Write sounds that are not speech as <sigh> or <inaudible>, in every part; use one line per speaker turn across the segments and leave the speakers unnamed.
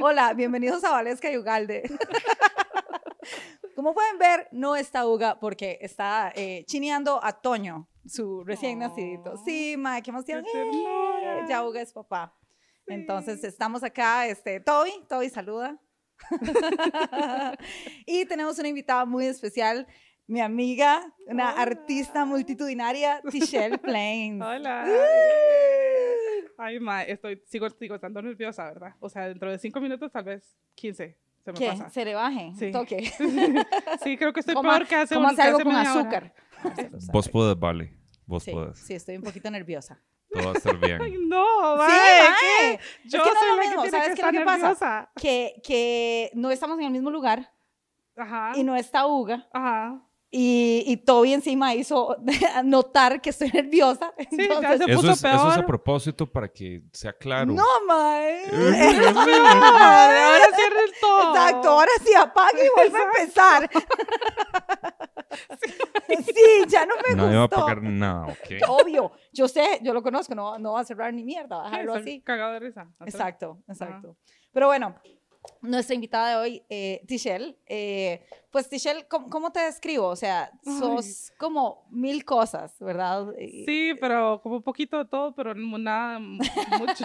Hola, bienvenidos a Valesca y Ugalde. Como pueden ver, no está Uga porque está eh, chineando a Toño, su recién
Aw,
nacidito. Sí, mae, qué emoción.
qué ternura.
Eh, Ya Uga es papá. Entonces estamos acá, este, Toby, Toby
<laughs>
saluda. y tenemos una invitada muy especial, mi amiga, una
Hola.
artista multitudinaria, Tichelle Plains.
Hola.
¡Eh!
Ay, ma, estoy, sigo, sigo estando nerviosa, ¿verdad? O sea, dentro de cinco minutos, tal vez 15, se me
¿Qué?
pasa.
¿Se le baje?
Sí.
Toque.
<laughs> Sí, creo que estoy
Coma-
peor que hace
coma
un- que
algo
hace
con
media hora.
azúcar.
Vos podés, vale. Vos
Sí,
podés.
sí, estoy un poquito
<laughs>
nerviosa.
Todo va a estar
Ay,
bien.
no, mae,
mae.
¿qué?
Es
Yo
que no es
soy
lo
la
mismo,
que tiene
¿sabes
que
qué es lo
estar
que pasa?
nerviosa.
Que, que no estamos en el mismo lugar
Ajá,
y no está Uga.
<laughs> ajá.
<laughs> Y, y Toby encima hizo <laughs> notar que estoy nerviosa.
ya
Entonces,
se
Eso
puso
es, eso es a
peor.
propósito para que sea claro. Eh,
no,
<laughs>
mae.
Madre, ahora cierren todo.
Exacto,
<laughs>
ahora sí apague y vuelve a empezar. Sí, ya no me
eh, Nadie va a
gustó.
pagar nada, ¿ok?
Obvio, yo sé, yo lo conozco, no, no va a cerrar ni mierda, va a
Sí,
dejarlo
estoy
así.
Cagado de risa.
Exacto, exacto. Pero bueno, nuestra invitada de hoy, eh, Tichelle, eh, pues Tichelle, ¿cómo, cómo te describo? O sea,
Ay.
sos como mil cosas, ¿verdad? Eh, Y-
Sí, pero como un poquito de todo, pero no- nada, mu-
<laughs>
mucho.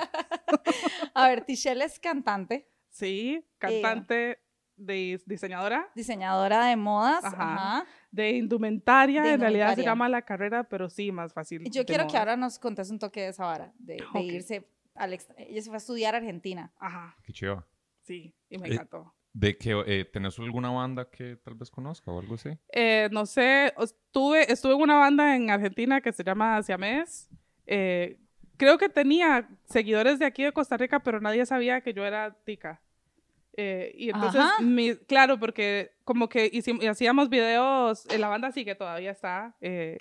A ver, Tichelle es cantante,
Sí, cantante, de diseñadora.
diseñadora de modas.
Ajá.
ajá.
De indumentaria,
De
en realidad se
indumentaria.
llama la carrera, pero sí, más fácil.
Yo
de
quiero que
moda.
ahora nos contes un toque de esa vara, de, de
Ok.
irse al ext- Ella se fue a estudiar a Argentina.
Ajá,
Qué chido.
sí, y me
Eh.
encantó.
¿De que eh, tenés alguna banda que tal vez conozca o algo así?
Eh, no sé, os- tuve, estuve en una banda en Argentina que se llama Siamés. Eh, creo que tenía seguidores de aquí de Costa Rica, pero nadie sabía que yo era tica. Eh, y entonces,
Ajá.
mi- claro, porque como que hicim- hacíamos videos, eh, la banda sí que todavía está. eh,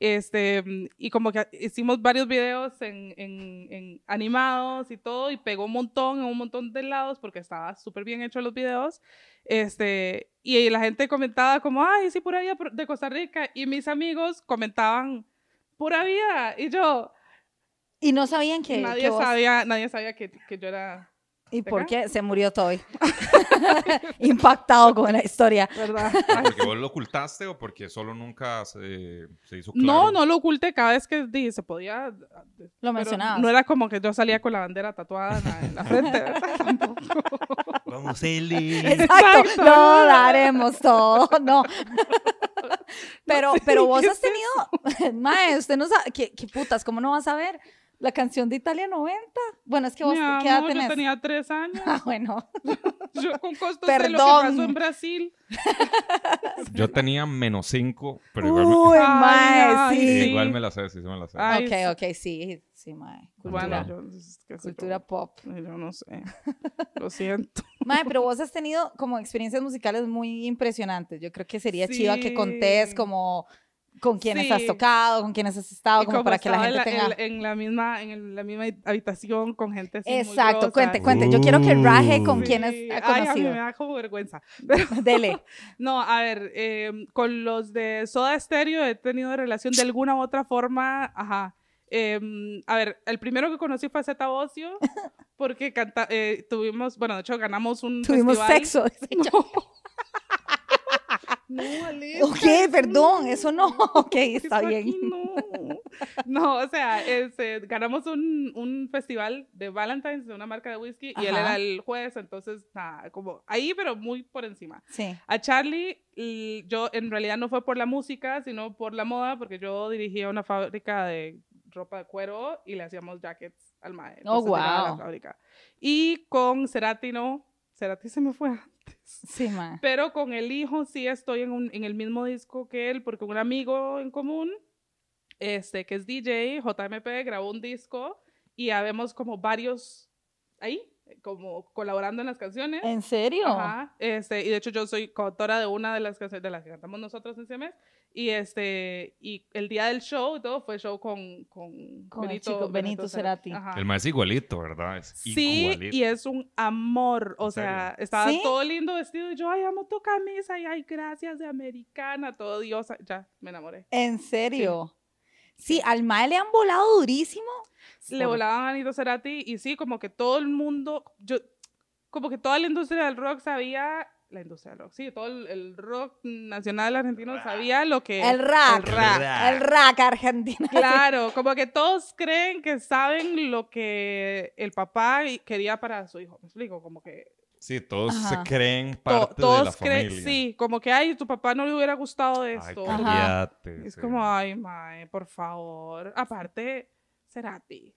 este, mm, y como que ha- hicimos varios videos en, en- en animados y todo, y pegó un montón en un montón de lados porque estaba súper bien hecho los videos. Este, y la gente comentaba como, ay, sí, pura vida por- de Costa Rica. Y mis amigos comentaban, pura vida. Y yo,
Y no sabían que.
nadie,
que vos-
sabía, nadie sabía que, que yo era,
¿Y
de
por
acá.
qué? Se murió Toby. <laughs> Impactado con la historia. <laughs>
¿verdad?
¿Porque vos lo ocultaste o porque solo nunca se, se hizo claro?
No, no lo oculté cada vez que di- se podía. Lo
Lo mencionabas.
No era como que yo salía con la bandera tatuada en la, en la
<laughs>
frente, ¿verdad? Tampoco.
Vamos, Eli.
Exacto,
Exacto.
lo daremos todo,
<laughs>
no. Pero, pero vos has tenido, mae, usted no sabe, ¿qué, qué putas, ¿cómo no vas a ver la canción de Italia 90? Bueno, es que vos,
Mi
¿qué edad
amor,
tenés?
Yo tenía tres años.
<laughs> Ah, bueno,
Yo con costos de lo que
Perdón.
pasó en Brasil.
Yo tenía menos cinco, pero igual me, eh,
uy,
Ay,
mae,
ay,
sí.
sí.
igual me la sé, sí se me la sé.
Ay, sí.
Ok, ok, sí, sí, mae, cultura,
Pues Bueno, yo, es que sí,
cultura pop.
como- yo
<laughs>
no sé. Lo siento.
Mae, pero vos has tenido como experiencias musicales muy impresionantes, yo creo que sería chiva que
Sí.
contés como con quienes has
Sí.
tocado, con quienes has estado,
Y
Ah, como para que la
estaba
gente
en
tenga...
la, en, en la misma, en el- la misma habitación con gente así muy
Exacto,
grosa.
cuente, cuente. Yo quiero que raje con
Uh.
quienes
Sí.
ha
Ay, a mí me
conocido.
da como vergüenza.
<laughs> Dele.
No, a ver, em, eh, con los de Soda Stereo he tenido relación de alguna u otra forma, ajá. Em, a ver, el primero que conocí fue Zeta
<laughs>
Bocio, porque canta- eh, tuvimos, bueno, de hecho ganamos <laughs> un
Tuvimos
festival.
sexo. <laughs>
<laughs>
dice
No.
yo.
No, Alexa,
Ok, perdón, eso
<laughs>
no. Ok,
que
está
fue
bien.
aquí, No. No, o sea, este, ganamos un, un festival de Valentine's de una marca de whisky y él
Ajá.
era el juez, entonces, nada, como ahí, pero muy por encima.
Sí.
A Charlie, l- yo en realidad no fue por la música, sino por la moda, porque yo dirigía una fábrica de ropa de cuero y le hacíamos jackets al mae.
Oh,
entonces llegaba a la
wow.
fábrica. Y con Cerati no, Cerati se me fue antes.
Sí, ma.
Pero con el hijo sí estoy en, un- en el mismo disco que él, porque un amigo en común, este, que es DJ, JMP, grabó un disco y habemos como varios ahí, como colaborando en las canciones.
¿En serio?
Ajá, este, y de hecho yo soy coautora de una de las canciones de las que cantamos nosotros en ese mes. Y, este, y el día del show y todo fue show con, con,
Con el chico Benito Cerati.
Ajá.
El más igualito, ¿verdad? Es
Sí,
igualito.
y es un amor. O
¿En
sea, estaba
¿Sí?
todo lindo vestido. y Yo, ay, amo tu camisa. Y ay, gracias de americana. Todo diosa. Ya, me enamoré.
¿En serio? Sí, al mae le han volado durísimo.
Le volaban a Nito Cerati. Y sí, como que todo el mundo. Yo, como que toda la industria del rock sabía. La industria del rock, sí, todo el, el rock nacional argentino
Ah.
sabía lo que.
El rack.
el rack.
El rack argentino. <laughs>
Claro, como que todos creen que saben lo que el papá y- quería para su hijo. Me explico, como que
Sí, todos
Ajá.
se creen
to-
parte de la
todos creen,
familia.
sí, como que, ay, tu papá no le hubiera gustado
Ay,
esto.
Ajá.
cállate,
Es
sí.
como, ay, mae, por favor. Aparte, Cerati.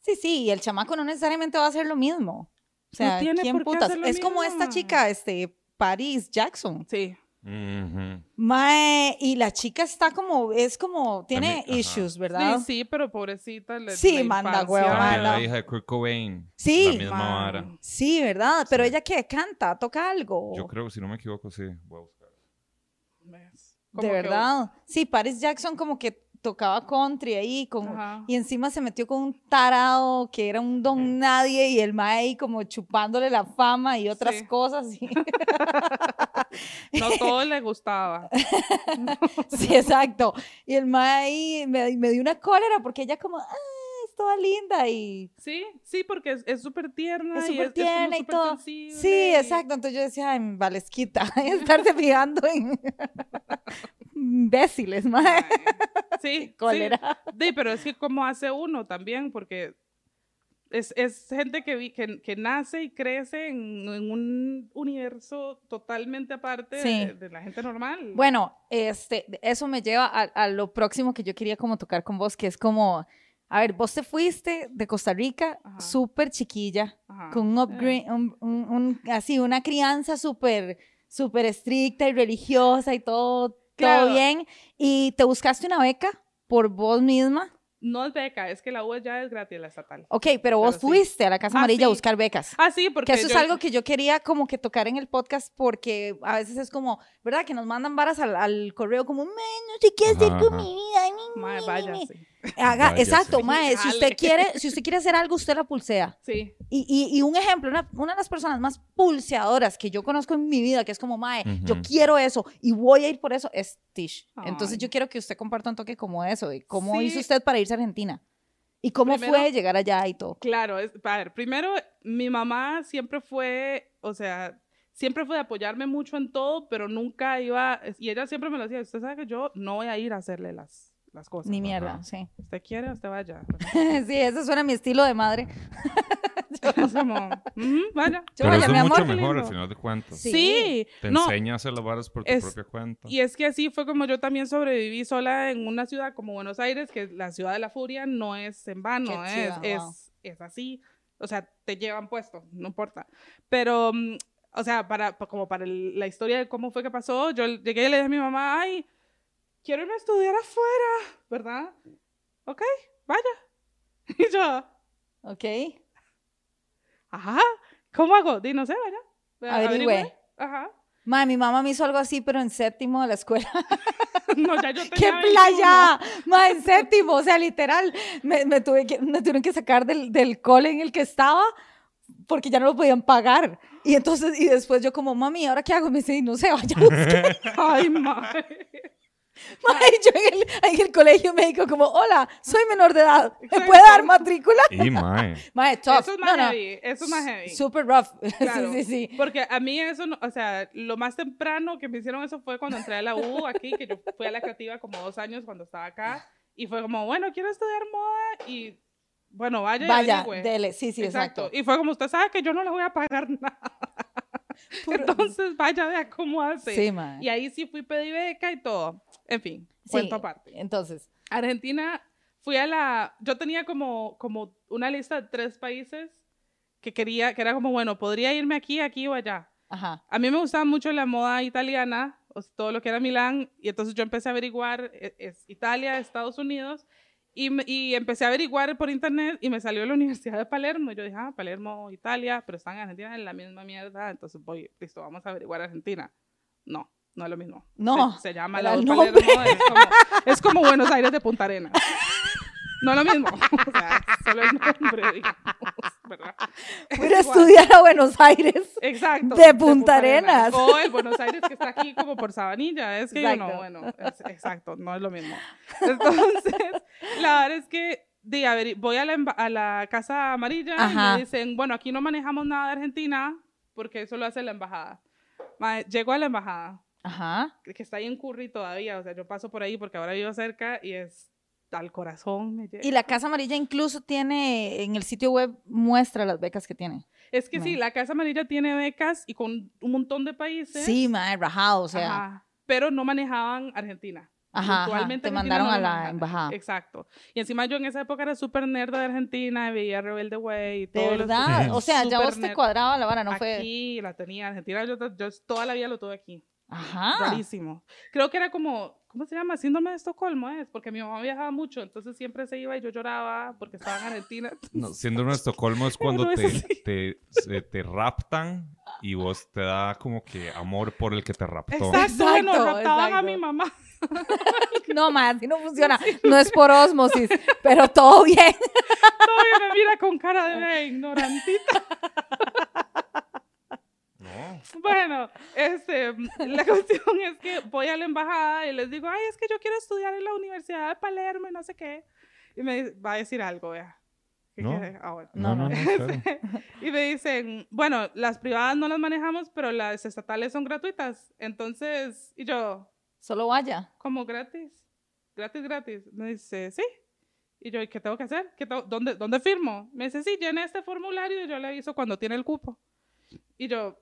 Sí, sí, y el chamaco no necesariamente va a hacer lo mismo. O sea,
No tiene
¿quién
por qué
putas?
hacer lo
es como
mismo,
esta
ma.
chica, este, Paris Jackson.
Sí.
Ujú.
Mae, y la chica está como, es como, tiene
También, ajá.
issues, ¿verdad?
Sí, sí, pero pobrecita. le-
Sí,
la
manda
infancia.
hueva,
También
manda.
la hija de Kurt Cobain.
Sí.
La misma
Man.
vara.
Sí, ¿verdad? Pero
Sí.
ella que canta, toca algo.
Yo creo, si no me equivoco, sí. Voy a buscar.
Ves. Como
de
que-
verdad. Sí, Paris Jackson como que tocaba country ahí, como,
Ajá.
y encima se metió con un tarado que era un don nadie y el mae ahí como chupándole la fama y otras
Sí.
cosas.
<laughs>
y- <laughs>
No todo le gustaba.
sí, exacto. Y el mae ahí me, me dio una cólera porque ella como, ah, es toda linda y...
Sí, sí, porque es- es súper tierna.
Es
y
súper
como
tierna y
súper
todo.
sensible
Sí,
y- <laughs>
exacto. Entonces yo decía, ay, Valesquita, <laughs> estarse fijando en <laughs> imbéciles, mae.
Mae.
<laughs>
Sí, sí,
Cólera.
Sí, pero es que como hace uno también, porque es, es gente que, vi- que, que nace y crece en, en un universo totalmente aparte
Sí.
de, de la gente normal.
Bueno, este, eso me lleva a, a lo próximo que yo quería como tocar con vos, que es como, a ver, vos te fuiste de Costa Rica
Ajá. Ah,
súper chiquilla,
Ajá. Eh,
con un upgra- un- un- un- así, una crianza súper, súper estricta y religiosa y todo,
Claro.
todo bien, y te buscaste una beca por vos misma.
No es beca, es que la U ya es gratis, la estatal.
Ok, pero vos
Claro, sí.
fuiste a la Casa
Ah,
Amarilla a
sí.
buscar becas.
Ah, sí, porque
Que eso es
yo-
algo que yo quería como que tocar en el podcast porque a veces es como, ¿verdad? Que nos mandan varas al, al correo como, "Mae, no sé qué hacer
Ajá,
con
ajá.
mi vida. ay,
<laughs>
mi,
Mae,
mi, mi,
vaya,
mi".
sí.
Haga,
Vaya,
exacto,
sí.
mae, si usted
Jale.
quiere, si usted quiere hacer algo, usted la pulsea.
Sí,
Y, y- y un ejemplo, una, una de las personas más pulseadoras que yo conozco en mi vida, que es como, mae, yo
Ujú.
quiero eso y voy a ir por eso, es Tish. Entonces
Ay.
yo quiero que usted comparta un toque como eso, de cómo
Sí.
hizo usted para irse a Argentina y cómo
Primero-
fue llegar allá y todo.
claro. Es, a ver, primero, mi mamá siempre fue, o sea, siempre fue de apoyarme mucho en todo, pero nunca iba, y ella siempre me lo decía, usted sabe que yo no voy a ir a hacerle las, las cosas.
Ni mierda,
Ajá.
sí. <laughs>
Usted quiere, usted vaya. <laughs>
Sí, ese suena mi estilo de madre.
Es como, "Ujú, vaya.
Yo,
Pero
vaya,
eso
mi
es mucho
amor,
qué
mejor al
lindo".
final de cuentas.
Sí.
Sí,
Te
no,
enseña a hacer las varas por tu
es-
propia
<laughs>
cuenta.
y es que así fue como yo también sobreviví sola en una ciudad como Buenos Aires, que la ciudad de la furia no es en vano,
Qué
es,
chiva,
es,
wow.
es así, o sea, te llevan puesto, no importa. Pero, mm, o sea, para, pa- como para el- la historia de cómo fue que pasó, yo llegué y le dije a mi mamá, ay, quiero irme a estudiar afuera, ¿verdad? Ok, vaya. <laughs> Y yo,
ok.
ajá, ¿cómo hago? Di, no sé, vaya.
Averigüe.
Ajá. <laughs>
Ma, mi mamá me hizo algo así, pero en séptimo de la escuela.
No, ya yo
<laughs> ¡Qué
tenía 21. <laughs>
playa! Ma, en séptimo, o sea, literal, me, me tuve que, me tuvieron que sacar del, del cole en el que estaba porque ya no lo podían pagar. Y entonces, y después yo como, mami, ¿ahora qué hago? Me dice, no sé, vaya a buscar".
Ay, madre.
Mae, yo en el, en el colegio me dijo como, hola, soy menor de edad, ¿me puede dar matrícula?
Y, mae.
Mae, tough.
Eso es más
No, no.
heavy, eso es más heavy.
Super rough. <laughs>
Claro,
sí, sí, sí.
Porque a mí eso, no- o sea, lo más temprano que me hicieron eso fue cuando entré a la U aquí, que yo fui a la creativa como dos años cuando estaba acá, y fue como, bueno, quiero estudiar moda y, bueno, vaya, y
Vaya,
averigüe.
dele, sí, sí, exacto.
Y fue como, usted sabe que yo no le voy a pagar <laughs> nada,
Puro-
entonces vaya, vea cómo hace.
sí, mae.
Y ahí sí fui, pedí beca y todo. En fin,
Sí,
cuento aparte.
Entonces,
Argentina, fui a la, yo tenía como, como una lista de tres países que quería, que era como, bueno, podría irme aquí, aquí o allá.
ajá.
A mí me gustaba mucho la moda italiana, o sea, todo lo que era Milán, y entonces yo empecé a averiguar e- es Italia, Estados Unidos, y, me- y empecé a averiguar por internet y me salió la Universidad de Palermo, y yo dije, ah, Palermo, Italia, pero están en Argentina en la misma mierda, entonces voy, listo, vamos a averiguar Argentina. No, no es lo mismo.
No,
Se, se llama
era
la
el
de Palermo, es como, es como Buenos Aires de Punta Arenas. No es lo mismo, <laughs> o sea, solo el nombre, digamos, ¿verdad?
Voy a ir a
Es Pues igual.
estudiar a Buenos Aires.
Exacto.
De Punta Arenas.
O el Buenos Aires que está aquí como por Sabanilla. Es que yo no,
Exacto.
bueno, es- exacto, no es lo mismo. Entonces, <laughs> la verdad es que de, a ver, voy a la, emba- a la Casa Amarilla
Ajá.
y me dicen, bueno, aquí no manejamos nada de Argentina porque eso lo hace la embajada. Ma, llego a la embajada,
Ajá.
que está ahí en Curry todavía, o sea, yo paso por ahí porque ahora vivo cerca y es al corazón me llega.
Y la Casa Amarilla incluso tiene, en el sitio web, muestra las becas que tiene.
Es que sí,
Bueno.
la Casa Amarilla tiene becas y con un montón de países.
Sí, mae, rajado, o sea.
Ajá. Pero no manejaban Argentina.
Ajá, ajá,
Puntualmente
te
Argentina
mandaron
no
a
lo
la
manejaban.
embajada.
Exacto. Y encima yo en esa época era súper nerd de Argentina, veía Rebelde Way y todo.
De verdad, o sea, ya vos te cuadraba la vara, no fue...
Aquí la tenía, Argentina, yo, yo toda la vida lo tuve aquí.
Ajá.
Rarísimo. Creo que era como, ¿cómo se llama? Síndrome de Estocolmo, es, porque mi mamá viajaba mucho, entonces siempre se iba y yo lloraba porque estaba en Argentina.
No, síndrome de Estocolmo es cuando
No, eso
te,
sí.
te, se- te raptan y vos te da como que amor por el que te raptó.
Exacto, bueno,
Exacto,
raptaban a
exacto.
mi mamá. <laughs>
No, mae, así no funciona. No es por osmosis, pero todo <laughs> bien.
Todavía me mira con cara de "Ve, ignorantita.
No.
Bueno, este, la <laughs> cuestión es que voy a la embajada y les digo, ay, es que yo quiero estudiar en la Universidad de Palermo y no sé qué. Y me dice- va a decir algo, vea. ¿Qué
No.
quiere? Ah, bueno.
No, no,
No, no, no, claro.
<laughs> Y me dicen, bueno, las privadas no las manejamos, pero las estatales son gratuitas. Entonces, y yo,
Solo vaya.
¿cómo gratis? Gratis, gratis. Me dice, sí. Y yo, ¿y qué tengo que hacer? ¿Qué tengo- ¿Dónde, ¿Dónde firmo? Me dice, sí, llena este formulario y yo le aviso cuando tiene el cupo. Y yo,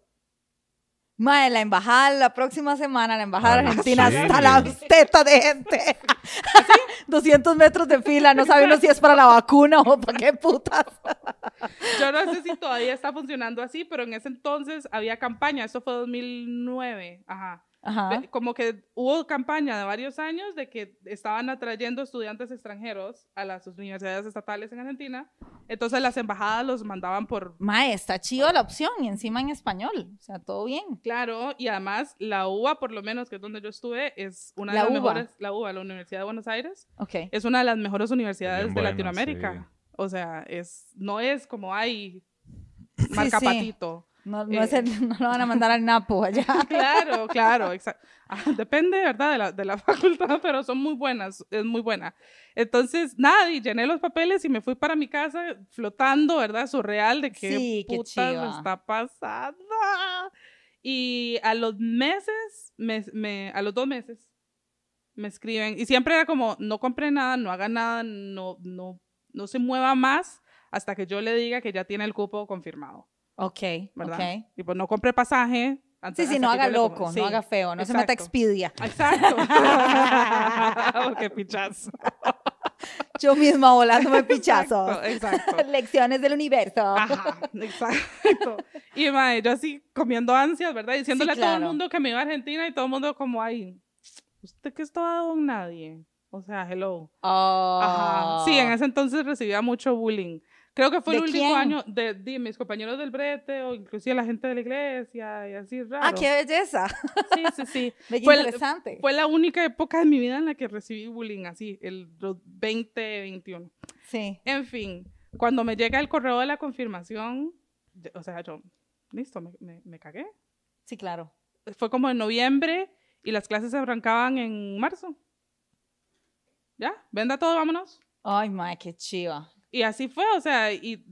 Mae, la embajada, la próxima semana, la embajada
Al
de argentina
chile.
hasta las tetas de gente. <laughs> 200 metros de fila, no sabe uno si es para la vacuna o para qué putas.
Yo no sé si todavía está funcionando así, pero en ese entonces había campaña, eso fue 2009, ajá.
Ajá.
Ve- Como que hubo campaña de varios años de que estaban atrayendo estudiantes extranjeros a las universidades estatales en Argentina, entonces las embajadas los mandaban por...
Mae, está chido la opción y encima en español. O sea, todo bien.
Claro, y además la UBA, por lo menos, que es donde yo estuve, es una de
La
las
UBA.
mejores, la UBA, la Universidad de Buenos Aires,
Ok.
es una de las mejores universidades
Bien
de
buena,
Latinoamérica.
sí.
O sea, es, no es como hay
sí.
marcapatito.
No, no,
Eh.
es el- <laughs> no lo van a mandar al Napo allá.
Claro, claro, exacto. Depende, ¿verdad? De la, de la <laughs> facultad, pero son muy buenas, es muy buena. Entonces, nada, y llené los papeles y me fui para mi casa flotando, ¿verdad? Surreal de que
Sí, qué
putas me
chiva.
está pasando. Y a los meses, me, me- a los dos meses, me escriben. Y siempre era como, no compre nada, no haga nada, no, no, no se mueva más hasta que yo le diga que ya tiene el cupo confirmado,
<laughs> Ok,
¿verdad?
ok.
Y pues no compre pasaje. ante-
Sí, sí,
hasta
no
que yo
haga
le com-
loco,
Sí.
no haga feo, no se meta a
exacto.
Expedia. <laughs>
Exacto. Porque pichazo.
Yo misma
<laughs>
volándome pichazo.
Exacto.
<laughs>
exacto.
Lecciones del universo.
Ajá, exacto. Y mae, yo así comiendo ansias, ¿verdad? Diciéndole
Sí,
a todo el
claro.
mundo que me iba a Argentina y todo el mundo como, ay, usted que es toda don nadie. O sea, hello.
Oh.
Ajá. Sí, en ese entonces recibía mucho bullying. Creo que fue el
¿De
último
quién?
año de, de mis compañeros del brete o inclusive la gente de la iglesia y así raro.
Ah, qué belleza.
Sí, sí, sí.
Bella
Fue el-
interesante.
Fue la única época de mi vida en la que recibí bullying, así, el los 20, 21.
sí.
En fin, cuando me llega el correo de la confirmación, de- o sea, yo, listo, me, me- me cagué.
Sí, claro.
Fue como en noviembre Y las clases se arrancaban en marzo. Ya, venda todo, vámonos.
Ay, madre, qué chiva.
Y así fue, o sea, y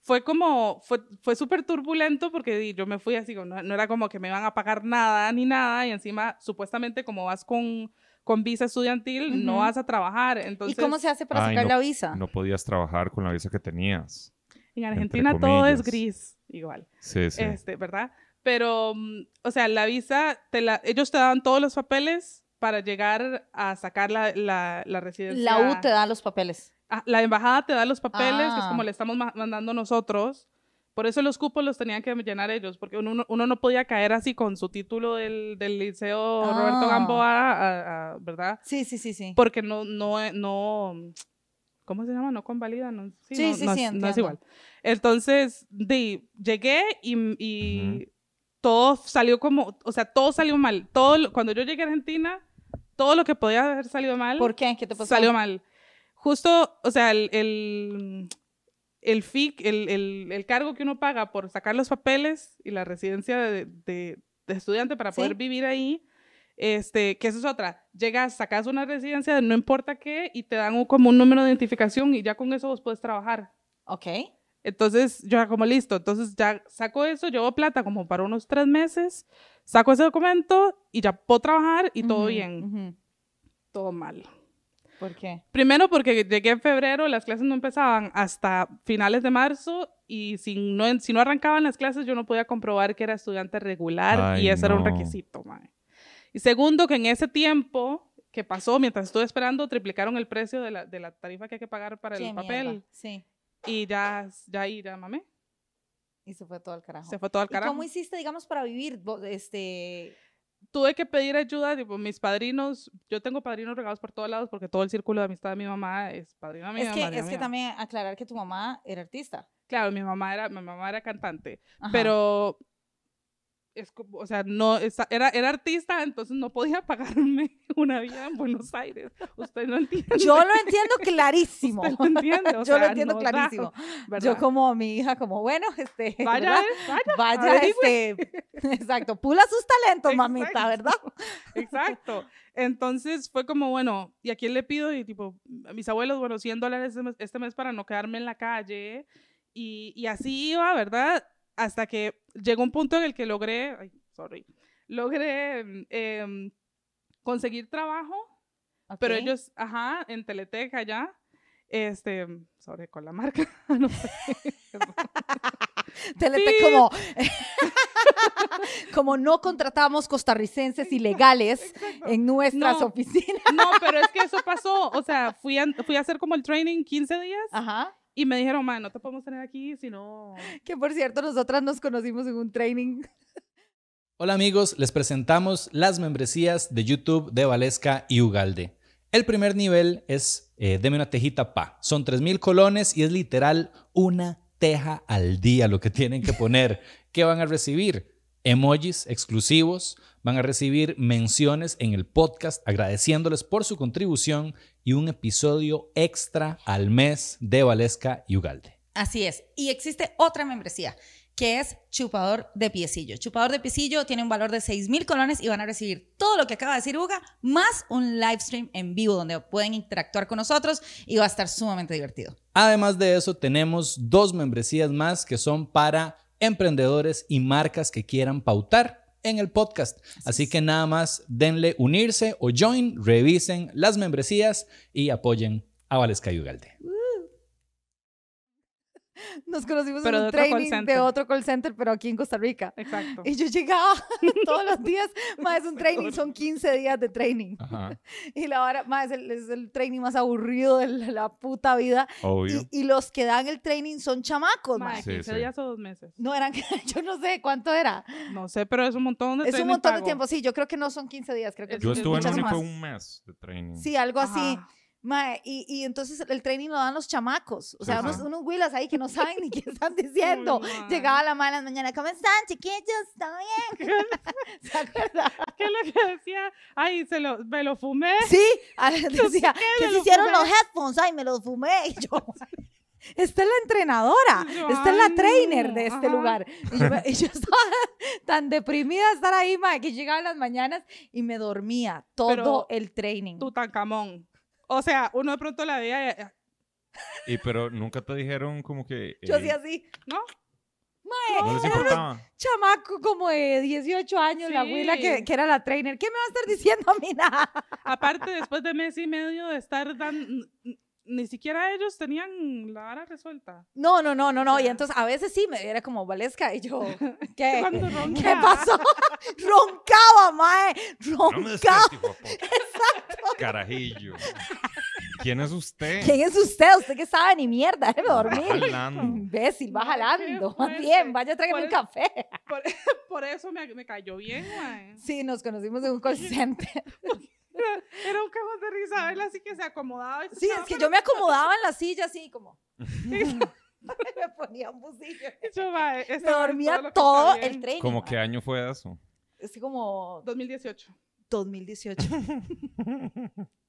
fue como, fue, fue súper turbulento porque di, yo me fui así, como, no, no era como que me iban a pagar nada ni nada, y encima, supuestamente, como vas con, con visa estudiantil, no
Ujú.
vas a trabajar. Entonces,
¿Y cómo se hace para
Ay,
sacar
no,
la visa?
No podías trabajar con la visa que tenías.
en
entre
Argentina todo es
comillas.
gris, igual.
Sí, sí.
este, ¿verdad? Pero, mm, o sea, la visa, te la, ellos te daban todos los papeles para llegar a sacar la, la, la residencia.
La U te da los papeles.
Ah, la embajada te da los papeles, que es
Ah.
como le estamos ma- mandando nosotros. Por eso los cupos los tenían que llenar ellos, porque uno, uno- uno no podía caer así con su título del, del liceo Roberto
Ah.
Gamboa, a- a- ¿verdad?
Sí, sí, sí, sí.
Porque no, no, eh, no, mm, ¿cómo se llama? No convalida, no,
Sí,
no,
sí,
no
sí,
es- no es
entiendo.
igual. Entonces, di, llegué y, mm, y todo salió como, o sea, todo salió mal. Todo, lo- cuando yo llegué a Argentina, todo lo que podía haber salido mal,
¿Por qué? ¿Qué te pasó?
salió mal. Justo, o sea, el, el, el FIC, el, el- el cargo que uno paga por sacar los papeles y la residencia de, de- de estudiante para poder
Sí.
vivir ahí, este, que eso es otra. Llegas, sacas una residencia de no importa qué y te dan un- como un número de identificación y ya con eso vos puedes trabajar.
Ok.
Entonces, yo era como listo. Entonces, ya saco eso, llevo plata como para unos tres meses, saco ese documento y ya puedo trabajar y todo
Ujú,
bien.
ujú.
Todo mal.
¿Por qué?
Primero porque llegué en febrero, las clases no empezaban hasta finales de marzo y si no, si no arrancaban las clases yo no podía comprobar que era estudiante regular
Ay,
y eso era un
no.
requisito. mae. Y segundo que en ese tiempo que pasó, mientras estuve esperando, triplicaron el precio de la, de la tarifa que hay que pagar para
Qué
el
mierda.
papel
Sí.
y ya, ya ahí, ya mamé,
Y se fue todo al carajo.
se fue todo al
¿Y
carajo.
cómo hiciste, digamos, para vivir? Vos, Este...
tuve que pedir ayuda, tipo, mis padrinos, yo tengo padrinos regados por todos lados porque todo el círculo de amistad de mi mamá es padrino de mi
es que,
mamá, de
es
mi
que
mamá.
también aclarar que tu mamá era artista.
Claro, mi mamá era, mi mamá era cantante.
Ajá.
pero <laughs> es como, o sea, no, esa- era, era artista, entonces no podía <laughs> pagarme una vida en Buenos Aires. Usted no entiende.
Yo lo entiendo
<laughs>
clarísimo.
usted no entiende.
<laughs>
o
Yo lo
sea,
entiendo
no da,
clarísimo.
<laughs> ¿verdad?
Yo como mi hija, como, bueno, este,
Vaya,
¿verdad?
eh, vaya.
vaya,
averigüe.
este, <laughs> exacto, pula sus talentos, mamita,
Exacto.
¿verdad?
Exacto. Entonces fue como, bueno, ¿y a quién le pido? Y tipo, a mis abuelos, bueno, 100 dólares este mes, este mes para no quedarme en la calle. Y, y así iba, ¿verdad? Hasta que llegó un punto en el que logré, ay, sorry, logré em, em, conseguir trabajo <laughs> Pero
Ok.
ellos, ajá, en Teleteca allá, este, sobre con la marca, <laughs> no sé.
Telete
¡Pip! <laughs>
como, <laughs> como no contratamos costarricenses ilegales en nuestras
No.
oficinas.
No, pero es que eso pasó, o sea, fui a, fui a hacer como el training 15 días
Ajá.
y me dijeron, man, no te podemos tener aquí, sino...
Que por cierto, nosotras nos conocimos en un training. <laughs>
Hola amigos, les presentamos las membresías de YouTube de Valesca y Ugalde. El primer nivel es eh, Deme una tejita pa. Son 3.000 colones y es literal una teja al día lo que tienen que poner. ¿Qué van a recibir? Emojis exclusivos, van a recibir menciones en el podcast agradeciéndoles por su contribución y un episodio extra al mes de Valesca y Ugalde.
Así es. Y existe otra membresía que es chupador de piecillo. Chupador de piecillo tiene un valor de 6 mil colones y van a recibir todo lo que acaba de decir Uga, más un live stream en vivo donde pueden interactuar con nosotros y va a estar sumamente divertido.
Además de eso, tenemos dos membresías más que son para emprendedores y marcas que quieran pautar en el podcast. Así que nada más denle unirse o join, revisen las membresías y apoyen a Valesca y Ugalde.
Nos conocimos
Pero
en
de
un
otro call
training de
center.
otro call center, pero aquí en Costa Rica.
Exacto.
Y yo llegaba <laughs> todos los días, más es
<laughs>
un training, son 15 días de training.
Ajá,
Y la hora, más es el, es el training más aburrido de la, la puta vida.
obvio.
Y, y los que dan el training son chamacos,
Ma,
mae.
Sí,
15
sí.
días o dos meses.
No eran, <laughs> yo no sé cuánto era.
No sé, pero es un montón de
Es un
training
montón de
pago.
tiempo, sí, yo creo que no son 15 días, creo que
Yo
Yo
son
estuve en
muchas
un,
más.
fue un mes de training.
Sí, algo así.
Ajá.
Mae, y, y entonces el training lo dan los chamacos, o sea,
Ajá.
unos, unos huilas ahí que no saben ni qué están diciendo.
<laughs> Uy, mae.
Llegaba la madre en la mañana, ¿cómo están, chiquillos? ¿Está bien? <laughs> ¿Se acuerdan?
¿Qué es lo que decía? Ay, se lo, me lo fumé.
<laughs> Sí, a- Ah, decía,
me
¿qué se
los
hicieron
fumé".
<laughs> los headphones? Ay, me los fumé. Y yo, esta es la entrenadora,
Y yo,
esta es Ah, la
"Ay,
trainer
no,
de este
ajá".
lugar. Y yo, me- y yo <laughs> estaba tan deprimida de estar ahí, mae, que llegaba en las mañanas y me dormía todo
Pero
el training.
Tutankamón. O sea, uno de pronto la veía y-
Y pero nunca te dijeron como que...
Yo
eh,
hacía así,
¿no?
mae,
No les
era una
importaba.
chamaco como de 18 años, la abuela que,
Sí.
que era la trainer. ¿Qué me va a estar diciendo a mí <laughs> nada?
Aparte, después de mes y medio de estar dando... Ni siquiera ellos tenían la vara resuelta.
No, no, no, no, no. Y
Ajá.
entonces a veces sí me era como Valesca y
<laughs>
yo, ¿qué?
Cuando
¿Qué
ronca.
pasó? <laughs> Roncaba, mae.
No me
Roncaba.
despiertes, hijueputa. Carajillo. ¿Quién es usted?
¿Quién es usted? ¿Usted qué sabe? Ni mierda, déjeme dormir.
Hablando.
Imbécil, va jalando.
No, qué
<laughs> Más
fuerte.
bien, vaya, tráigame
Por
un
eso-
café.
Ah, Por, <laughs> por eso me, me cayó bien, mae.
Sí, nos conocimos en un
<laughs>
call center.
Era, era un cajón de risa, él así que se acomodaba. y se
Mm. Sí,
estaba
es que yo me acomodaba en la silla así
<laughs>
como... "Mm". <laughs> me ponía un bucillo.
<laughs> Yo, mae, esta
Me
vara es
dormía
lo que
todo <laughs>
está
el
bien.
tren.
¿Cómo qué año fue eso?
Es como
2018.
2018.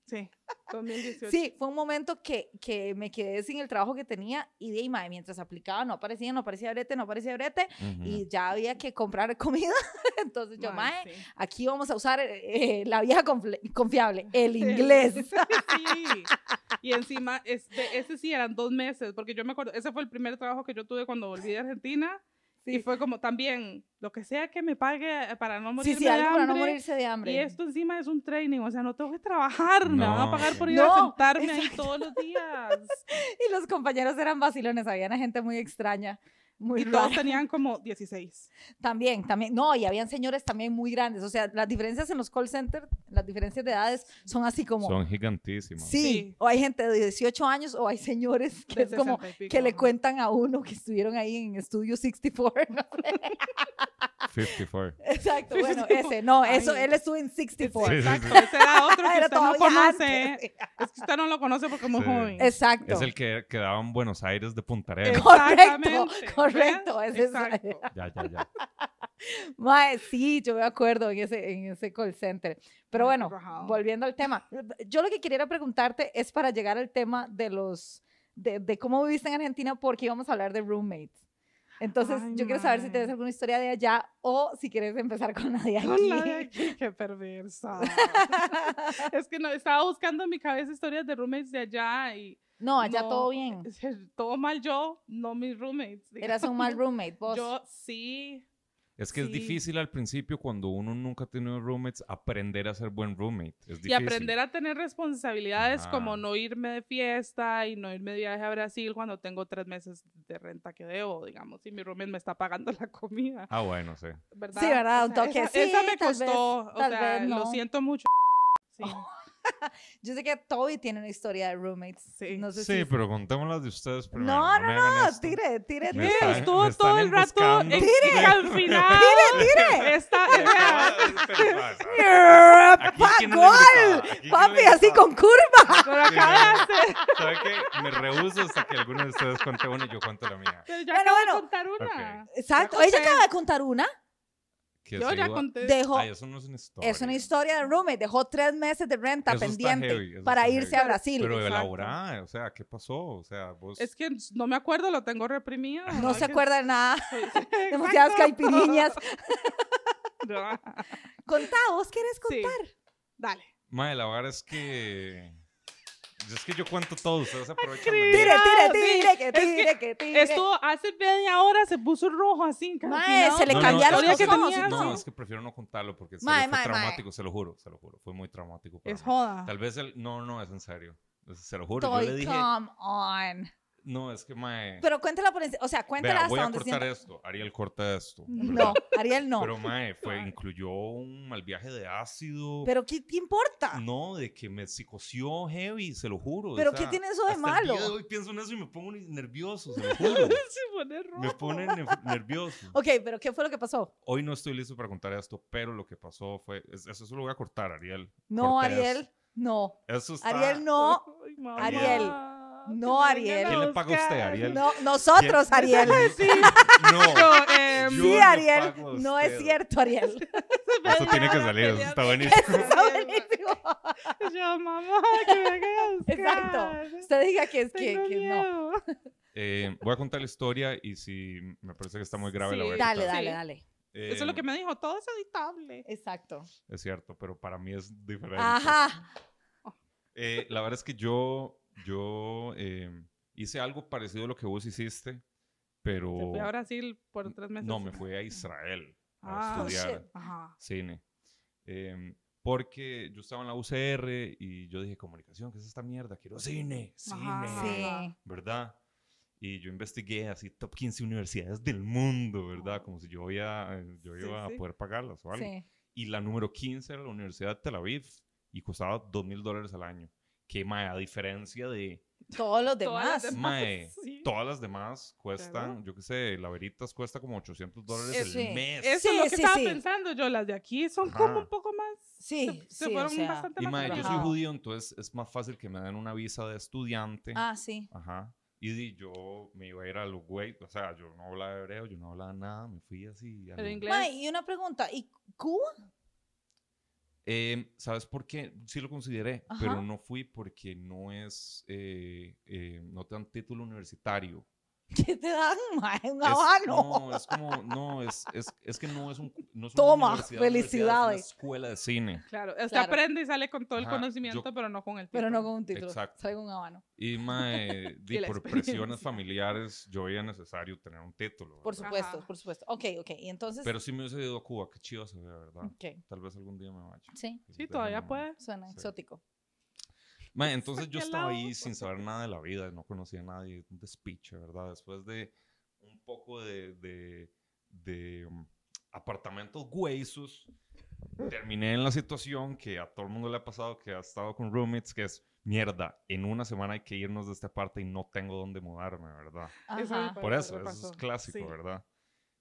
Sí, 2018.
Sí, fue un momento que, que me quedé sin el trabajo que tenía y de ahí, mae, mientras aplicaba no aparecía, no aparecía brete, no aparecía brete
Ujú.
y ya había que comprar <laughs> comida. Entonces yo, mae,
Mae, sí.
aquí vamos a usar eh, eh, la vieja confle- confiable,
<laughs>
el
Sí,
inglés. <laughs>
sí. Y encima, este, ese sí eran dos meses, porque yo me acuerdo, ese fue el primer trabajo que yo tuve cuando volví de Argentina. Y fue como también, lo que sea que me pague eh, para no
Sí,
morirme
sí,
de
algo para no
hambre.
morirse de hambre.
Y esto encima es un training, o sea, no tengo que trabajar, me van a
No,
pagar
sí.
por ir a
No,
sentarme ahí
exacto.
todos los
<laughs>
días.
Y los compañeros eran vacilones, había una gente muy extraña, muy
Y todos
rara.
tenían
<laughs>
como 16.
También, también, no, y habían señores también muy grandes. O sea, las diferencias en los call centers, las diferencias de edades son así como...
Son gigantísimos.
Sí,
Sí.
o hay gente de 18 años o hay
<laughs>
señores que
de
es como
60 y pico,
que le
ajá.
cuentan a uno que estuvieron ahí en Estudio 64.
<laughs>
¿no?
54.
Exacto,
Sí,
bueno,
sí,
eso, no,
ay.
eso, él estuvo en
Sí,
64.
sí,
Exacto,
sí.
<laughs>
ese era otro que
Ah, Era
usted no
todavía
conoce.
antes.
Es que usted no lo conoce porque es muy
Sí.
joven.
Exacto.
Es el que quedaba en Buenos Aires de Punta Arenas.
Correcto,
Exactamente,
correcto,
¿ves?
ese es-
Exacto.
Ya, ya, ya.
Mae, sí, yo me acuerdo en ese, en ese call center. Pero
Ay,
bueno,
qué rajado. <laughs>
volviendo al tema, yo lo que quería preguntarte es para llegar al tema de los, de, de cómo viviste en Argentina, porque íbamos a hablar de roommates. Entonces,
Ay,
yo quiero saber si
mae.
tienes alguna historia de allá o si quieres empezar con la de aquí.
Con la de aquí, qué perversa.
<laughs>
es que no, estaba buscando en mi cabeza historias de roommates de allá y
No, allá
No,
todo bien.
eh,
es que todo mal yo, no mis roommates.
Eras un
digamos.
mal roommate, vos.
Yo sí.
Es que es
Sí.
difícil al principio cuando uno nunca tiene roommates aprender a ser buen roommate. Es difícil.
Y aprender a tener responsabilidades
Ajá.
como no irme de fiesta y no irme de viaje a Brasil cuando tengo tres meses de renta que debo, digamos, y mi roommate me está pagando la comida.
Ah, bueno, sí.
¿verdad?
Sí, ¿verdad? Un toque,
Esa,
sí,
esa me
tal vez,
costó, o
tal
sea,
vez no.
lo
<laughs>
siento mucho. Sí,
Yo sé que Toby tiene una historia de roommates.
Sí.
No sé
Sí,
si...
pero contémoslas de ustedes primero.
No, no,
me hagan
no,
esto.
tire, tire,
Me
tire.
están- me
Estuvo
están
todo el rato
emboscando.
en, y al final. Está, o
<laughs>
sea,
Aquí quién no le
¡Gol!
gritaba, aquí quién no le
Papi, así
gritaba.
con curva.
por acá de hacer.
¿Sabe qué? Me rehuso hasta que alguno de ustedes cuente una y yo cuento la mía.
Pero ya
Bueno,
acabo
bueno.
de contar una.
Exacto.
Ya
Ella
conté.
acaba de contar una.
Que
Yo
se
ya
iba-
conté.
Dejó.
Ay, eso no es una historia.
es una historia de roommate. Dejó tres meses de renta
Eso está
pendiente
heavy, eso
para
está
irse
heavy.
a Brasil.
Pero
Exacto.
elaborada, o sea, ¿qué pasó? O sea, vos...
Es que no me acuerdo, lo
<laughs>
tengo reprimido.
no
Ay,
se
que-
acuerda de
<laughs>
nada. <laughs>
Exacto.
Demasiadas caipiriñas.
<laughs> No.
Contá, vos querés
Sí.
contar.
Dale.
Mae, la verdad es que... Es que yo cuento todo, ustedes aprovechan de mí.
Tire, tire,
No, sí.
tire, que
Es que
tire, que
<laughs>
tire.
Esto hace media hora se puso rojo así. casi,
Mae,
¿no?
se le
No, no,
cambiaron
es
los
que-
ojos. y
<laughs>
tenía-
todo.
No, es que prefiero no contarlo porque en serio
Mae,
fue
mae, mae.
traumático, se lo juro, se lo juro. Fue muy traumático para
Es
mí.
joda.
Tal vez el... No, no, es en serio. Es- Se lo juro,
Toy,
Pues yo le dije...
come on.
No, es que mae...
Pero cuéntala por encima. O sea,
Vea,
cuéntala hasta
voy a
donde
cortar
sienta-
esto. Ariel, corta esto.
No, Ariel no.
Pero mae, fue,
Mae.
incluyó un mal viaje de ácido.
Pero ¿qué te importa?
No, de que me psicoció heavy, se lo juro.
¿Pero
o
qué
sea,
tiene eso de
hasta El día de
malo?
hoy pienso en eso y me pongo ni- nervioso, se
<laughs>
lo
<laughs>
juro.
Se pone rojo.
me pone nef- nervioso.
Ok, pero ¿qué fue lo que pasó?
Hoy no estoy listo para contar esto, pero lo que pasó fue. es- Eso se lo voy a cortar, Ariel.
No,
Cortés.
Ariel, no.
Eso está.
Ariel, no.
Ay, mamá,
Ariel.
que
No,
me
Ariel.
vengan a
¿Quién le paga a usted,
buscar.
Ariel?
No, nosotros,
<laughs>
Ariel.
No.
Yo, eh,
Yo
Sí,
le
Ariel.
pago a
No es
usted.
cierto, Ariel.
<laughs> Esto tiene que salir,
<laughs>
eso está buenísimo.
Está buenísimo.
Yo, mamá, que me vengan a buscar.
<laughs>
Exacto. Usted diga que es que,
Tengo
que no.
miedo.
Eh, voy a contar la historia y si me parece que está muy grave la
Sí.
voy a quitar.
Dale, dale,
Sí.
dale.
Eh,
Eso es lo que me dijo, todo es editable.
Exacto.
Es cierto, pero para mí es diferente.
Ajá.
Eh, la verdad es que yo, yo eh, hice algo parecido a lo que vos hiciste, pero
Te fui a Brasil por tres meses.
Oh. no, me fui a Israel
Ah,
a estudiar
Ajá.
cine. Eh, porque yo estaba en la UCR y yo dije, comunicación, ¿qué es esta mierda? Quiero cine, cine,
Ajá.
Sí.
<laughs>
¿verdad? Y yo investigué así top 15 universidades del mundo, ¿verdad? Como si yo, había- eh, yo
Sí,
iba
sí.
a poder pagarlas o algo
Sí.
y la número 15 era la Universidad de Tel Aviv y costaba dos mil dólares al año. Que mae, a diferencia de
Todos los
Todas las demás.
demás.
mae,
<laughs> sí.
todas las demás cuestan,
Claro.
yo qué sé, la veritas cuesta como 800 dólares
Eh,
el
sí.
mes.
Eso es
Sí,
lo que
sí,
estaba
sí.
pensando yo. Las de aquí son
Ajá.
como un poco más.
Sí,
se
sí, o
fueron
sea.
bastante
Y
más
mae, yo soy
Ajá.
abajo.
judío, entonces es más fácil que me den una visa de estudiante.
Ah, sí.
Ajá. Y di, yo me iba a ir a los güey, o sea, yo no hablaba hebreo, yo no hablaba nada, me fui así. a
Pero
lo-
inglés.
Ma, y una pregunta, ¿y Cuba?
Eh, ¿Sabes por qué? Sí lo consideré,
Ajá.
pero no fui porque no es, eh, eh, no te dan título universitario.
¿Qué te dan, ma? Un
Es-
habano.
No, es como, no, es, es, es que no es un, no es
Toma,
universidad, universidad, es
felicidades.
una escuela de cine.
Claro, usted
Claro.
aprende y sale con todo el
Ajá,
conocimiento,
yo-
pero no con el
Pero
título.
no con un título.
Exacto.
Traigo un habano.
Y
<laughs>
mae, di,
Y la
por
experiencia.
presiones familiares, yo era necesario tener un título.
Por
¿verdad?
supuesto,
Ajá.
por supuesto. Ok, ok. Y entonces. mm,
Pero sí me hubiese ido a Cuba, qué chido se ve, ¿verdad?
ok.
Tal vez algún día me vaya.
Sí,
Sí, todavía puede.
suena
Sí.
exótico.
Mae, entonces
Saque
yo
al
estaba
lado.
ahí sin saber nada de la vida, no conocía a nadie, un despiche, ¿verdad? Después de un poco de, de, de, um, apartamentos huesos, terminé en la situación que a todo el mundo le ha pasado, que ha estado con roommates, que es, mierda, en una semana hay que irnos de esta parte y no tengo dónde mudarme, ¿verdad?
Eso
<laughs> Ajá.
fue
Por
lo
eso,
que
eso
pasó.
es clásico,
Sí.
¿verdad?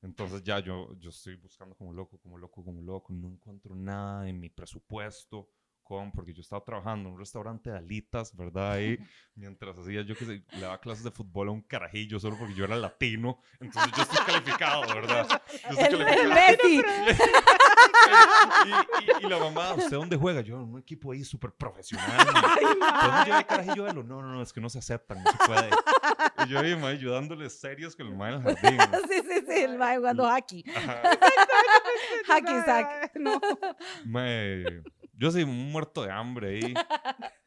Entonces ya yo, yo estoy buscando como loco, como loco, como loco. No encuentro nada en mi presupuesto. Con, porque yo estaba trabajando en un restaurante de alitas, ¿verdad?
<laughs>
Ahí, mientras hacía yo que sé, le daba clases de fútbol a un carajillo solo porque yo era latino. Entonces yo estoy calificado,
<laughs>
¿verdad? Yo estoy
El, el
calificado.
<laughs> Messi.
Y, y- y la mamá, ¿usted dónde juega? Yo, en un equipo ahí súper
<laughs>
profesional. ¿Podemos llevar el carajillo de lo? No, no, no, es que no se aceptan, no se puede.
<laughs>
Y yo, y, ma, ayudándoles serios con el ma del jardín.
sí, sí, sí. El mae jugando hockey.
Ajá.
Hacky
Ay,
sack.
ay, <laughs> No.
Mae, yo soy un muerto de hambre
<laughs>
ahí.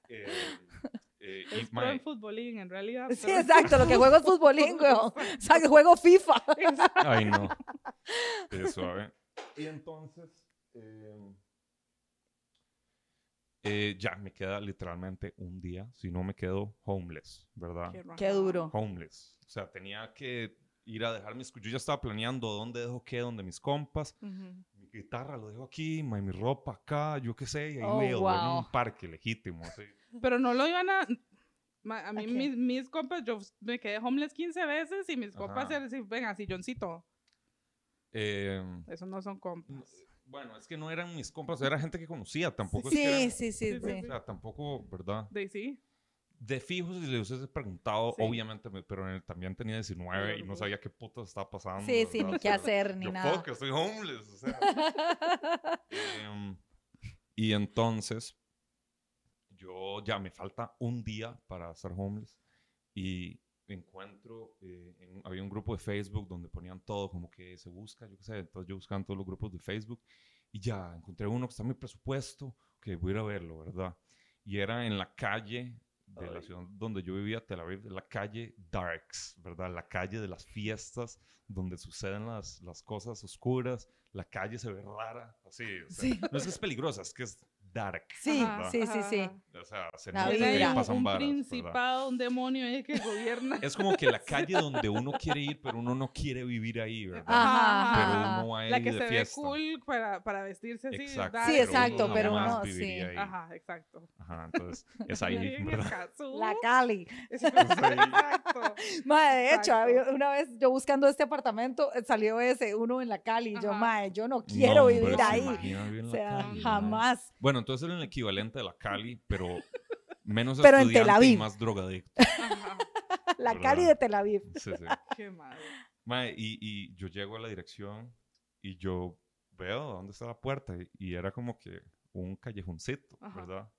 Eh, eh, y,
Es pro
mae,
en futbolín, en realidad.
Sí,
pero-
exacto. Lo que juego es <laughs> futbolín, weón. O sea, que juego <laughs> FIFA.
ay,
<laughs>
no. Eh, suave. Y entonces, eh, eh, ya me queda literalmente un día, si no me quedo homeless, ¿verdad?
Qué duro.
Homeless. O sea, tenía que ir a dejar mis... Yo ya estaba planeando dónde dejo qué, dónde mis compas.
Ujú.
Mi guitarra lo dejo aquí, mae, mi ropa acá, yo qué sé. Y ahí
Oh,
me voy a
wow.
un parque legítimo, así.
Pero no lo iban a. ma- A mí,
Ok.
mis, mis compas, yo me quedé homeless 15 veces y mis compas
Ajá.
eran así, venga, silloncito.
Eh,
Eso no son compas.
Bueno, es que no eran mis compas, era gente que conocía, tampoco es que
Sí,
eran-
sí, sí,
o
sí.
sea, tampoco, ¿verdad?
De sí.
De fijos, si le hubiese preguntado,
Sí.
obviamente, me- pero él también tenía 19 y no
Claro.
sabía qué puta estaba pasando.
Sí, sí,
¿verdad?
ni qué
Pero
hacer, ni
yo,
nada.
fuck, estoy homeless, o sea.
<laughs>
Em, y entonces, yo ya me falta un día para ser homeless y encuentro, eh, en- había un grupo de Facebook donde ponían todo como que se busca, yo qué sé, entonces yo buscaba en todos los grupos de Facebook y ya encontré uno que está en mi presupuesto, que voy a ir a verlo, ¿verdad? Y era en la calle de la ciudad donde yo vivía, Tel Aviv, la calle Darks, ¿verdad? La calle de las fiestas, donde suceden las, las cosas oscuras, la calle se ve rara, así. o sea,
Sí.
No es que es peligrosa, es que es dark.
Sí,
Ajá.
sí, sí, sí.
Ajá.
O sea, se
La
nota que
vibra.
ahí
Era
pasan
un
varas, ¿verdad?
principado, un demonio ahí que
<laughs>
gobierna.
Es como que la calle donde uno quiere ir, pero uno no quiere vivir ahí, ¿verdad?
Ah,
pero
ajá.
uno va a ir
La que
de
se
fiesta.
ve cool para, para vestirse así.
Exacto.
dark.
Sí, exacto,
uno
pero
jamás
uno-
viviría
sí.
ahí. Ajá.
Ajá, exacto.
<laughs>
entonces es ahí,
Bien
¿verdad?
escaso.
La Cali.
<laughs>
Exacto.
Mae, de hecho,
Exacto.
había- una vez yo buscando este apartamento, eh, salió ese, uno en la Cali. y Yo,
Ajá.
mae, yo no
No,
quiero
hombre,
vivir
se
ahí.
imagina vivir en
O
la
sea,
calle, ¿no?
jamás.
Bueno, entonces era el equivalente de la Cali, pero menos
Pero en Tel
estudiante y
Aviv.
más drogadicto.
Ajá,
La
¿Verdad?
Cali de Tel Aviv.
Sí, sí.
qué mal.
Mae, y, y yo llego a la dirección y yo veo dónde está la puerta y, y era como que un callejoncito,
Ajá.
¿verdad?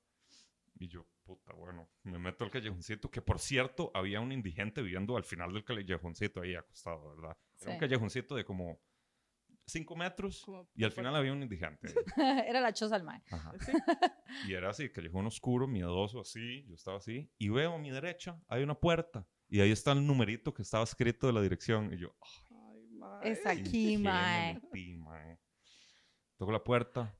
Y yo, puta, bueno, me meto al callejoncito, que por cierto, había un indigente viviendo al final del callejoncito ahí acostado, ¿verdad? Era un
Sí.
callejoncito de como 5 metros
Como-
y al final había un indigente. ahí.
<laughs> <laughs> Era la choza al mae.
Ajá.
Sí.
Y era así, callejón oscuro, miedoso, así, yo estaba así, y veo a mi derecha, hay una puerta, y ahí está el numerito que estaba escrito de la dirección, y yo, "Ah,
Ay, mae. <laughs>
Es aquí,
¿en qué me
mae.
metí, mae?". Toco la puerta,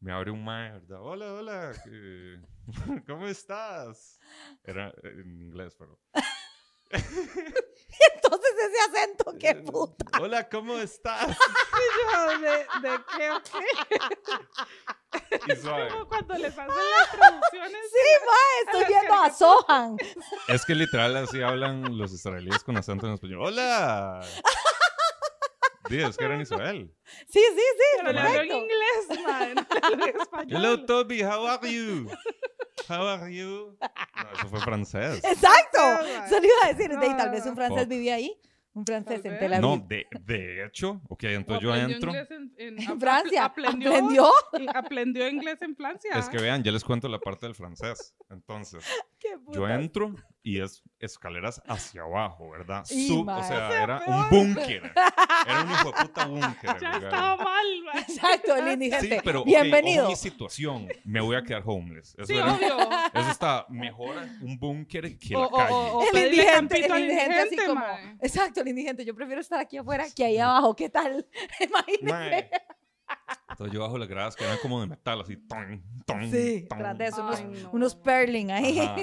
me abre un mae, ¿verdad? Hola, hola, eh, <laughs> ¿cómo estás? Era eh, en inglés, pero...
Entonces ese acento, qué puta.
eh, Hola, ¿cómo
<laughs>
estás?
Yo, ¿De, de qué o qué?
Y suave.
Como cuando les hacen las traducciones.
Ah, Sí, <laughs> mae, estoy viendo a Sohan.
Es que literal así hablan los israelíes con acento en español. ¡Hola! Dios, es que era en Israel.
Sí, sí, sí,
Pero le hablo en
perfecto.
inglés, mae, no le hablo en español.
Hello, Toby, how are you? How are you? No, eso fue francés.
<laughs> Exacto. Solo iba a decir,
No,
de ahí,
no,
tal vez un
no.
francés
Fuck.
vivía ahí. Un francés
Tal
en
vez.
Tel Aviv.
No, de, de hecho, ok, entonces yo
Aprendió
entro.
inglés En, en-
En
apl-
Francia.
Aprendió,
¿Aprendió?
y aprendió inglés en Francia.
Es que vean, ya les cuento la parte del francés. Entonces,
Qué
yo
puta.
entro y es escaleras hacia abajo, ¿verdad?
Y
Sub, o
más.
sea, era un búnker. Era un hijo de puta búnker.
<laughs>
el
ya
lugar.
estaba mal,
<laughs>
mae.
Exacto, el
Sí,
indigente.
pero ok,
Bienvenido.
ojo mi situación. Me voy a quedar homeless. Eso,
Sí,
era-
obvio.
eso está mejor un búnker que
O-
la
o-
calle.
o- o-
el
pedirle
indigente,
campito
el
al
indigente así
indigente,
como.
mae.
Exacto, el indigente. Yo prefiero estar aquí afuera que ahí abajo. ¿Qué tal? <laughs> Imagínate. <laughs>
Mae. Entonces yo bajo las gradas que eran como de metal, así, ton, ton,
Sí,
ton.
tras de eso, unos,
Ay, no.
unos perling ahí.
Ajá.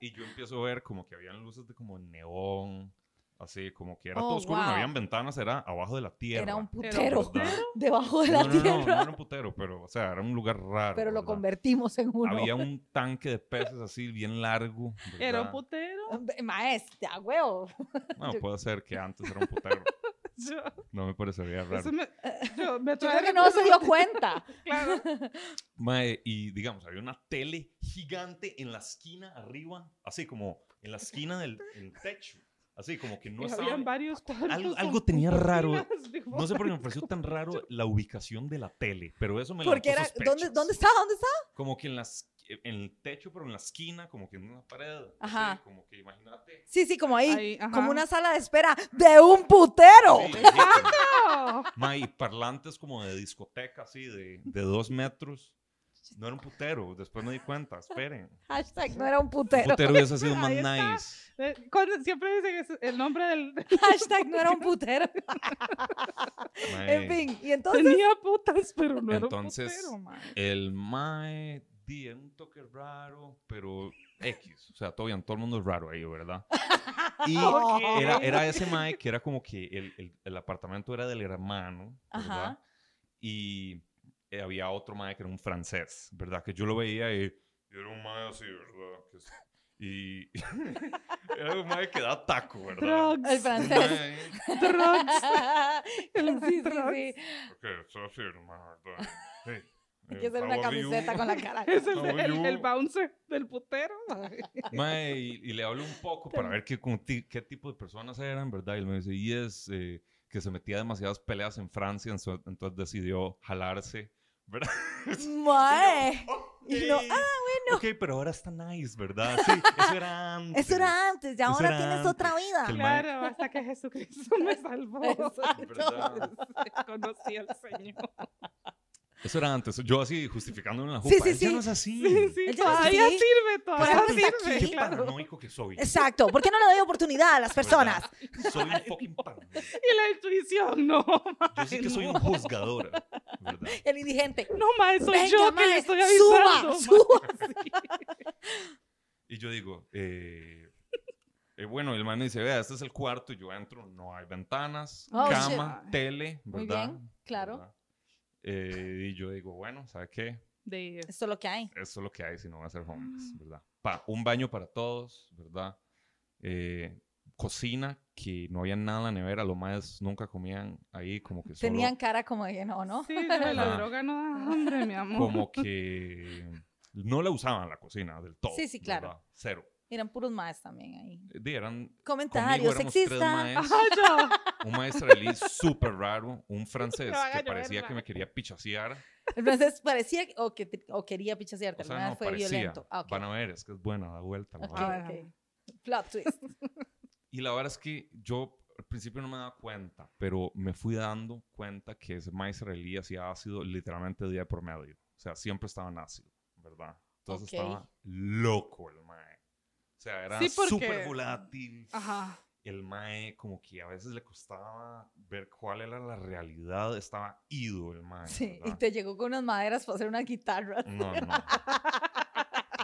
Y yo empiezo a ver como que habían luces de como neón, así, como que era
Oh,
todo oscuro, no
wow.
habían ventanas, era abajo de la tierra.
Era un
Era un
putero
¿verdad?
debajo <laughs> de
No,
la
no, no,
tierra.
no era un putero, pero, o sea, era un lugar raro.
Pero lo
¿verdad?
convertimos en uno.
Había un tanque de peces así, bien largo.
Era un
¿verdad?
putero.
Maestra, huevo.
No,
yo-
puede ser que antes era un putero.
Yo,
No me parecería raro.
eso me, yo, me
Yo
trae
creo que no se
<laughs>
dio
recuerdos,
cuenta.
Claro.
Mae, y digamos, había una tele gigante en la esquina arriba, así como en la esquina del el techo, así como que
Y
no
habían
estaba...
varios cuadros.
algo-
con
algo tenía raro.
cortinas, digo,
No sé por qué me pareció tan
<laughs>
raro la ubicación de la tele, pero eso me
Porque era.
levantó
¿dónde,
sospechas.
¿Dónde estaba? ¿Dónde estaba?
Como que en, las, en el techo, pero en la esquina, como que en una pared. así,
Ajá.
como que imagínate.
Sí, sí, como ahí.
Ahí, ajá.
como una sala de espera de un putero.
Sí, legítimo.
No.
Mae, y parlantes como de discoteca, así, de, de dos metros. No era un putero, después me di cuenta, esperen.
Hashtag
<laughs>
no era un
Un
putero.
putero hubiese sido más
Ahí está.
nice.
Eh, con- siempre dicen eso, el nombre del.
<laughs> Hashtag no era
<laughs>
un putero.
Mae,
En fin, y entonces.
Tenía putas, pero no
Entonces,
era un putero, mae.
El Mae di un toque raro, pero X. O sea, todo bien, todo el mundo es raro ahí, ¿verdad? Y
<laughs> Ok.
era, era ese Mae que era como que el, el- el apartamento era del hermano, ¿verdad?
Ajá.
Y eh, había otro Mae que era un francés, ¿verdad? Que yo lo veía y y era un Mae así, ¿verdad? Que es- y <laughs> era un Mae que da taco, ¿verdad?
Drugs.
El
Un
francés.
mae,
<laughs> Drugs.
sí, sí, sí.
ok, eso así, era un mae, ¿verdad? Sí. eh,
Hay que hacer
How
una
are you?
camiseta con la cara.
<laughs>
Es el,
No,
el,
yo-
el bouncer del putero. mae.
Mae, y, y le hablo un poco para ver qué, como ti- qué tipo de personas eran, ¿verdad? Y él me dice, y es eh, que se metía demasiadas peleas en Francia, en su- entonces decidió jalarse, ¿verdad?
Mae. Y no,
Ok, Ok, pero ahora está nice, ¿verdad? Sí, eso era antes.
Eso era antes, ya
Eso
ahora
era
tienes
antes.
otra vida.
Que el mae-
Claro, hasta que Jesucristo me salvó.
¿verdad?
<laughs> Conocí al <laughs> Señor.
Eso era antes. Yo así justificándome en la
Sí,
jupa.
sí,
Él ya
sí.
no es así.
Sí, sí,
Ella
todavía
sí.
sirve, todavía
algo está
sirve.
aquí.
Qué
claro.
paranoico que soy.
Exacto, ¿por qué no le doy oportunidad a las personas?
¿verdad? Soy un fucking paranoico.
Y la intuición, no,
Yo sé
mae,
que soy
no.
un juzgadora, ¿verdad?
El indigente.
No, mae, soy
Venga,
yo que
mae,
le estoy
suba,
avisando. mae.
Y yo digo, eh, eh, bueno, el man me dice, vea, este es el cuarto, y yo entro, no hay ventanas,
Oh,
cama,
shit.
tele,
Muy
¿verdad?
bien, claro.
¿Verdad? Eh, y yo digo, bueno, ¿sabe qué?
<laughs> <laughs> De
Esto es lo que hay.
Eso es lo que hay si no van a ser
Ah.
homeless, ¿verdad? Pa, un baño para todos, ¿verdad? Eh, cocina, que no había nada en la nevera, los más nunca comían ahí, como que solo...
Tenían cara como de que no, ¿no?
Sí, pero la
Ah.
droga no da hambre, mi amor.
Como que no la usaban la cocina del todo.
Sí, sí, claro.
¿verdad? Cero.
Eran puros maes también ahí.
Eh, di, eran... Conmigo
Comentarios
éramos tres
sexistas.
maes.
Ay, yo.
un maestro israelí súper raro, un francés
van a
que
llover,
parecía que
ma.
me quería pichasear,
Entonces parecía que- o, que, te- o quería pichasearte,
O sea,
¿verdad?
no,
fue
parecía.
violento. Ah, ok.
Van a ver, es que es buena la vuelta. la
Ok,
vara.
ok.
Ajá.
Plot twist.
Y la verdad es que yo al principio no me daba cuenta, pero me fui dando cuenta que ese maíz israelí hacía ácido literalmente día de promedio. O sea, siempre estaba en ácido, ¿verdad? Entonces
Ok.
estaba loco el mae. O sea, era
Sí, porque-
súper volátil.
Ajá.
El mae como que a veces le costaba ver cuál era la realidad. Estaba ido el mae.
Sí, y
¿verdad?
te llegó con unas maderas para hacer una guitarra.
No, no.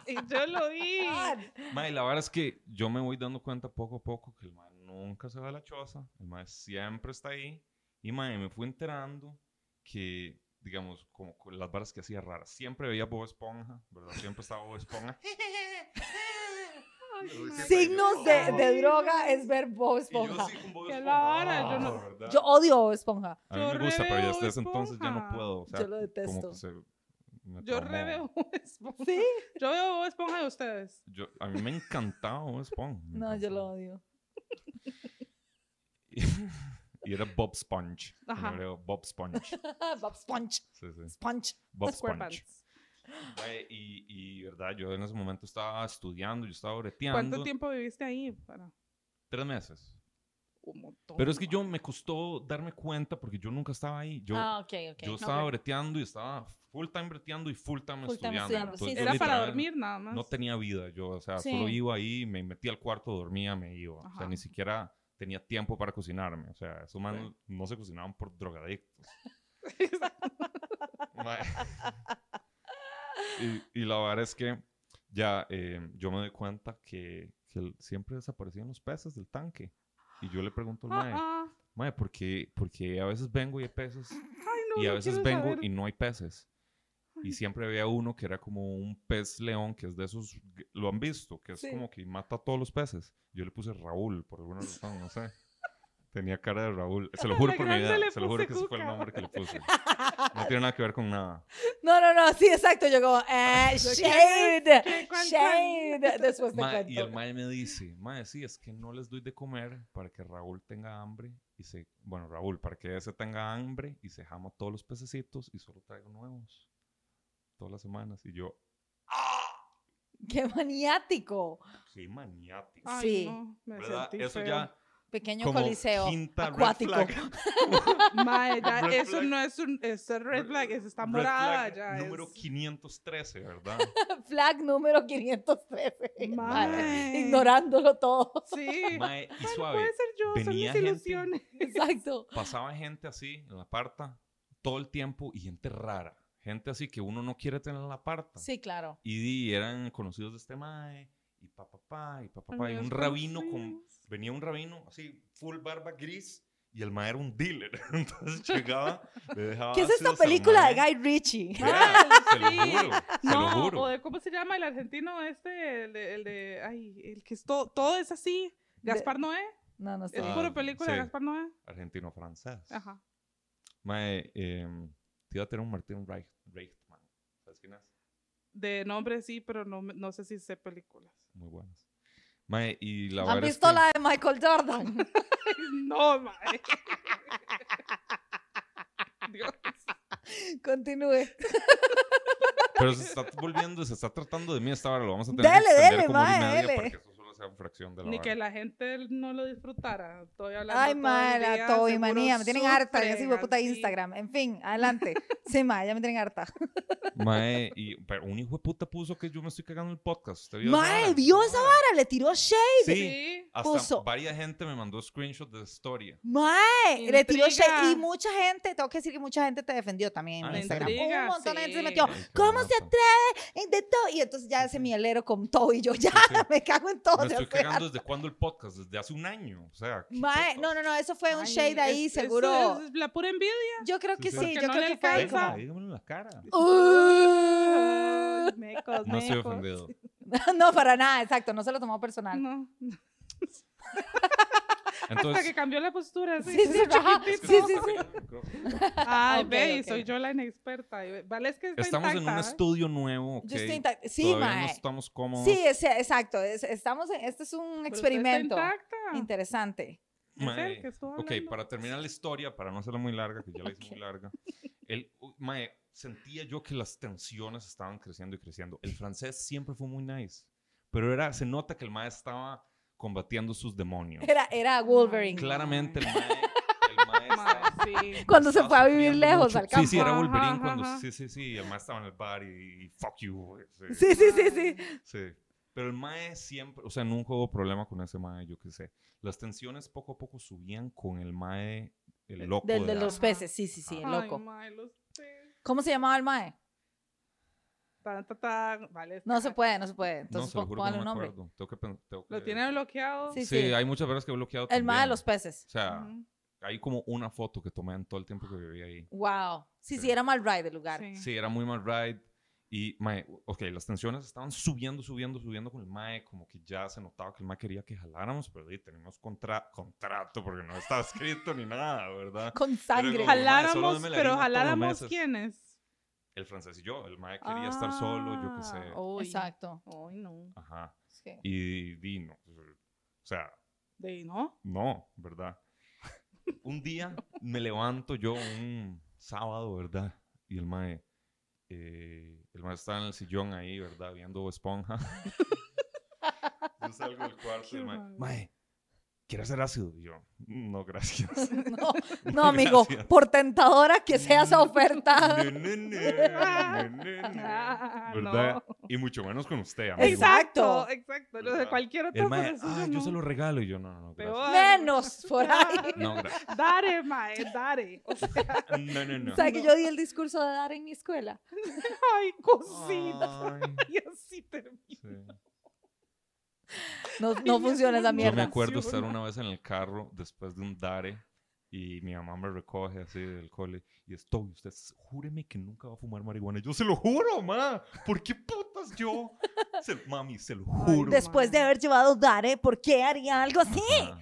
Y yo lo vi.
Ah,
Mae, la verdad es que yo me voy dando cuenta poco a poco que el mae nunca se va de la choza, el mae siempre está ahí. Y mae, me fui enterando que, digamos, como con las varas que hacía raras, siempre veía Bob Esponja, ¿verdad? Siempre estaba Bob Esponja.
Signos de, de
Ay,
droga es ver Bob <laughs> Esponja.
Y yo sí con Bob
Qué
Esponja.
vara, yo no-
¿verdad?
Yo odio Bob Esponja.
a mí
yo
me gusta, pero ya
reveo
desde
Bob
ese entonces ya no
Esponja.
puedo. O sea,
Yo lo
como
detesto.
que se me
Yo
traumó.
reveo Bob <laughs> Esponja. Yo veo Bob Esponja de ustedes.
Yo- a mí me encantaba Bob Esponja. me
No, yo
encantaba.
lo odio. <laughs>
Y era Bob Sponge. en
Ajá.
hebreo, Bob Sponge.
Bob Sponge,
Sí,
<laughs>
sí.
Sponge.
Bob Sponge.
Squarepants.
Mae, Y, y, verdad, yo en ese momento estaba estudiando, yo estaba breteando.
¿Cuánto tiempo viviste ahí? Para
Tres meses.
un montón.
Pero es que
ma.
yo me costó darme cuenta porque yo nunca estaba ahí. Yo,
ah, ok, ok.
yo estaba breteando y estaba full time breteando y full time
Full time
estudiando.
estudiando, sí,
Entonces,
sí,
yo
Era para
literal
dormir nada más.
No tenía vida, yo, o sea,
Sí.
solo iba ahí, me metía al cuarto, dormía, me iba. O sea,
Ajá.
ni siquiera tenía tiempo para cocinarme. O sea, esos manos no se cocinaban por
<laughs>
drogadictos. Mae. y, y la verdad es que ya eh, yo me doy cuenta que, que el- siempre desaparecían los peces del tanque. Y yo le pregunto
<laughs>
al mae,
Ah, ah.
mae, ¿por qué, por qué a veces vengo y hay peces?
Ay, no,
y a
no
veces
quiero
vengo
saber.
y no hay peces. Y siempre había uno que era como un pez león, que es de esos, g- lo han visto, que es
Sí.
como que mata a todos los peces. Yo le puse Raúl, por alguna razón,
<laughs>
no sé. Tenía cara de Raúl. Se lo
A
juro
la
por mi
grande
vida,
le
se lo juro
puse
que ese fue el
Cuca.
nombre que le puse. No tiene nada que ver con nada.
No, no, no, sí, exacto. Yo como, eh, shade,
cuán,
shade.
<laughs>
Después te
Ma,
cuento.
y el mae me dice, mae, sí, es que no les doy de comer para que Raúl tenga hambre y se, bueno, Raúl, para que ese tenga hambre y se jama todos los pececitos y solo traigo nuevos todas las semanas. Y yo,
Qué maniático.
qué maniático.
Ay,
Sí.
no, Ah, me
¿Verdad?
sentí
Eso
feo.
ya
Pequeño
como
coliseo.
quinta red
acuático.
flag.
Mae, ya,
<laughs> Red
eso
flag.
no es un es el red flag, es <laughs> está
Red
morada
flag
ya.
Número
es-
513, ¿verdad?
Flag número 513.
Mae.
Ignorándolo todo.
<laughs> Sí.
Mae, y
Bueno, pues.
suave,
puede ser yo, son mis
venía gente- <laughs>
ilusiones.
Exacto.
pasaba gente así en la parta todo el tiempo y gente rara. Gente así que uno no quiere tener en la
Ah.
parta.
Sí, claro.
y di, eran conocidos de este mae, y pa, pa, pa, y pa, pa, pa, y
Amigos
un rabino con,
conocidos.
venía un rabino así, full barba gris, y el mae era un dealer, <laughs> entonces llegaba, le dejaba
¿Qué es
ácidos
esta
al
película de
mae.
Guy Ritchie? Ah,
Vea, se lo
Sí.
juro, se lo
No,
juro.
o de cómo se llama el argentino este, el de, el de- ay, el que es todo, todo es así. Gaspar Noé,
No, no sé.
es
Ah,
pura película de
sí.
Gaspar Noé.
Argentino-francés.
Ajá.
Mae, eh, te iba a tener un Martín Reich, Reichman, ¿sabes quién es?
De nombre sí, pero no, me- no sé si sé
<laughs>
películas.
Muy buenas. Mae, y la
¿Han
verdad es
visto
que-
la de Michael Jordan? <laughs>
No, mae. Dios.
Continúe.
Pero se está volviendo, se está tratando de mí esta hora. Lo vamos a tener
Dele,
que extender
dele,
como hora y
mae,
media
dele.
para que eso solo sea una fracción de la
Ni
hora.
que la gente no lo disfrutara. Estoy hablando
Ay,
todo
ma,
el
la
día,
Toby
seguro
manía. Me tienen harta. Yo
sufren,
soy puta
así.
Instagram. En fin, adelante. Sí, ma, ya me tienen harta.
Mae, y pero un hijo de puta puso que yo me estoy cagando en el podcast. ¿Usted vio esa
Mae,
vara?
vio esa vara, le tiró shade.
Sí.
Sí.
Hasta
puso.
varias gente me mandó screenshot de la historia.
Mae, Eh, le tiró shade.
Intriga.
Y mucha gente, tengo que decir que mucha gente te defendió también en
Ah,
Instagram.
intriga,
Un montón de gente se
sí.
metió.
Ay, qué
¿Cómo
bonito.
se "Eh, de todo", Y entonces ya ese mielero con todo. Y yo
Sí, sí.
ya <laughs> me cago en todo.
Me
ya
estoy
sea.
cagando desde cuándo el podcast, desde hace un año. O sea, ¿qué
Mae,
putas?
no, no, no, eso fue un
Ay,
shade ahí,
es- eso
seguro.
es la pura envidia.
Yo creo que
Sí,
sí, <laughs>
porque
yo
no le
creo que fue ahí
alcanza.
Dígamela,
como.
dígamelo en la cara.
"Uh".
Ay, mecos,
No estoy
mecos.
<laughs>
ofendido.
No, para nada, exacto, no se lo tomó personal.
No. Hasta que
Entonces,
cambió la postura. Sí,
Sí, sí, ajá,
chiquitito.
sí, sí, sí.
Ay,
Ok,
ve,
ok.
y soy yo la inexperta. Y- Vale, es que está
estamos en
intacta,
un
¿eh?
estudio nuevo.
Yo
ok.
estoy intact- Sí,
Todavía no
mae.
estamos cómodos.
Sí, es- exacto, es- estamos en, este es un
Pero usted está
experimento
intacta.
interesante.
Es él
Mae,
que estuvo
ok,
hablando.
para terminar la historia, para no hacerla muy larga, que ya la hice muy larga. El, u- mae, sentía yo que las tensiones estaban creciendo y creciendo. El francés siempre fue muy nice, pero era, se nota que el mae estaba combatiendo sus demonios.
Era, era Wolverine.
Claramente el mae,
<laughs>
el mae estaba-
Mae, sí.
Cuando se
estaba
fue a vivir
sufriendo
lejos
mucho.
al campo.
Sí, sí, era
Ajá,
Wolverine
ajá,
cuando,
ajá.
sí, sí, sí, el mae estaba en el bar y, y fuck you. sí.
<laughs> Sí, sí, sí, sí.
Sí. Pero el Mae siempre, o sea, nunca hubo problema con ese Mae, yo qué sé. Las tensiones poco a poco subían con el Mae, el loco.
Eh, Del
de
de los
Aspen.
peces, sí, sí, sí, el
Ay,
loco.
mae, los tres.
¿Cómo se llamaba el mae?
Tan, tan, tan. Vale,
No se
está.
puede, no se puede.
No,
Entonces,
se lo
pon-
juro que
póngale
no
un
me
nombre.
acuerdo. Tengo que, pen- tengo
Lo
que-
tiene bloqueado.
Sí,
Sí,
sí.
hay muchas veces que he bloqueado.
El mae de
también.
los peces.
O sea,
Ujú.
hay como una foto que tomé en todo el tiempo que viví ahí.
Wow. Sí, sí,
Sí.
era mal ride el lugar.
Sí.
Sí, era muy mal ride. Y, mae, ok, las tensiones estaban subiendo, subiendo, subiendo con el mae, como que ya se notaba que el mae quería que jaláramos, pero ahí tenemos contra contrato porque no estaba escrito ni nada, ¿verdad?
Con sangre.
como, "Mae, solo
Jaláramos,
deme
pero
la harina todos los
jaláramos
meses".
quiénes. Ah,
El francés y yo, el mae quería estar solo, yo qué sé.
Uy.
<laughs>
Exacto.
Ay, no.
Ajá.
Sí.
Y di no. O sea,
De no.
no, <laughs> ¿verdad? Un día me levanto yo un sábado, ¿verdad? Y el mae, eh, el mae está en el sillón ahí, ¿verdad? Viendo Bob <laughs> esponja. yo salgo del cuarto y el mae,
Qué mal.
mae, ¿quieres hacer ácido? Y yo, no, <laughs> gracias.
No, no, amigo,
gracias. Mm.
por tentadora que sea esa
<laughs>
oferta.
Ne, ne, ne, ne, ne, <laughs> ne.
Ah,
¿Verdad?
no.
Y mucho menos con usted, amigo.
Exacto,
Exacto.
exacto. Lo de
¿Verdad?
cualquier <laughs> otra
El mae,
persona,
ah, yo
no.
se lo regalo. Y yo, no, no, no, gracias.
Peor.
Menos por ahí.
Claro.
No,
<laughs>
gracias.
Dare, mae, dare. O
<laughs>
sea,
No, no, no.
¿Sabes que yo di el discurso de dar en mi escuela?
ay, cosita.
Ay,
Y así termina.
sí.
<laughs>
No,
Dios
no funciona esa
mío.
Yo me
mierda.
acuerdo
Sí,
estar
¿no?
una vez en el carro después de un dare y mi mamá me recoge así del cole y estoy, usted s- júreme que nunca va a fumar marihuana. Yo se lo juro, ma. ¿Por qué putas yo? Se- mami, se lo
Ay,
juro.
des-
Después pues, de haber llevado Dare, ¿por qué haría algo así?
Ajá,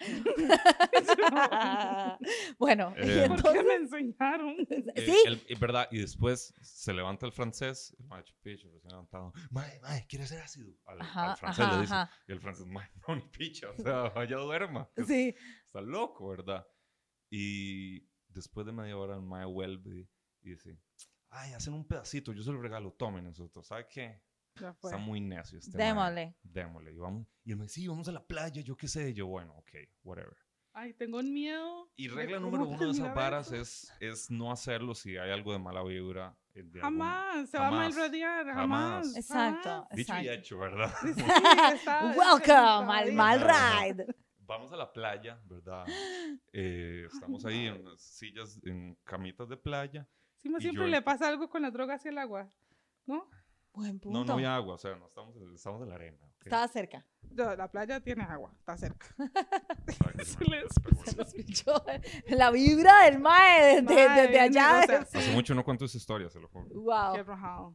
sí. <laughs>
Ah, bueno, y
Eh,
¿Por qué
entonces,
me enseñaron?
Eh,
sí,
el- eh, ¿Verdad? Y después se levanta el francés, el macho picho, recién levantado. Mae, mae, ¿quiere hacer ácido? Al, al
Ajá,
francés
ajá,
le dice.
ajá.
Y el francés, mae, no, ni picha, o sea, <laughs> vaya duerma. que
sí.
está loco, ¿verdad? Y después de media hora el mae vuelve y dice, ay, hacen un pedacito, yo se lo regalo, tomen nosotros, ¿sabe qué?
Ya fue.
Está muy necio este mae,
Démosle.
Démosle. Y, vamos, y él me dice, sí, vamos a la playa, yo qué sé, y yo, bueno, ok, whatever.
Ay, tengo un miedo.
Y
de
regla
cómo
número uno de esas
terminar
varas
esto.
es, es no hacerlo si hay algo de mala vibra. eh, de algún-
Jamás, se va a
jamás,
malrodear, jamás. Ah,
jamás.
Exacto,
Dicho y
exacto.
hecho, ¿verdad?
<laughs>
Sí, está-
Welcome al
está
mal
bien.
Ajá.
ride.
vamos a la playa, ¿verdad? Eh, estamos ahí en unas sillas, en camitas de playa.
Sí, ma,
Y
siempre
yo-
le pasa algo con las drogas y el agua. ¿No?
Buen punto.
No, no había agua, o sea, no estamos, estamos en la arena. ¿ok?
Estaba cerca. <laughs>
No, la playa tiene agua, está cerca. <laughs>
<laughs> Ay, qué
se
mal,
les-
pero bueno.
Se los pinchó la vibra del mae desde,
Mae,
desde
viene,
allá.
o sea,
Hace
sí,
mucho no cuento esa historia, se lo juro.
wow.
qué rajado.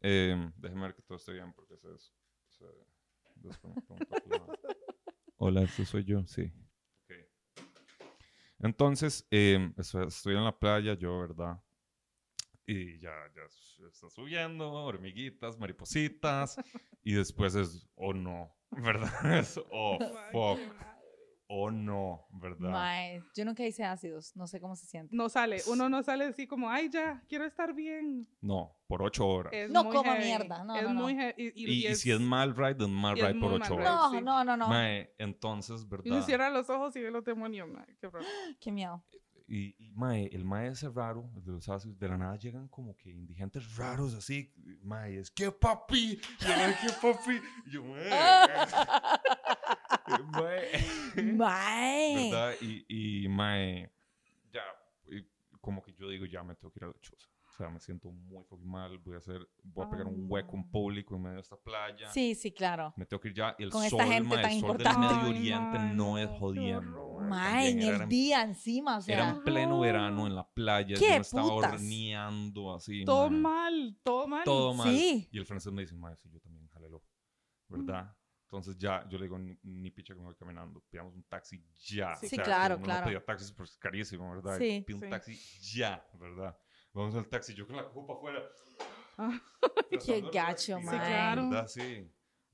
Eh, déjeme ver que todo esté bien porque se, des- se desconectó un poco la- <laughs> Hola, ¿este soy yo? Sí. Ok. Entonces, eh, eso, estoy en la playa, yo, ¿verdad? Y ya, ya s- está subiendo, hormiguitas, maripositas. y después es, oh no, ¿verdad? <laughs> Es, oh
Ay,
fuck,
qué madre.
oh no, ¿verdad?
Mae, yo nunca hice ácidos, no sé cómo se siente.
No sale, uno no sale así como, ay, ya, quiero estar bien.
No, por ocho horas.
Es
No
muy
coma
heavy,
mierda, no,
es
no, no.
muy heavy, Y, y- y
Y, y si es mal ride, es mal
y es
ride por
muy mal
ocho
ride.
horas.
No,
sí.
no, no, no.
Mae, entonces,
y uno
¿verdad?
cierra los ojos y ve los demonios, ma, qué raro. <laughs>
Qué miedo.
Y, y, mae, el mae ese raro, el de los ácidos, de la nada llegan como que indigentes raros así. y, Mae, y es que papi. Y yo, mae, ¿qué papi? Y yo, mae. eh, mae.
<laughs> Mae.
¿Verdad? Y, y mae, ya, y como que yo digo, ya me tengo que ir a la choza. O sea, me siento muy fucking mal. Voy a hacer, voy a pegar un hueco en
Ah.
público en medio de esta playa.
Sí, sí, claro.
Me tengo que ir ya. Y el
Con esta
sol,
gente
mae,
tan
el sol del
importante.
Medio
Ay,
Oriente
mae,
no es
qué
jodiendo.
horror.
mae,
Mae, en
también era
el día encima, o
Era
sea.
en pleno
Ajá.
verano en la playa.
¡Qué
Yo me estaba
putas!
horneando así.
Todo
mae,
mal, todo mal.
Todo mal.
Sí. Mm.
Y el francés me dice, mae, sí, yo también, jalelo. ¿Verdad? Entonces ya, yo le digo, ni, ni picha que me voy caminando. Pidamos un taxi ya.
Sí, claro,
uno
claro.
No pedía taxis porque es carísimo, ¿verdad?
Sí,
Pido
sí.
un taxi ya, ¿verdad? Vamos al
<laughs>
taxi, yo con la copa afuera.
Ah.
Tratando de
gacho,
respirar,
mae.
¿Verdad? Sí.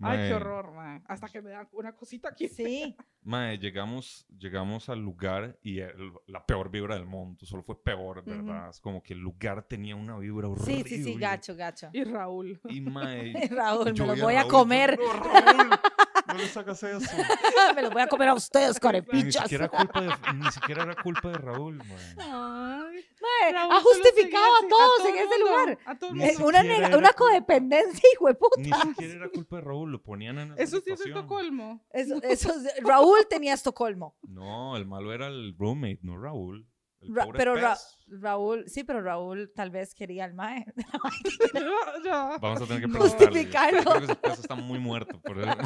Ay,
Mae,
qué horror, mae. Hasta que me dan una cosita aquí.
Sí.
Mae, llegamos, llegamos al lugar y el- la peor vibra del mundo, solo fue peor, ¿verdad? Es como que el lugar tenía una vibra
Sí,
horrible.
sí, sí, gacho, gacho.
<laughs> Y Raúl.
Y
<laughs>
mae,
Raúl,
yo
me
vi
lo voy a
Raúl, yo,
comer.
No, Raúl, no le sacas
<laughs>
eso.
me lo voy a comer a ustedes,
Ni
carepichas.
siquiera, culpa de- ni siquiera era culpa de Raúl, mae.
Ay,
<laughs> Mae,
Raúl
Eh, ha
solo
justificado
seguía así,
a todos
todo
en ese
mundo,
lugar.
A todo el
Ni
Es
mundo.
siquiera
una, nega-
era
una
culpa-
codependencia, <laughs> hijo de puta.
Ni siquiera era culpa de Raúl, lo ponían en la
Eso sí es
situación. <laughs>
Estocolmo.
Eso, eso es- eh, Raúl tenía Estocolmo.
No, el malo era el roommate, no Raúl. El
Ra-
pobre
pero Ra-
pez.
Raúl, sí, pero Raúl tal vez quería al mae.
<laughs> Ya.
Vamos a tener
<laughs>
que
No.
preguntarle.
Justificarlo.
Creo que ese pez está muy muerto.
<laughs>
Por eso.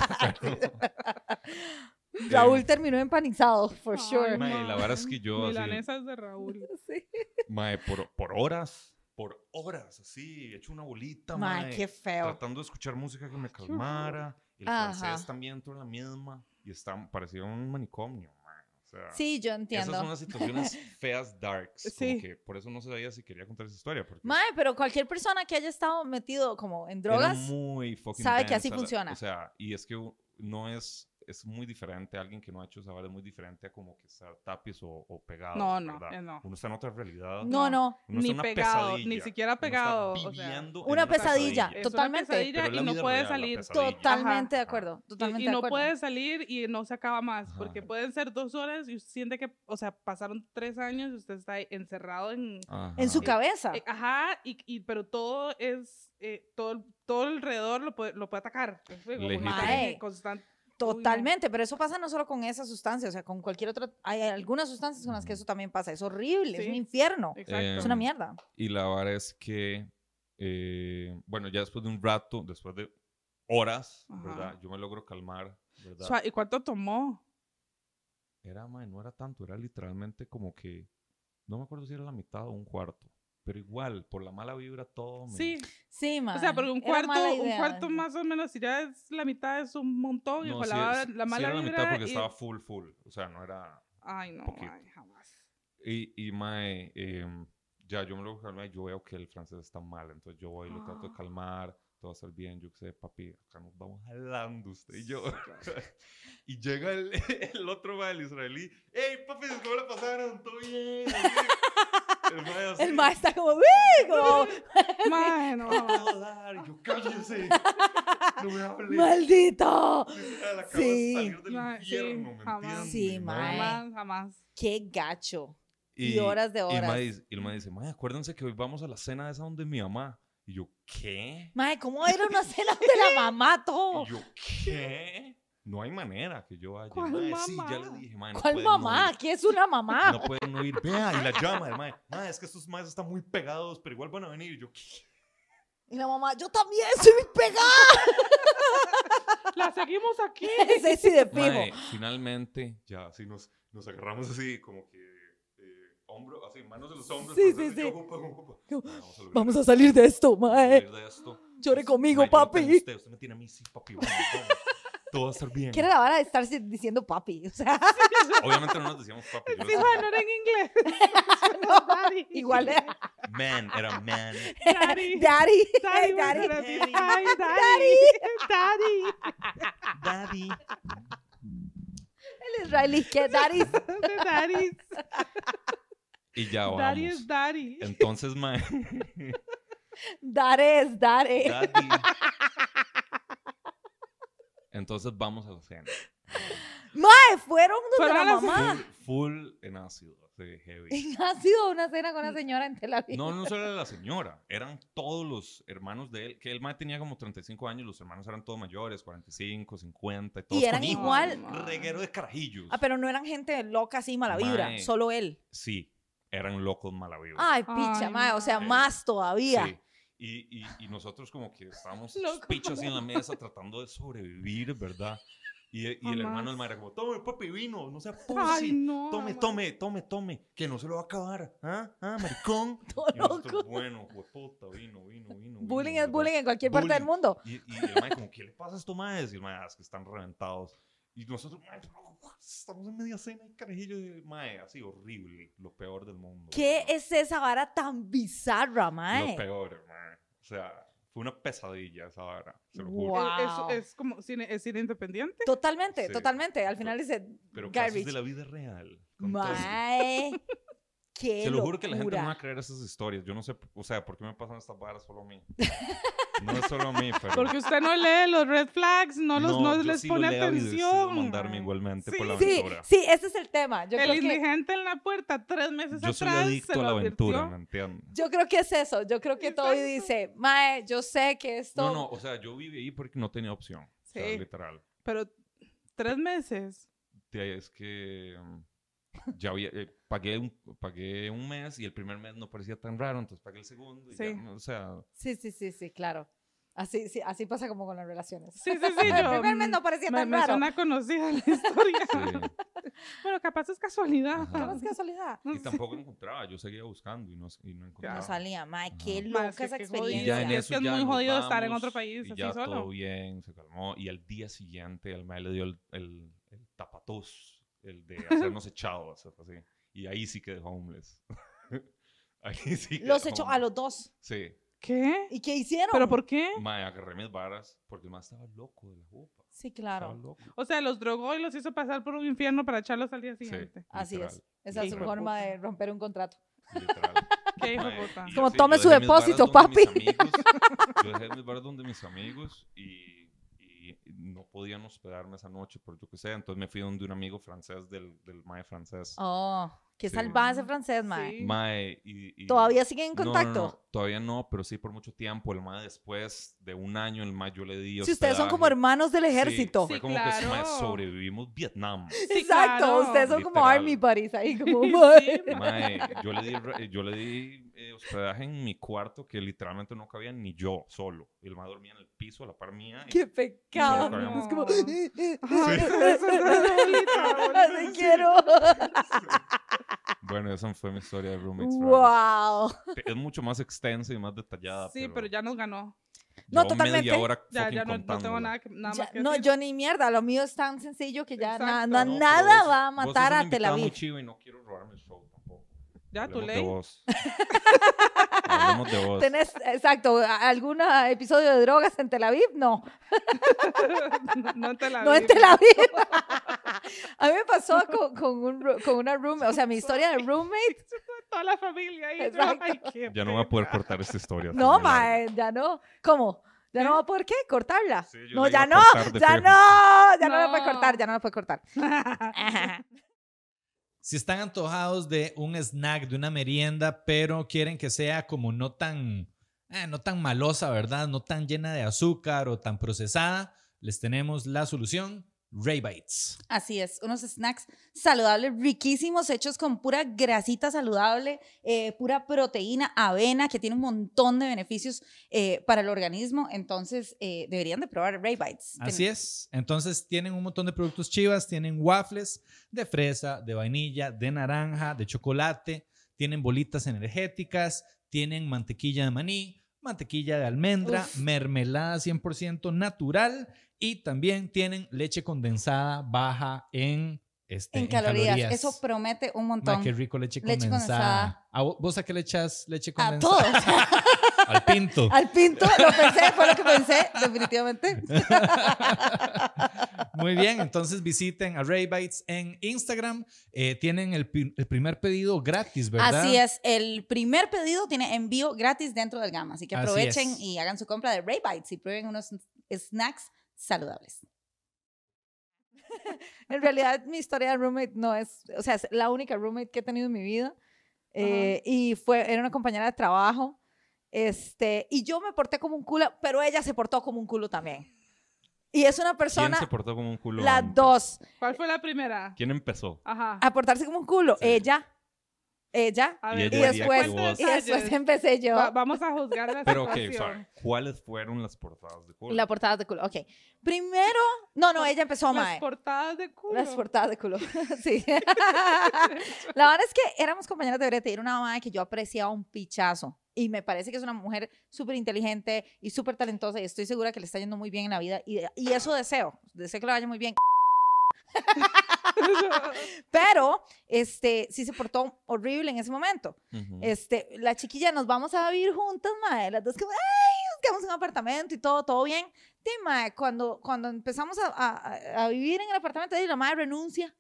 Raúl terminó empanizado, for
Ay,
sure.
mae, la vara es
mae.
que yo así-
Milanesas de
<laughs>
Raúl.
Sí.
Mae, por, por horas, por horas, así, hecho una bolita, mae.
Mae, qué feo.
Tratando de escuchar música que me
qué horror.
calmara. El
Ajá.
francés también entró en la misma. Y está, parecía un manicomio, mae. O sea,
Sí, yo
Esas son
entiendo.
las situaciones feas, darks. como
Sí.
que por eso no sabía si quería contar esa historia. Porque
Mae, pero cualquier persona que haya estado metido como en
era
drogas,
muy fucking
sabe que
densa
así
la-
funciona.
O sea, y es que u- no es, es muy diferente, alguien que no ha hecho esa vara es muy diferente a como que estar tapiz o, o pegado.
No, no,
Ah, ¿verdad?
eh, no.
Uno está en otra realidad.
no, no.
Uno está
Ni
en una
pegado,
pesadilla,
ni siquiera
uno está
pegado, o sea,
viviendo en
Una pesadilla,
Es una
totalmente.
pesadilla
Pero es la
y no
vida
puede
real, la
salir.
pesadilla.
Totalmente de
Ajá.
acuerdo.
Y-
Totalmente
y
de
no
acuerdo.
puede salir y no se acaba más,
Ajá.
porque pueden ser dos horas y usted siente que, o sea, pasaron tres años y usted está ahí encerrado en...
Ajá.
En su cabeza.
eh, Ajá, y, y- pero todo es, eh, todo, el- todo alrededor lo puede, lo puede atacar. ¿me explico? Como que
Legítimo. Eh,
tiene
Mae.
constan- no.
Totalmente, pero eso pasa no solo con esa sustancia, o sea, con cualquier otra. Hay algunas sustancias con las que
Ujú.
eso también pasa. Es horrible, es un
Sí.
infierno.
Exacto.
Es una
Em,
mierda.
Y la vara es que, eh, bueno, ya después de un rato, después de horas,
Ajá.
¿verdad? Yo me logro calmar, ¿verdad?
Sua- ¿Y cuánto tomó?
Era, mae, no era tanto, era literalmente como que, no me acuerdo si era la mitad o un cuarto, pero igual, por la mala vibra todo. me-
Sí,
Sí, mae.
o sea, porque un
Era
cuarto,
mala
un
idea.
cuarto más o menos, si ya es la mitad es un montón, y
No,
con
sí,
la,
sí-
la
sí
mala
era la
vibra
mitad porque
y-
estaba full, full. O sea, no era...
Ay, no,
poquito.
ay, jamás.
Y, y mae, em, ya yo me lo calmé, yo veo que el francés está mal, entonces yo voy y lo trato de
Ah.
calmar, todo va a estar bien, yo qué sé, papi, acá nos vamos jalando usted y
<laughs>
yo. <laughs> y llega el, <laughs> el otro mae, el israelí, ¡Ey, papi, ¿cómo la pasaron? ¿Todo bien?
<laughs>
Así. El mae
<laughs>
así,
El mae está como, "Uy", como,
Mae,
<laughs>
no.
"No me va a dar", y yo, cállese, no me
<laughs>
hable.
maldito.
Literal, acabo
Sí.
de salir del
Mae, sí,
infierno, ¿me
jamás.
entiende,
Sí, mae.
Jamás, jamás.
Qué gacho. Y horas
y
de
el mae
horas.
dice- Y el mae dice, mae, acuérdense que hoy vamos a la cena de esa donde mi mamá. Y yo, ¿qué?
Mae, ¿cómo era una cena de la mamá
<laughs>
todo?
Y yo, ¿qué? No hay manera que yo vaya.
¿Cuál
Mae, sí, ya le
mamá?
dije, pues, mae, no
¿Cuál
pueden no
mamá? Ah.
ir.
¿Qué es una mamá?
<laughs> No pueden no ir. Vea, y la llama el mae. Mae, es que estos maes están muy pegados, pero igual van a venir. Y yo, ¿qué?
Y la mamá, yo también soy
<laughs>
pegada.
La seguimos aquí.
Ese sí de <laughs> fijo.
Mae, finalmente, ya así nos, nos agarramos así, como que eh, hombro, así, manos de los hombros.
Sí,
francés,
sí,
y yo,
sí.
"Ocupa, ocupa".
Yo,
Mae, Vamos a lograr
Vamos a
esto,
salir de esto,
vamos a
mae.
salir de esto.
Llore
Entonces,
conmigo,
mae, yo no tengo
papi.
Usted, usted me tiene a mí, sí, papi. vamos, vamos. Todo va a estar bien.
¿Qué era la vara de estar diciendo papi? O sea, <laughs>
Obviamente no nos decíamos papi. yo
Sí,
les decía,
bueno, era en inglés. <laughs> pues, Daddy. <laughs>
igual era
man, era man.
Daddy.
daddy.
Daddy.
Daddy.
Daddy. Ay, Daddy. Daddy.
Daddy.
El israelí,
<laughs>
que daddy.
De Daddy.
Y ya vamos.
Daddy es Daddy.
Entonces,
<laughs>
man.
Dares, dare.
Daddy. Entonces vamos a la cena.
Mae, fueron donde
Fueron
la
a la
mamá.
Full, full en ácido, así, heavy.
<laughs> Ha sido una cena con una señora en Tel Aviv.
Mm. No, no solo era la señora, eran todos los hermanos de él, que el man tenía como 35 años, los hermanos eran todos mayores, 45, 50 y todos
y eran
con hijos.
igual.
No,
Reguero de carajillos.
Ah, pero no eran gente loca así, mala vibra.
Mae.
Solo él.
Sí, eran locos mala vibra.
Ay, picha,
Ay,
mae. O sea,
mae.
más todavía.
Sí. Y, y, y nosotros como que estábamos
Loco.
pichos así en la mesa tratando de sobrevivir, ¿verdad? Y, y el hermano
Jamás.
del madre como, tome papi vino, no sea
Ay,
pussy,
no.
tome,
mamá.
tome, tome, tome, que no se lo va a acabar, ¿ah? ¿Ah, maricón?
Todo
Y nosotros,
loco.
bueno, hueputa, vino, vino, vino.
Bullying
vino",
es bullying
¿verdad?
en cualquier parte del
Bullying.
mundo.
Y, y el madre como, ¿qué le pasa a estos madres? Y el madre, "Ah, es que están reventados. Y nosotros, "Mae, pero, estamos en media cena y carajillo de madre, así horrible, lo peor del mundo.
¿Qué
¿verdad?
es esa vara tan bizarra,
Lo
mae?
peor, mae. O sea, Fue una pesadilla esa vara, se lo juro.
Wow.
Es, es- es como cine, es cine independiente.
Totalmente,
Sí.
totalmente. Al final dice
Pero casos de
garbage.
la vida real. con todo. <laughs>
Mae, qué
Se lo juro que la gente
locura.
no va a creer esas historias. Yo no sé, o sea, ¿por qué me pasan estas varas solo a mí? No es solo a
<laughs>
mí, pero...
Porque usted no lee los red flags, no, los, no
yo
les
sí lo
pone
leo y decido
atención.
mandarme
mae.
igualmente
Sí.
por la
Sí,
aventura.
sí, ese es el tema. Yo
el
creo que
indigente en la puerta, tres meses
Yo
atrás.
soy
se
adicto a la
lo
aventura,
advirtió.
¿me entiendes?
Yo creo que es eso. Yo creo que todo y
Exacto.
dice, Mae, yo sé que esto.
No, no, o sea, yo viví ahí porque no tenía opción. O sea,
Sí.
literal.
Pero tres meses.
Te- Es que mm, ya había, eh, pagué, un, pagué un mes y el primer mes no parecía tan raro, entonces pagué el segundo. Y ya,
Sí.
no,
<laughs>
o sea,
Sí, sí, sí, sí, claro. Así, sí, así pasa como con las relaciones.
Sí,
<laughs>
sí, sí.
El
yo,
primer mes
mm,
no parecía
me,
tan
me
raro.
suena conocida la historia. <laughs>
sí.
Bueno, capaz es casualidad.
Ajá.
No es casualidad.
No
Y
sé.
tampoco encontraba, yo seguía buscando y no, y no encontraba.
No salía, mae, qué
Ajá.
loca
Mae, es que
esa
qué jodido.
experiencia.
Y ya en
Es
eso
que es
ya
muy
nos
jodido estar en
vamos,
otro país
y
así
ya
solo.
todo bien, se calmó. Y al día siguiente el mae le dio el, el, el tapatús,
<laughs>
el de hacernos echados, así. Y ahí sí quedé homeless. <laughs> ahí sí quedé
Los echó a
homeless.
los dos.
Sí,
¿Qué?
¿Y qué hicieron?
¿Pero por qué?
mae, agarré mis varas porque el mae estaba loco de la jupa.
Sí,
Estaba
claro.
loco.
O sea, los drogó y los hizo pasar por un infierno para echarlos al día
Sí,
siguiente.
Así
literal,
es. Esa es su
literal,
forma de romper un contrato.
literal.
<laughs> Qué hijo
Mae,
de puta.
y
Como,
así,
"Tome
yo
su
dejé mis varas
depósito,
donde mis
papi".
amigos, Yo dejé mis bares donde mis amigos y, y no podían hospedarme esa noche, por yo que sé. Entonces me fui donde un amigo francés, del, del mae francés.
Oh, qué
Sí.
salvaje ese francés, Mae.
Sí.
Mae, y, y-
¿Todavía siguen en
No, no,
contacto?
no, todavía no, pero sí por mucho tiempo. El mae después de un año, el mae yo le di
Si ustedes son como
hospedaje.
hermanos del
Sí,
ejército.
fue
Sí,
como que sí, mae,
claro.
sobrevivimos Vietnam.
Sí,
Exacto,
claro.
ustedes son como
Literal.
army buddies ahí, como
Sí,
"Mae".
mae.
Mae, yo le di, re- yo le di eh, hospedaje en mi cuarto que literalmente no cabía ni yo solo. El mae dormía en el piso a la par mía. y-
Qué pecado.
No, no.
Es como, "Eh".
Ay, eso- eso es
<laughs>
dolita,
te
boludo.
quiero.
Bueno, esa fue mi historia de roommates. realmente.
wow.
Te- Es mucho más extensa y más detallada.
Sí, pero ya nos ganó.
No,
llevo
totalmente.
Media hora
Ya,
fucking
ya no, no tengo
contándola.
nada, que, nada
Ya,
más que
no,
decir.
yo ni mierda. Lo mío es tan sencillo que ya na-
Exacto.
na-
No, pero
nada
vos-
va a
vos sos
matar
una
a Tel
invitada muy
Aviv.
chiva y no quiero robarme el show tampoco.
Ya, tu
Hablemos de
ley.
vos. Hablemos de vos.
¿Tenés, exacto, a- algún ah, episodio de drogas en Tel Aviv? No,
<laughs> No, no te la
no este
vi.
en Tel Aviv. <laughs> a mí me pasó con, con un ro- con una roommate, o sea, mi historia <laughs> de roommate.
Toda la familia ahí.
Exacto.
Ay, qué
Ya no voy a
pena.
poder cortar esta historia.
No,
mae.
mae, ya no. ¿Cómo? ¿Ya no va por qué? ¿Cortarla?
Sí, yo
no,
la iba
ya
a
no,
cortar de
ya
fijo.
no, ya no la puedo
No.
cortar, ya no la puedo cortar. Ajá.
Si están antojados de un snack, de una merienda, pero quieren que sea como no tan, eh, no tan malosa, ¿verdad? No tan llena de azúcar o tan procesada, les tenemos la solución, Ray Bites.
Así es, unos snacks saludables, riquísimos, hechos con pura grasita saludable, eh, pura proteína, avena, que tiene un montón de beneficios eh, para el organismo. Entonces, eh, deberían de probar Ray Bites.
Ah,
Así es. Entonces tienen un montón de productos chivas, tienen waffles de fresa, de vainilla, de naranja, de chocolate, tienen bolitas energéticas, tienen mantequilla de maní, mantequilla de almendra, mermelada 100% natural y también tienen leche condensada baja en, este,
En,
en
calorías. eso promete un
Ma,
montón.
qué rico leche condensada.
Leche condensada.
¿A vo- ¿Vos a qué le echas leche
A
condensada?
todos,
<laughs> Al pinto.
al pinto, lo pensé, fue lo que pensé, definitivamente.
Muy bien, entonces visiten a Ray Bites en Instagram. Eh, tienen el, pi- el primer pedido gratis, ¿verdad?
Así es, el primer pedido tiene envío gratis dentro del gama, así que
Así
aprovechen
es.
y hagan su compra de Ray Bites y prueben unos snacks saludables.
<laughs> En realidad, mi historia de roommate no es, o sea, es la única roommate que he tenido en mi vida. eh, y fue, era una compañera de trabajo. Este, y yo me porté como un culo, pero ella se portó como un culo también. Y es una
¿Quién se
persona,
portó como un culo?
las
antes?
dos,
¿Cuál fue la primera?
¿Quién empezó?
Ajá.
a portarse como un culo.
Sí.
Ella, ella.
A
Y
ver,
ella
Ah,
diría
Y
que
después,
vos.
y después empecé yo.
Va- vamos a juzgar la
Pero ok,
situación.
sorry. ¿Cuáles fueron las portadas de culo?
La portada de culo, ok. Primero, no, no, ella empezó,
Las
mae.
portadas de culo.
Oh, Las portadas de culo, sí. <laughs> la verdad es que éramos compañeras de brete y era una mamá que yo apreciaba un pichazo. Y me parece que es una mujer súper inteligente y súper talentosa y estoy segura que le está yendo muy bien en la vida. Y, y eso deseo, deseo que le vaya muy bien. <laughs> Pero, este, sí se portó horrible en ese momento.
Ujú.
Este, la chiquilla, nos vamos a vivir juntas, madre. Las dos como, ¡ay, quedamos en un apartamento y todo, todo bien. Di, mae, cuando, cuando empezamos a, a- a vivir en el apartamento, di, la madre renuncia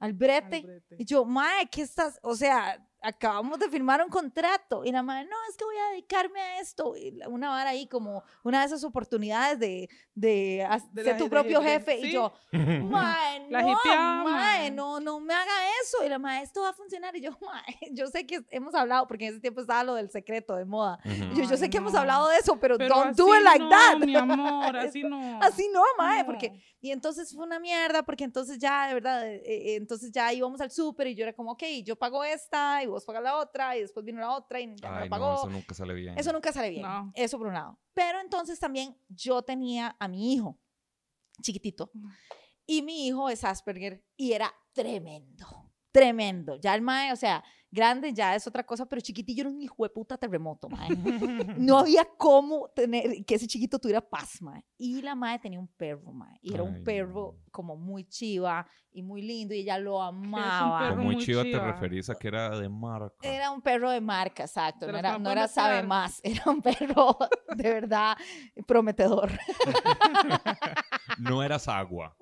al brete. Y yo, mae, ¿qué estás? O sea, acabamos de firmar un contrato. Y la madre, no, es que voy a dedicarme a esto. Y la- una vara ahí como una de esas oportunidades de, de, "Ah, as-
De
ser
la-
tu
de-
propio
de-
jefe.
sí.
Y yo, mae,
La
no,
hipeada, mae.
mae, no, no me haga eso. Y la madre, esto va a funcionar. Y yo, <laughs> mae, yo sé que hemos hablado, porque en ese tiempo estaba lo del secreto de moda. Y yo, yo sé
Ay,
que hemos
no.
hablado de eso, pero,
Pero
don't do
así
it like
no,
that.
Mi amor,
<laughs>
así no.
Así no, mae,
No.
porque y entonces fue una mierda, porque entonces ya, de verdad, eh, eh, entonces ya íbamos al súper y yo era como, ok, yo pago esta y vos pagas la otra y después vino la otra y ya me
Ay,
la
no,
pagó.
eso
eso,
nunca sale bien.
nunca sale bien,
No.
eso por un lado. Pero entonces también yo tenía a mi hijo, chiquitito, y mi hijo es Asperger y era tremendo, tremendo. Ya el mae, o sea, grande ya es otra cosa, pero chiquitillo era un hijo de puta terremoto, mae. No había cómo tener que ese chiquito tuviera paz, mae. Y la madre tenía un perro, mae. Y era
Ay,
un
no.
perro como muy chiva y muy lindo y
<laughs>
ella lo
Con
amaba.
perro
muy
muy
chiva te
chiva.
referís a que era de marca.
Era un perro de marca, exacto.
De
No
los que
era,
no
no
pueden
era sabe
desear.
más. <laughs> Era un perro de verdad prometedor.
No eras
<laughs>
agua.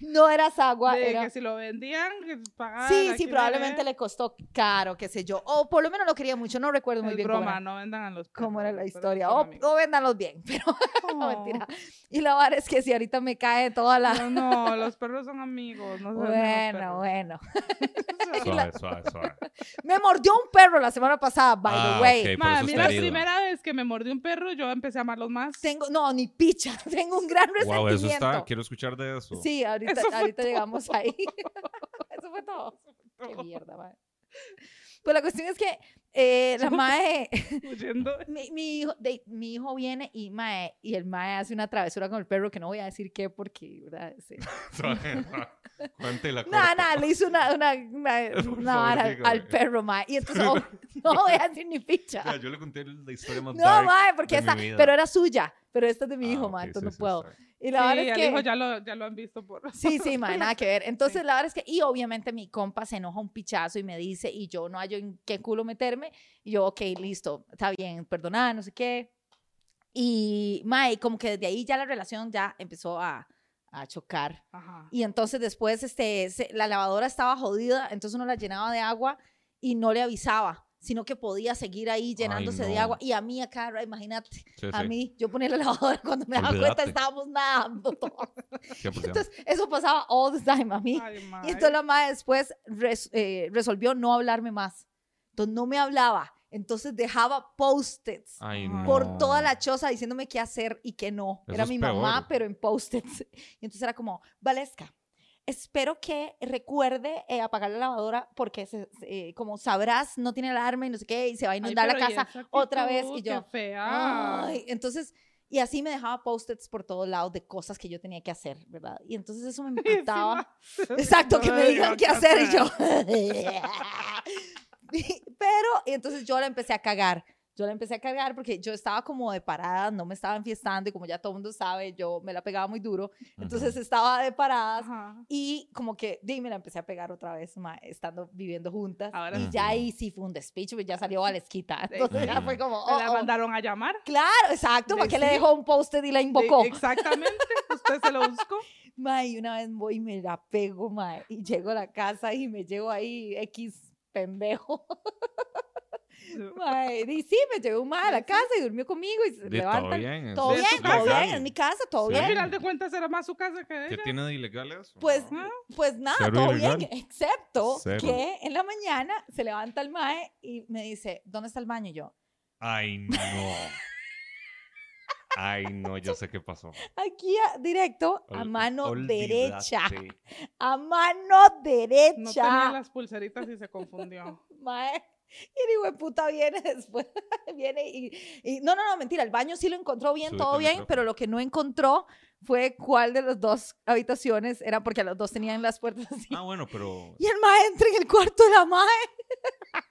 No era sagua,
De
era
que si lo vendían, que pagaban.
Sí, sí,
¿eh?
probablemente le costó caro, qué sé yo. O por lo menos lo quería mucho, no recuerdo muy
Es
bien cómo
broma,
era,
no vendan a los
cómo era la
perros,
historia.
son
O,
amigos.
o véndanlos bien, pero <laughs> no, mentira. Y la vara es que si ahorita me cae toda la...
No,
<laughs>
no, los perros son amigos. No se venden
Bueno,
los
bueno.
perros. <laughs>
Suave, suave, suave.
Me mordió un perro la semana pasada, <laughs> by
Ah,
the way.
ok, por
Ma, a
eso
mí
está
la
herido.
primera vez que me mordió un perro, yo empecé a amarlos más. <laughs>
Tengo, no, ni picha, <laughs> tengo un gran resentimiento.
Wow, eso está. Quiero escuchar de eso.
Sí, ahorita,
Eso fue
ahorita llegamos <laughs> ahí. eso fue todo. Qué mierda, mae. Pues la cuestión es que eh, la mae, <laughs>
Huyendo.
mi, mi hijo, de- mi hijo viene y mae, y el mae hace una travesura con el perro que no voy a decir qué porque, ¿verdad?
<laughs>
Sí.
<laughs> Suave, suave. Cuéntela.
Nada,
corta.
nada, le hizo una, una,
<laughs>
una,
Por
una
favor,
vara
dígame.
al perro, mae. Y entonces, oh, <laughs> no voy a decir
<laughs>
ni picha.
Vea, Yo le conté la historia más
No,
dark
mae, porque
de
esta,
mi vida.
pero era suya, pero esta es de mi
Ah,
hijo,
ok,
mae,
sí,
entonces no
sí,
puedo.
está bien.
Y la
Sí,
verdad
el
es que...
hijo ya lo, ya lo han visto por
<laughs> Sí,
<laughs>
sí, mae, nada que ver. Entonces, la verdad es que, y obviamente mi compa se enoja un pichazo y me dice, y yo no hallo en qué culo meterme. Y yo, ok, listo, está bien, perdonada, no sé qué. Y, mae, como que desde ahí ya la relación ya empezó a, a chocar.
Ajá.
Y entonces después, este, se- la lavadora estaba jodida, entonces uno la llenaba de agua y no le avisaba, sino que podía seguir ahí <laughs> llenándose de
no.
agua. Y a mí acá, imagínate,
Sí,
a
sí,
mí, yo ponía la lavadora cuando me daba cuenta
Olvídate.
estábamos nadando <laughs> todos.
100%.
Entonces, eso pasaba all the time a mí.
Ay, ma,
y entonces la madre después res- eh, resolvió no hablarme más. Entonces, no me hablaba. Entonces, dejaba post-its
Ay,
Por
por
no.
toda la choza diciéndome qué hacer y qué no.
Eso
era
es
mi mamá,
peor.
pero en post-its. <laughs> Y entonces era como, Valesca, espero que recuerde eh, apagar la lavadora porque, se- se- eh, como sabrás, no tiene alarma y no sé qué, y se va a
Ay,
inundar la
pero ¿y
casa.
esa
otra vez,
actitud?
y yo,
Qué fea.
Ay, entonces, y así me dejaba post-its por todos lados de cosas que yo tenía que hacer, ¿verdad? Y entonces eso me
<laughs> Sí,
imputaba.
ma.
Exacto, que
No
me
digo
digan qué hacer y yo. Pero <laughs> y entonces yo la empecé a cagar. Yo la empecé a cagar porque yo estaba como de parada, no me estaba enfiestando y como ya todo el mundo sabe, yo me la pegaba muy duro. Entonces estaba de paradas
Ajá.
y como que, dime, la empecé a pegar otra vez, ma, estando viviendo juntas.
Ahora
y
sí.
ya ahí sí fue un despiche, pues ya salió a la esquita.
Sí.
Entonces ya
Ujú.
fue como,
Me la
oh, oh.
mandaron a llamar.
Claro, exacto,
De
¿para qué le
sí.
dejó un post y la invocó?
Sí, Exactamente. Usted se lo
<laughs>
buscó.
Ma, y una vez voy y me la pego, ma, y llego a la casa y me llevo ahí X pendejo. <laughs> ma, y sí, me llegó un ma a la casa y durmió conmigo y se
De todo
levantan.
bien.
Todo
sí,
bien,
es
es
todo
legal.
bien, es mi casa, todo
Sí.
Al
bien.
final de cuentas era más su casa que de
¿Qué
ella.
tiene de ilegal eso?
Pues,
No.
pues nada,
Cero
todo
ilegal.
bien, excepto
Cero.
que en la mañana se levanta el mae y me dice, ¿dónde está el baño? Y yo,
Ay,
<laughs>
no. Ay, no, ya sé qué pasó.
aquí a- directo, a
Ol-
mano
olvídate.
derecha, a mano derecha.
No tenía las pulseritas y se confundió.
Mae. Y el hijo de puta viene <laughs> después, viene y, y- No, no, no, mentira, el baño sí lo encontró bien,
Súbete
todo
al
bien,
micrófono.
pero lo que no encontró fue cuál de las dos habitaciones era porque los dos <laughs> tenían las puertas así.
Ah, bueno, pero.
Y el mae entra en el cuarto de <laughs> la mae. La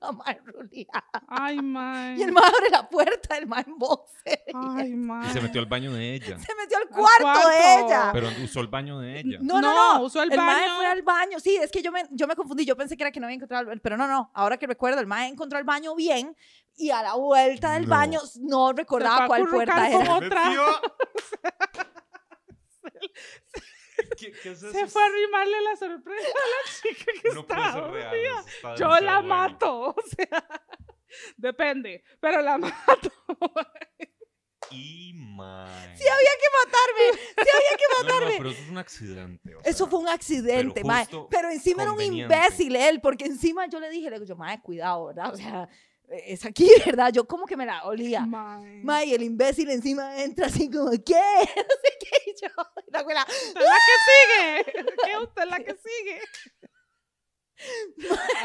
la madre ruleada. <laughs>
Ay, mae.
Y el mae abre la puerta, el mae en boxer. y <laughs>
Ay, mae.
Y se metió al baño de ella.
Se metió al cuarto, de
cuarto.
ella.
Pero usó el baño de ella.
No, no, no.
No, usó el
mae
baño.
fue al baño. Sí, es que yo me, yo me confundí. Yo pensé que era que no había encontrado el baño. Pero no, no. Ahora que recuerdo, el mae encontró el baño bien y a la vuelta del
No.
baño no
Se
recordaba
fue a
cuál puerta
acurrucar
era.
como- Otra.
<laughs>
¿Qué, qué es eso?
Se fue a arrimarle la sorpresa
<laughs>
a la chica que
No puede
estaba
ser real.
dormida.
eso está
Yo
demasiado
la
bueno.
mato, <laughs> o sea, depende, pero la mato.
Y mae.
Sí, había que matarme. Sí, había que
No, no,
matarme.
pero eso es un accidente. o
Eso
sea,
fue un accidente,
pero
mae.
justo
Pero encima era un
conveniente.
imbécil él, porque encima yo le dije, le digo, yo, mae, cuidado, ¿verdad? O sea, eh, es aquí, <laughs> ¿verdad? Yo como que me la olía.
Mae.
Mae, y el imbécil encima entra así como, ¿qué? <laughs> No sé qué. Y yo, la abuela,
Usted es la que sigue. ¿Qué usted es la que
<laughs>
sigue?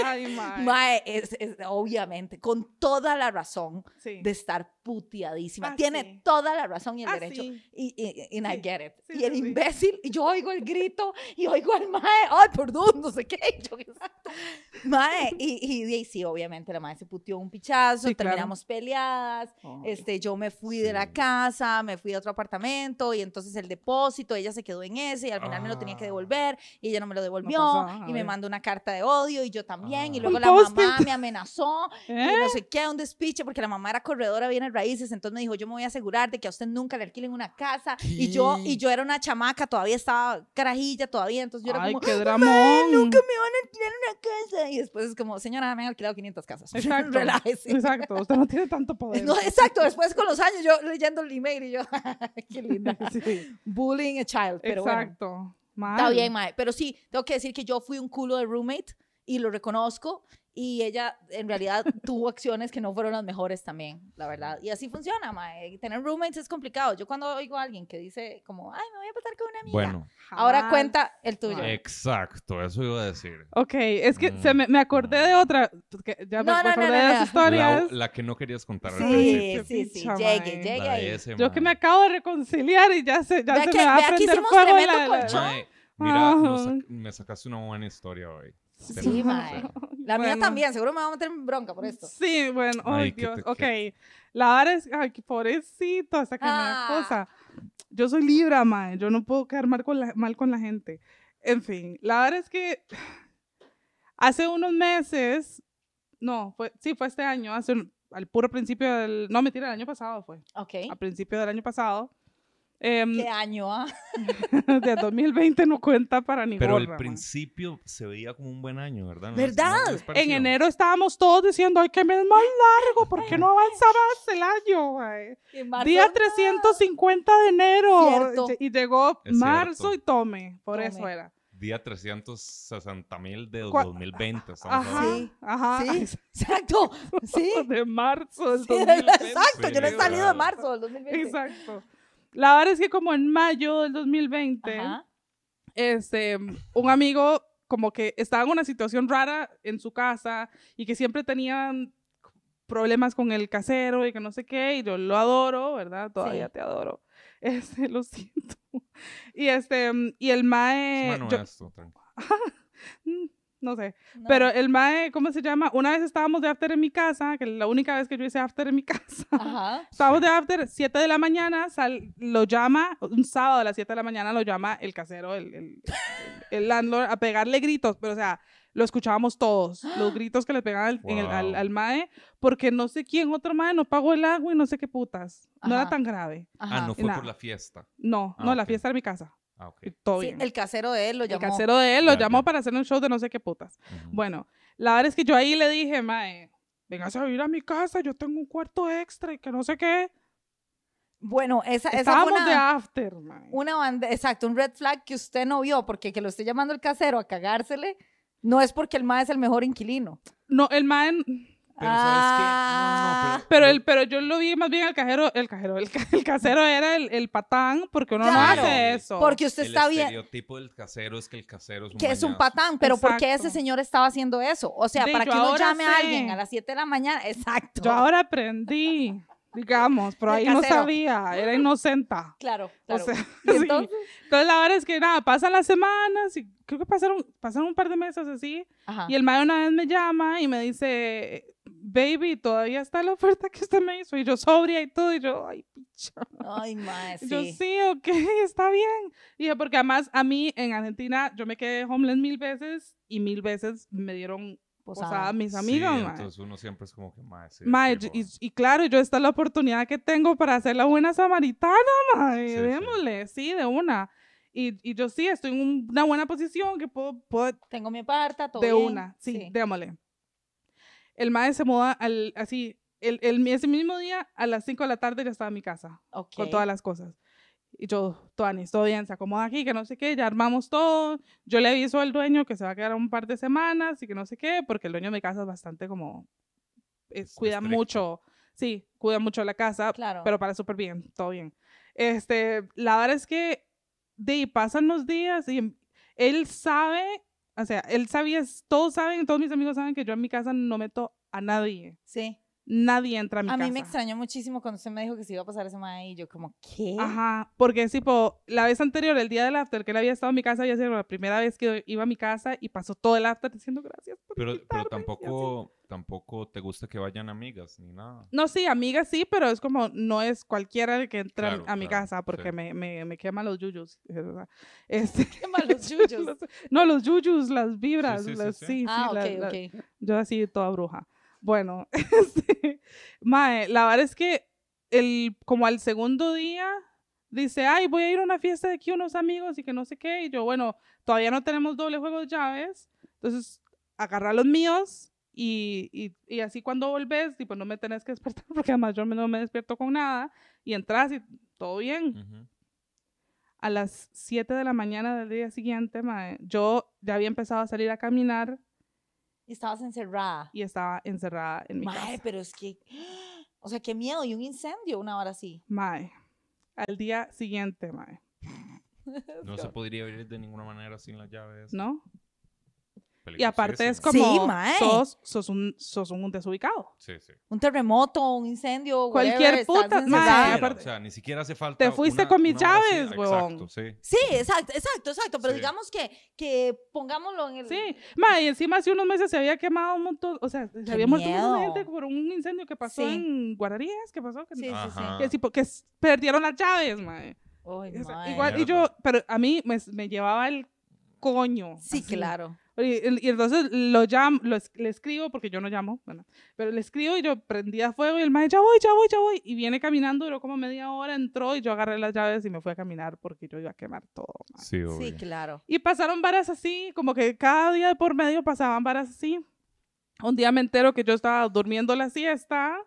Ay, mae.
mae, es, es- obviamente, con toda la razón
Sí.
de estar puteadísima.
Ah,
Tiene
sí.
toda la razón y el
Ah,
derecho.
sí.
Y, y- and I
Sí,
get it.
sí,
y el
sí, sí.
imbécil, y yo oigo el grito y oigo al mae, ay, perdón, no sé qué. <laughs> y yo, ¿qué es esto? mae, y, y, y sí, obviamente la mae se puteó un pichazo,
Sí, claro.
terminamos peleadas. Este, yo me fui de la
Sí.
casa, me fui a otro apartamento y entonces el depósito, ella se quedó en ese y al final me lo tenía que
Ah.
devolver y ella no me lo devolvió
pasaba, a
y me
ver.
mandó una carta de odio y yo también y
Ah.
luego
Un
la mamá
post-it.
me amenazó
¿Eh?
y no sé qué, un despiche, porque la mamá era corredora bien en raíces, entonces me dijo, yo me voy a asegurar de que a usted nunca le alquilen una casa, y yo, y
¿Qué?
yo era una chamaca, todavía estaba carajilla, todavía, entonces yo era
Ay,
como,
qué
"Ah,
dramón.
nunca me van a alquilar una casa, y después es como, señora, me han alquilado 500
Exacto.
casas, <laughs>
Pues
relájese.
Exacto, usted no tiene tanto poder.
<laughs> No, exacto, después con los años yo leyendo el email y yo, <laughs> qué <laughs> linda,
Sí,
bullying a child, pero bueno.
exacto. Mae.
Está bien, mae. Pero sí, tengo que decir que yo fui un culo de roommate y lo reconozco. Y ella en
<laughs>
realidad tuvo acciones que no fueron las mejores también, la verdad. Y así funciona, mae. Tener roommates es complicado. Yo cuando oigo a alguien que dice como, ay, me voy a pasar con una amiga.
Bueno,
Ahora
Jamás.
cuenta el tuyo.
Mae.
exacto, eso iba a decir.
Ok, es que
Mm.
se me, me acordé de otra. pues que ya me
No, no, no,
acordé
no,
de
no.
las
La,
historias.
la que no querías contar al
sí,
principio.
sí, sí,
Picha,
Llegue,
mae.
llegue
La de
ahí.
ese,
Yo que
mae.
me acabo de reconciliar y ya se, ya
Vea
se
que-
me va
vea
a
que
prender
hicimos
fuego
tremendo
la, la-
colchón.
Mae, mira, nos
Ajá.
sac- me sacaste una buena historia hoy. Te
Sí,
lo-
mae. La mía
Bueno.
también, seguro me va a meter en bronca por esto.
Sí, bueno, ay,
Ay, qué
Dios,
te-
ok. La vara es, ay, qué pobrecito, esa que me da
Ah.
cosa. Yo soy Libra, mae, yo no puedo quedar mal con, la, mal con la gente. En fin, la vara es que hace unos meses, no, fue, sí, fue este año, hace, un- al puro principio del, no, mentira, el año pasado fue,
Ok.
a principio del año pasado. em,
Ah,
<laughs>
¿Qué año, ah?
de 2020 no cuenta para ni
Pero el
gorra, mae.
principio se veía como un buen año, ¿verdad? ¿No-
¿Verdad?
no les
En
pareció?
enero estábamos todos diciendo, ay, qué mes más largo, ¿por qué no avanzaba el año, mae?"
En marzo,
Día 350 de enero.
Cierto.
Y llegó
Es
marzo
cierto.
y tome. Por
Tome.
eso era.
Día 360 mil de
Cua-
2020. estamos
Ajá.
hablando.
Sí.
Ajá.
Sí, <laughs> exacto. Sí.
<laughs> De marzo del
Sí,
2020.
exacto, yo no he
Sí,
salido de
claro.
marzo del 2020.
Exacto. La verdad es que como en mayo del 2020,
Ajá.
este, un amigo como que estaba en una situación rara en su casa y que siempre tenían problemas con el casero y que no sé qué, y yo lo adoro, ¿verdad? Todavía
Sí.
te adoro. <laughs> Este, lo siento. Y este, y el mae...
Es mano
yo-
esto, tranquilo.
Mm, no sé.
No.
Pero el mae, ¿cómo se llama? Una vez estábamos de after en mi casa, que es la única vez que yo hice after en mi <laughs> casa.
Ajá.
Estábamos de after, 7 de la mañana, sal- lo llama, un sábado a las 7 de la mañana lo llama el casero, el, el- el landlord, a pegarle gritos, pero o sea, lo escuchábamos todos,
<gasps>
los gritos que le pegaban al, en el- al-
Wow.
al mae, porque no sé quién otro mae no pagó el agua y no sé qué putas. No
Ajá.
era tan grave.
Ajá.
Ah, no fue
Nada.
por la fiesta.
No,
Ah,
no, la
ok.
fiesta era mi casa.
Ah, ok.
y Todo
Sí,
bien. El,
el casero de él lo llamó.
casero de él lo
Ya, ya.
llamó para hacer un show de no sé qué putas.
Ujú.
Bueno, la verdad es que yo ahí le dije, mae, vengas a vivir a mi casa, yo tengo un cuarto extra y que no sé qué.
Bueno, esa, esa fue
Estábamos de
una,
after, mae.
una banda, exacto, un red flag que usted no vio, porque que lo esté llamando el casero a cagársele, no es porque el ma es el mejor inquilino.
No, el mae,
Pero ¿sabes
Ah.
qué? No, no,
pero, el, pero yo lo vi más bien al cajero, el cajero, el, ca- el casero era el, el patán, porque uno
Claro,
no hace eso.
Porque usted
el
está bien,
estereotipo del casero es que el casero es un
que es un
mañazo.
patán, pero ¿por qué ese
Exacto.
señor estaba haciendo eso? O sea,
De-
para
yo
que uno
ahora
llame a
sé.
alguien a las 7 de la mañana, <laughs> exacto.
Yo ahora aprendí, digamos, pero ahí
Del
no
casero.
sabía, era inocenta.
Claro,
O
claro.
sea,
¿Y
<laughs> sí.
entonces?
Entonces la verdad es que nada, pasan las semanas y creo que pasaron, pasaron un par de meses así.
Ajá.
Y el mae una vez me llama y me dice, baby, todavía está la oferta que usted me hizo. Y yo sobria y todo. Y yo, ay, picha.
Ay, mae,
Yo
sí.
sí, ok, <laughs> está bien. Y yo, porque además a mí en Argentina yo me quedé homeless mil veces y mil veces me dieron
Posada.
posada a mis
Sí,
amigos. mae.
entonces uno siempre es como que, mae, sí,
Mae,
qué
yo- y,
bueno".
y claro, yo esta es la oportunidad que tengo para hacer la buena samaritana, mae.
Sí, sí.
Démosle, sí, de una. Y, y yo sí, estoy en un- una buena posición que puedo, puedo
Tengo mi parta, todo
de
bien.
una, sí, démosle. El mae se muda al, así, el, el- ese mismo día a las 5 de la tarde ya estaba en mi casa
Ok.
con todas las cosas. Y yo, Tuanis, todo bien, se acomoda aquí, que no sé qué, ya armamos todo. Yo le aviso al dueño que se va a quedar un par de semanas y que no sé qué, porque el dueño de mi casa es bastante como, eh,
Es
cuida
estricto.
mucho, sí, cuida mucho la casa,
Claro.
pero para súper bien, todo bien. Este, la verdad es que de ahí pasan los días y em, él sabe, o sea, él sabía, todos saben, todos mis amigos saben que yo en mi casa no meto a nadie.
sí.
Nadie entra a mi
a
casa.
mí me extrañó muchísimo cuando usted me dijo que se iba a pasar ese mae y yo como, ¿qué?
Ajá, porque es tipo, la vez anterior, el día del after, que él había estado en mi casa, había sido la primera vez que iba a mi casa y pasó todo el after diciendo gracias. Por
Pero, pero
invitarme", y así.
tampoco, tampoco te gusta que vayan amigas ni nada.
No, sí, amiga sí, pero es como, no es cualquiera el que entra a mi-
Claro,
a mi
claro,
casa porque
sí.
me, me, me quema los yuyos. <laughs> es verdad. Este, <laughs>
<laughs> Qué malos yuyos.
los- no, los yuyus, las vibras,
sí, sí,
las-
sí.
sí,
ah,
sí,
ok,
la- la-
ok.
Yo así toda bruja. Bueno, <laughs> este, mae, la verdad es que el, como al segundo día dice, ay, voy a ir a una fiesta de aquí unos amigos y que no sé qué. Y yo, bueno, todavía no tenemos doble juego de llaves. Entonces, agarra los míos y, y, y así cuando volvés, tipo, no me tenés que despertar <laughs> porque además yo no me despierto con nada. Y entras y todo bien
Ujú.
a las 7 de la mañana del día siguiente, mae, yo ya había empezado a salir a caminar
Y estabas encerrada.
y estaba encerrada en mi
Mae,
casa.
pero es que, <gasps> o sea, qué miedo y un incendio una hora así.
Mae, al día siguiente, mae,
No se podría abrir de ninguna manera sin la llave. esa.
¿no? Y aparte es
Peligrosísimo.
como,
Sí, mae.
sos, sos, un, sos un desubicado.
Sí, sí.
Un terremoto, un incendio, whatever,
Cualquier
estás
puta-
Ni
Mae,
encerrada.
siquiera,
aparte-
o sea, ni siquiera hace falta.
Te fuiste con mis
hora así,
llaves, huevón.
Exacto, sí.
Sí, exacto, exacto, exacto. Pero
Sí.
digamos que, que pongámoslo en el.
Sí, mae, y encima hace unos meses se había quemado un montón, o sea, se había muerto un montón de
miedo.
gente por un incendio que pasó
Sí.
en Guararías, que pasó, que,
Sí, sí,
Ajá.
sí.
que, tipo, que s- perdieron las llaves, mae.
Ay,
O sea,
mae.
igual, y yo,
Mierda.
pero a mí me, me llevaba el coño.
Sí,
así.
claro.
Y, y entonces lo llamo, lo es- le escribo, porque yo no llamo, bueno, pero le escribo y yo prendía fuego y el maestro, ya voy, ya voy, ya voy. Y viene caminando, duró como media hora, entró y yo agarré las llaves y me fui a caminar porque yo iba a quemar todo. mae.
Sí, obvio.
Sí, claro.
Y pasaron varas así, como que cada día de por medio pasaban varas así. Un día me entero que yo estaba durmiendo la siesta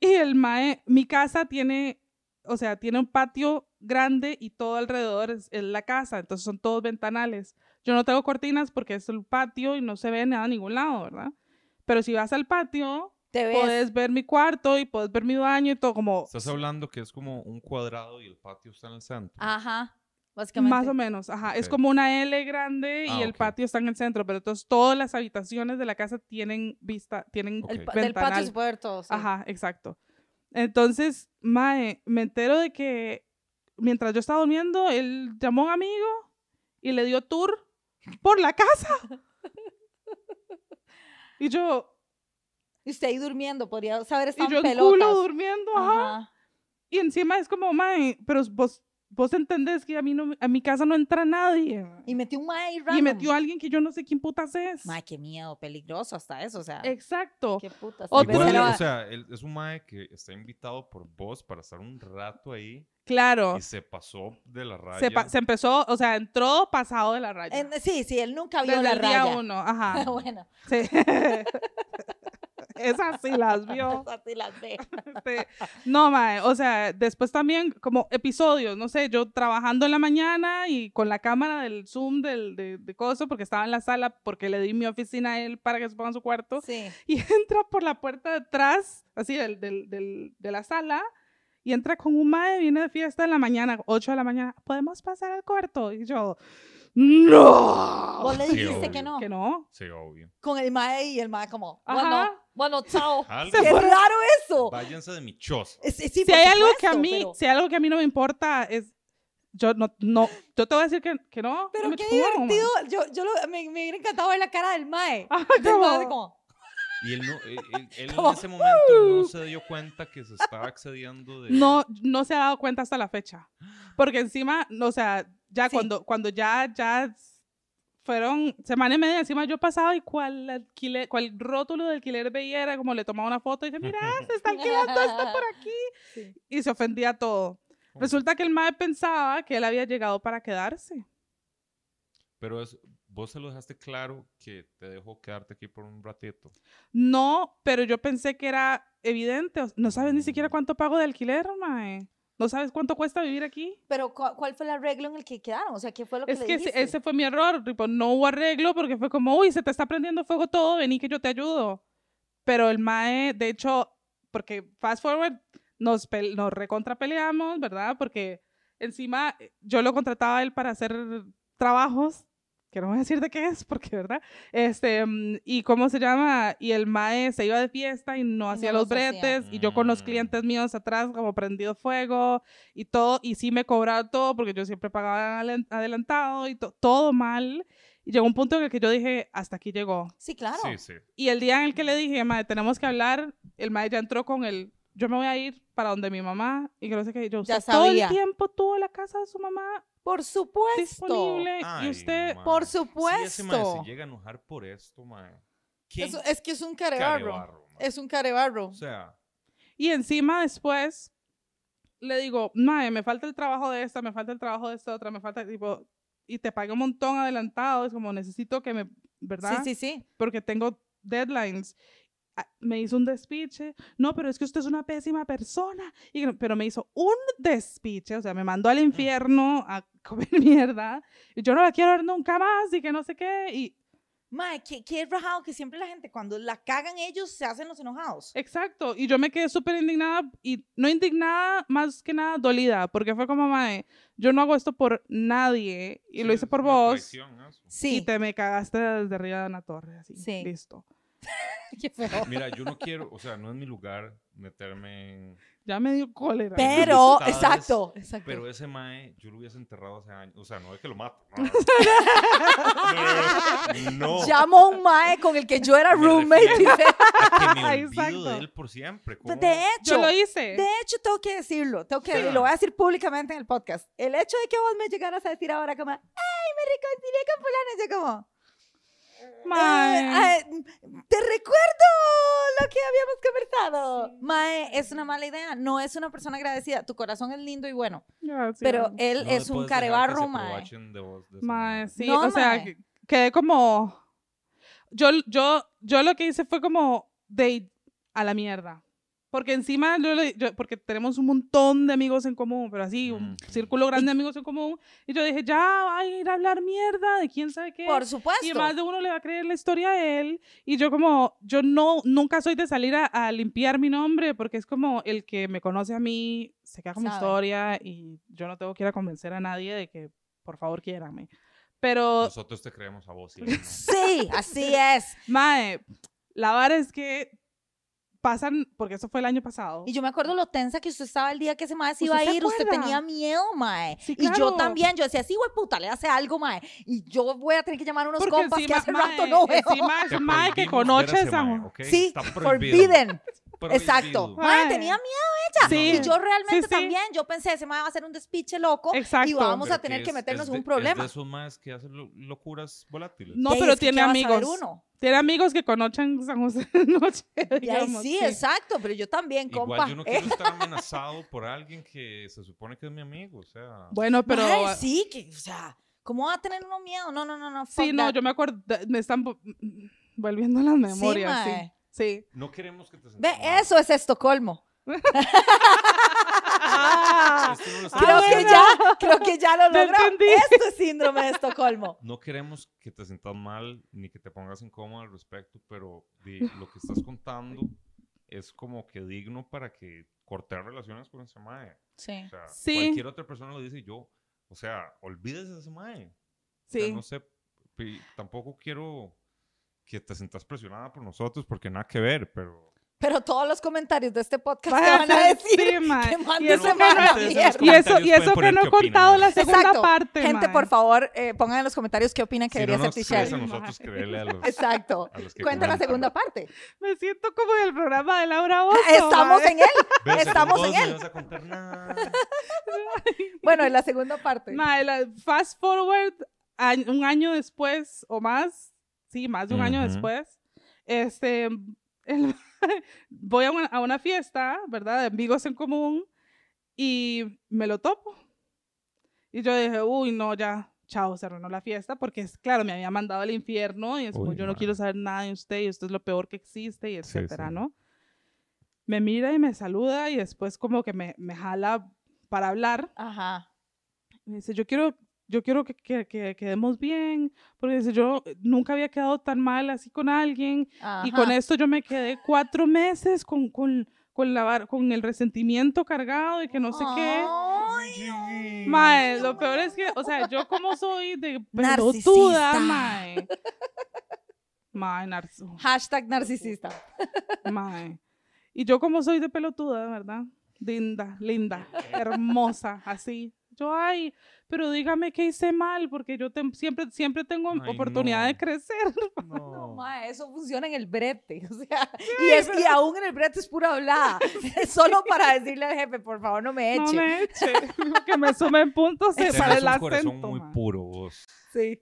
y el mae, mi casa tiene, o sea, tiene un patio grande y todo alrededor es, es la casa, entonces son todos ventanales. Yo no tengo cortinas porque es el patio y no se ve nada a ningún lado, ¿verdad? Pero si vas al patio,
Te ves.
puedes ver mi cuarto y puedes ver mi baño y todo como
Estás hablando que es como un cuadrado y el patio está en el centro.
Ajá. Básicamente.
Más o menos, ajá. Es
Ok.
como una L grande
Ah,
y el
ok.
patio está en el centro, pero entonces todas las habitaciones de la casa tienen vista, tienen
Ok.
El pa- del
ventanal.
patio se puede ver todo. sí.
Ajá, exacto. Entonces, mae, me entero de que mientras yo estaba durmiendo, él llamó a un amigo y le dio tour por la casa. y yo,
Y usted ahí durmiendo, podría saber
y
están
yo en
pelotas.
culo durmiendo, ajá.
Ajá.
Y encima es como, mae, pero vos, vos entendés que a, mí no, a mi casa no entra nadie. mae.
Y metió un mae ahí
Y
random.
metió a alguien que yo no sé quién putas es.
Mae, qué miedo, peligroso hasta eso. O sea,
Exacto.
qué puta.
Otro-
tal vez
Igual,
era-
o sea, él- es un mae que está invitado por vos para estar un rato ahí
Claro.
y se pasó de la raya.
Oh. Se, pa- se empezó, o sea, entró pasado de la raya.
en- sí, sí, él nunca vio
Desde
la
el día
raya. Ah,
uno, ajá.
<laughs> bueno,
Sí. <laughs> Esas sí las
<laughs>
vio.
así las
<laughs>
ve.
Este, no, mae, o sea, después también como episodios, no sé, yo trabajando en la mañana y con la cámara del Zoom del, de, de coso, porque estaba en la sala, porque le di mi oficina a él para que se ponga en su cuarto,
Sí.
y entra por la puerta de atrás, así, del, del- del- de la sala, y entra con un mae, viene de fiesta en la mañana, 8 de la mañana, ¿podemos pasar al cuarto? Y yo, ¡No!
Vos le
Sí,
dijiste
obvio.
que no.
Que no.
Sí, obvio.
Con el mae y el mae como,
Ajá.
bueno, bueno,
<laughs>
chao.
Algo.
Qué raro eso.
Váyanse de mi choza.
Es- es- sí,
Si
por
hay algo que a
supuesto,
mí,
pero-
si hay algo que a mí no me importa, es, yo no, no, yo te voy a decir que, que no. no
Pero
me
qué
chupo, mae. <laughs> Ah,
<laughs> divertido. Yo, yo lo- me, me hubiera encantado ver la cara del mae.
Ajá,
Del mae
como-
como,
Y él, no, él, él- él en ese momento no se dio cuenta que se estaba excediendo de...
No, no se ha dado cuenta hasta la fecha. Porque encima, no, o sea, ya
Sí.
cuando, cuando ya, ya fueron semana y media, encima yo pasaba y cuál alquiler, cuál rótulo de alquiler veía era como le tomaba una foto y dice, mira, se está alquilando esto por aquí.
Sí.
Y se ofendía todo.
Oh.
Resulta que el mae pensaba que él había llegado para quedarse.
<laughs> Pero es, vos se lo dejaste claro que te dejó quedarte aquí por un ratito.
No, pero yo pensé que era evidente. o- No sabes ni siquiera cuánto pago de alquiler, mae. No sabes cuánto cuesta vivir aquí.
<laughs> Pero ¿cu- ¿cuál fue el arreglo en el que quedaron? O sea, ¿qué fue lo que
Es
le
que ese,
dijiste?
ese fue mi error, tipo, no hubo arreglo porque fue como, uy, se te está prendiendo fuego todo, vení que yo te ayudo. Pero el mae, de hecho, porque fast forward, nos, pel- nos recontra peleamos, ¿verdad? Porque encima eh, yo lo contrataba a él para hacer trabajos, que no voy a decir de qué es, <laughs> porque, ¿verdad? Este, mm, y cómo se llama, y el mae se iba de fiesta y no hacía
no
los
los hacía.
bretes, y yo con los
Mm.
clientes míos atrás como prendido fuego, y todo, y sí me cobraba todo porque yo siempre pagaba alen- adelantado y to- todo mal. Y llegó un punto en el que yo dije, hasta aquí llegó.
Sí, claro.
Sí, sí.
Y el día en el que le dije, madre, tenemos que hablar, el madre ya entró con el, yo me voy a ir para donde mi mamá, y que no sé qué, yo,
Ya
usted todo el
sabía.
tiempo tuvo la casa de su mamá
Por supuesto.
disponible,
Ay,
y usted,
mae.
Por
Sí, ese mae
supuesto.
se llega a enojar por esto, mae. ¿Qué
Eso- es que es un carebarro.
carebarro, mae?
Es un carebarro.
O sea,
y encima después le digo, madre, me falta el trabajo de esta, me falta el trabajo de esta otra, me falta, tipo, y te pagué un montón adelantado, es como, necesito que me, ¿verdad?
Sí, sí, sí.
porque tengo deadlines. Ah, Me hizo un despiche. No, pero es que usted es una pésima persona. Y, que no- pero me hizo un despiche, o sea, me mandó al
Mm.
infierno a <laughs> comer mierda. Y yo no la quiero ver nunca más y que no sé qué. Y,
Mae, qué, qué rajado que siempre la gente cuando la cagan ellos se hacen los enojados.
exacto. Y yo me quedé súper indignada y no indignada, más que nada dolida, porque fue como, mae, yo no hago esto por nadie y lo
sí,
hice
es
por
una
vos.
traición eso.
Sí.
Y te me cagaste desde arriba de una torre, así.
Sí.
Listo.
Qué feo.
Mira, yo no quiero, o sea, no es mi lugar meterme en...
Ya me dio cólera.
Pero,
Sabes,
exacto, exacto.
Pero ese mae, yo lo hubiese enterrado hace años. O sea, no es que lo mato.
<laughs>
No. no.
Llamo a un mae con el que yo era
Me
roommate. y
refiero
me-
a que
<laughs>
me olvido
Exacto.
de él por siempre. ¿cómo?
De hecho,
Yo lo hice.
de hecho tengo que decirlo, tengo que
Sí.
y lo voy a decir públicamente en el podcast. El hecho de que vos me llegaras a decir ahora como, "Ay, me reconcilié con fulano", yo como,
Mae.
"Ay, ay, te recuerdo lo que habíamos conversado." Mae, es una mala idea, no es una persona agradecida, tu corazón es lindo y bueno,
Gracias.
pero él
No
es un
puedes dejar que se
carebarro, mae.
aprovechen de vos de esa
Mae,
manera.
sí,
No,
o sea,
mae.
que- quedé como. Yo, yo, yo lo que hice fue como de a la mierda. Porque encima, yo, le- yo- porque tenemos un montón de amigos en común, pero así, un
Ujú.
círculo grande de amigos en común. Y yo dije, ya, va a ir a hablar mierda de quién sabe qué.
Por
y
supuesto.
más de uno le va a creer la historia a él. Y yo como, yo no, nunca soy de salir a, a limpiar mi nombre, porque es como el que me conoce a mí, se queda con mi
Sabe.
historia y yo no tengo que ir a convencer a nadie de que por favor quiérame. Pero,
Pues
Nosotros te creemos a vos. y a él no.
Sí, <laughs> así es.
mae, la vara es que pasan, porque eso fue el año pasado.
Y yo me acuerdo lo tensa que usted estaba el día que ese mae se iba a
¿Usted se
ir. Usted
acuerda?
tenía miedo, mae.
Sí,
Y yo
claro.
también. Yo decía, sí, güey, puta, le hace algo, mae. Y yo voy a tener que llamar a unos
porque
compas que
encima,
hace
mae,
rato no veo. <laughs>
encima es
Te
un mae que
prohibimos
conoce
ver a ese
esa
mae, oh.
mu-
¿ok?
Sí,
Está prohibido.
forbidden.
Prohibido.
Exacto. Mae,
Mae.
tenía miedo.
Sí.
Y yo realmente
sí. Eh,
también, yo pensé, ese mae va a ser un despiche loco. Y
Exacto.
vamos a
Pero
tener que
es-
meternos
es
en
de-
un problema.
Es de esos maes que hacen lo- locuras volátiles.
No,
Y ahí
pero
es que,
tiene
¿qué va a saber
amigos.
uno?
Tiene amigos que conocen San José de noche.
Y ahí
digamos, <laughs>
sí, exacto. Pero yo también,
Igual
compa.
yo no
¿eh?
quiero estar amenazado por alguien que se supone que es mi amigo. O sea,
Bueno, pero...
Mae, sí, que, o sea, ¿cómo va a tener uno miedo? No, no, no, no.
Sí,
fuck
no,
that.
yo me acuerdo, de- me están vo- volviendo las memorias, sí.
mae. <laughs>
Sí.
no queremos que te
Ve,
sientas mal.
eso es Estocolmo.
Esto no lo
Ah,
estamos
Ah, Creo que
haciendo.
ya, creo que
<laughs>
ya lo
Ya
logró. Eh,
entendí.
Esto es síndrome de Estocolmo.
No queremos que te sientas mal ni que te pongas incómodo al respecto, pero di- lo que estás contando es como que digno para que cortar relaciones con ese mae.
Sí.
O sea,
Sí.
cualquier otra persona lo dice y yo. O sea, olvídese de ese mae. O sea,
Sí.
no sé, pi- tampoco quiero que te sientas presionada por nosotros porque nada que ver, pero
Pero todos los comentarios de este podcast te van
Váyanse
a decir
sí, mae.
que
Y eso
mandes
que
a la
no-
mierda.
Y eso,
comentarios
y eso
pueden
que
poner
no
qué
he contado
opinan.
la segunda
Exacto.
parte.
Gente,
mae.
por favor, eh, pongan en los comentarios qué opinan que
Si
debería
no nos
ser
crees
<laughs> t-shirt.
a nosotros, créele a los,
Exacto.
a los que
Cuenta la
comentan.
<laughs>
segunda parte.
Me siento como en el programa de Laura Oso.
Estamos
mae.
en él.
Ve, según
Estamos
vos
en
no
él.
ibas a contar nada.
Bueno, en la segunda parte.
Mae, la- fast forward a- un año después o más, sí, más de un año
Ujú.
después, este, <laughs> el- voy a una, a una fiesta, ¿verdad? De amigos en común y me lo topo. Y yo dije, uy, no, ya, chao, se arruinó la fiesta porque, es, claro, me había mandado al infierno y es como,
Uy,
yo no
mae.
quiero saber nada de usted y esto es lo peor que existe y
Sí,
etcétera,
sí.
¿no? Me mira y me saluda y después como que me, me jala para hablar
Ajá.
me dice, yo quiero, yo quiero que, que, que quedemos bien, porque dice, yo eh, nunca había quedado tan mal así con alguien, y con
ajá.
esto yo me quedé cuatro meses con, con, con, la, var- con el resentimiento cargado y que no sé qué.
Oh, Ay,
Mae, lo peor es que, o sea, yo como soy
<laughs>
de
Narcisista.
pelotuda, mae. Mae, narciso,
Hashtag narcisista.
mae. Y yo como soy de pelotuda, ¿verdad? Linda, linda, hermosa, así. Yo, ay, pero dígame qué hice mal, porque yo tem- siempre, siempre tengo
Ay,
oportunidad
no.
de crecer.
No,
<laughs>
No.
mae, eso funciona en el brete. <laughs> O sea, y, es, y aún en el brete es pura <laughs> hablada. Es Solo para decirle al jefe, por favor, no me
No
eche.
me eche,
<laughs>
que me sumen puntos eh,
Tenés
para el
un corazón
acento.
muy
mae.
puro vos.
Sí.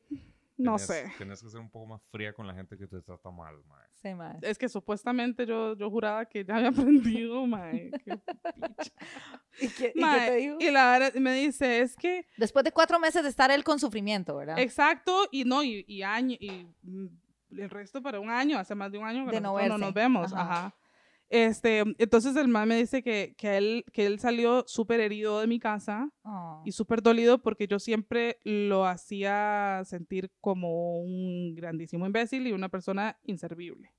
No
Tenés-
sé.
Tenés que ser un poco más fría con la gente que te trata mal, mae.
Sí, mae.
Es que supuestamente yo, yo juraba que ya había <laughs> aprendido, mae. qué picha.
¿Y qué, <laughs> y qué
Mae,
te digo?
y la verdad me dice, es que,
Después de cuatro meses de estar él con sufrimiento, ¿verdad?
exacto, y no, y, y año, y mm, el resto para un año, hace más de un año que
De no
nosotros no,
verse.
nos vemos.
Ajá.
Ajá. Este, entonces el mae me dice que, que, él, que él salió súper herido de mi casa
Oh.
y súper dolido porque yo siempre lo hacía sentir como un grandísimo imbécil y una persona inservible.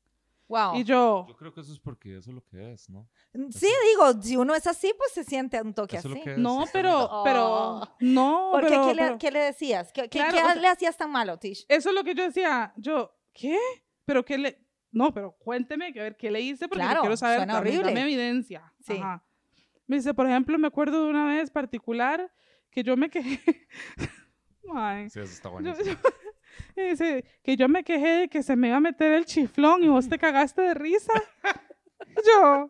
Wow.
Y yo,
Yo creo que eso es porque eso es lo que es, ¿no?
Mm, Sí, digo, si uno es así, pues se siente un toque
Eso es
así.
lo que es.
no,
está
pero,
bien.
pero,
Oh.
no,
¿Por qué?
pero-
¿Qué, le,
pero-
qué le decías? ¿Qué, qué-
Claro,
qué
o sea-
le hacías tan malo, Tish?
eso es lo que yo decía, yo, ¿qué? Pero qué le, no, pero cuénteme, que a ver, ¿qué le hice? Porque yo
Claro,
quiero saber,
suena
dame-
horrible.
dame evidencia.
Sí.
Ajá. Me dice, por ejemplo, me acuerdo de una vez particular que yo me quejé, <laughs> Ay.
<laughs> Sí, eso está
Yo- <laughs>
buenísimo.
yo- y dice, que yo me quejé de que se me iba a meter el chiflón y vos te cagaste de risa. <laughs> Yo,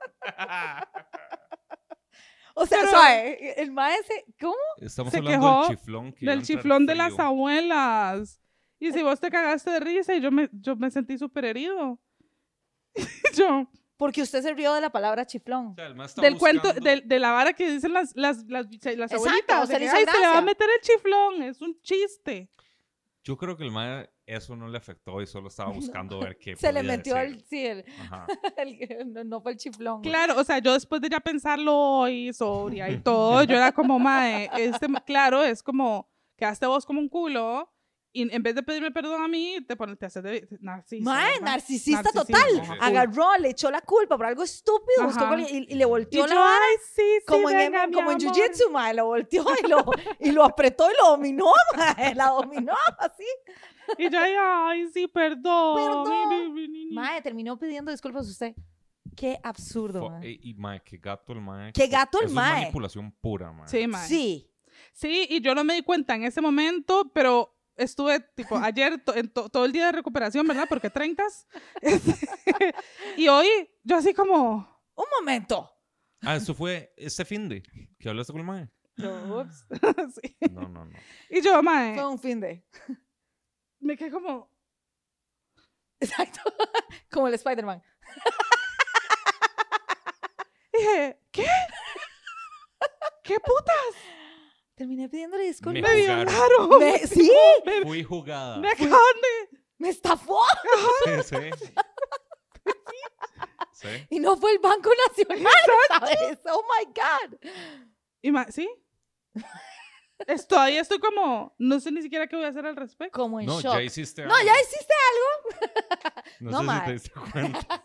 O sea,
Pero-
suave, el maestro, ¿cómo?
Estamos
Se
hablando del
quejó
chiflón. que iba a
del
entrar
chiflón de las
frío.
abuelas. Y si vos te cagaste de risa y yo me, yo me sentí súper herido. <laughs> yo,
Porque usted se rió de la palabra
O
chiflón.
sea, el mae está
del cuento,
buscando-
del- de la vara que dicen las, las, las, las
Exacto,
abuelitas.
se
de que,
le hizo
"Ay, se le va
gracia".
a meter el chiflón, es un chiste.
Yo creo que el mae eso no le afectó y
<laughs>
solo estaba buscando ver qué
Se le
podía
metió
decir.
el, sí, el,
Ajá.
el- <laughs> no, no fue el chiflón.
Claro, o sea, yo después de ya pensarlo hoy, sobria
<laughs>
y todo, yo era como, mae, este, claro, es como, quedaste vos como un culo y en vez de pedirme perdón a mí, te pones, te haces de narcisista.
Mae,
¿verdad?
narcisista
Narcisista,
total.
ajá.
Agarró, le echó la culpa por algo estúpido, buscó
Ajá.
cual- y, y le
Y yo,
volteó la vara.
"Ay, sí, sí,
Como en,
venga,
em-
mi
como en
amor".
jiu-jitsu, mae, lo volteó y lo, y lo apretó y lo dominó, <laughs> mae, la dominó así.
Y yo, ay, sí, perdón.
Perdón.
mi, mi, mi, mi".
Mae, terminó pidiendo disculpas a usted. Qué absurdo,
Fo-
mae.
y, y, mae, qué gato el mae.
Qué gato el
Eso
mae.
Es manipulación pura, mae.
Sí, mae. Sí.
Sí.
y yo no me di cuenta en ese momento, pero estuve,
<laughs>
tipo, ayer, to- en to- todo el día de recuperación, ¿verdad? Porque 30 <laughs> Y hoy, yo así como,
Un momento.
Ah, eso fue este fin de que hablaste con el mae.
yo,
<laughs>
ups. Sí.
No, no, no.
Y yo, mae,
Fue un fin de.
me quedé como,
Exacto. Como el Spider-Man.
dije, ¿qué? ¿Qué
Ah.
puta?
Terminé pidiéndole disculpas.
Me
Me
jugaron.
violaron.
Me- <laughs> sí,
Me,
Fui jugada.
me acaban de...
me estafó.
Sí,
<laughs>
sí. Sí.
Y no fue el Banco Nacional. <laughs> ¿sabes? Oh my God.
Y mae, ¿sí? Es- Todavía estoy como, no sé ni siquiera qué voy a hacer al respecto.
Como en
No,
shock.
ya hiciste
no,
algo.
ya hiciste.
No,
no,
sé
mae.
si te diste
<laughs>
cuenta.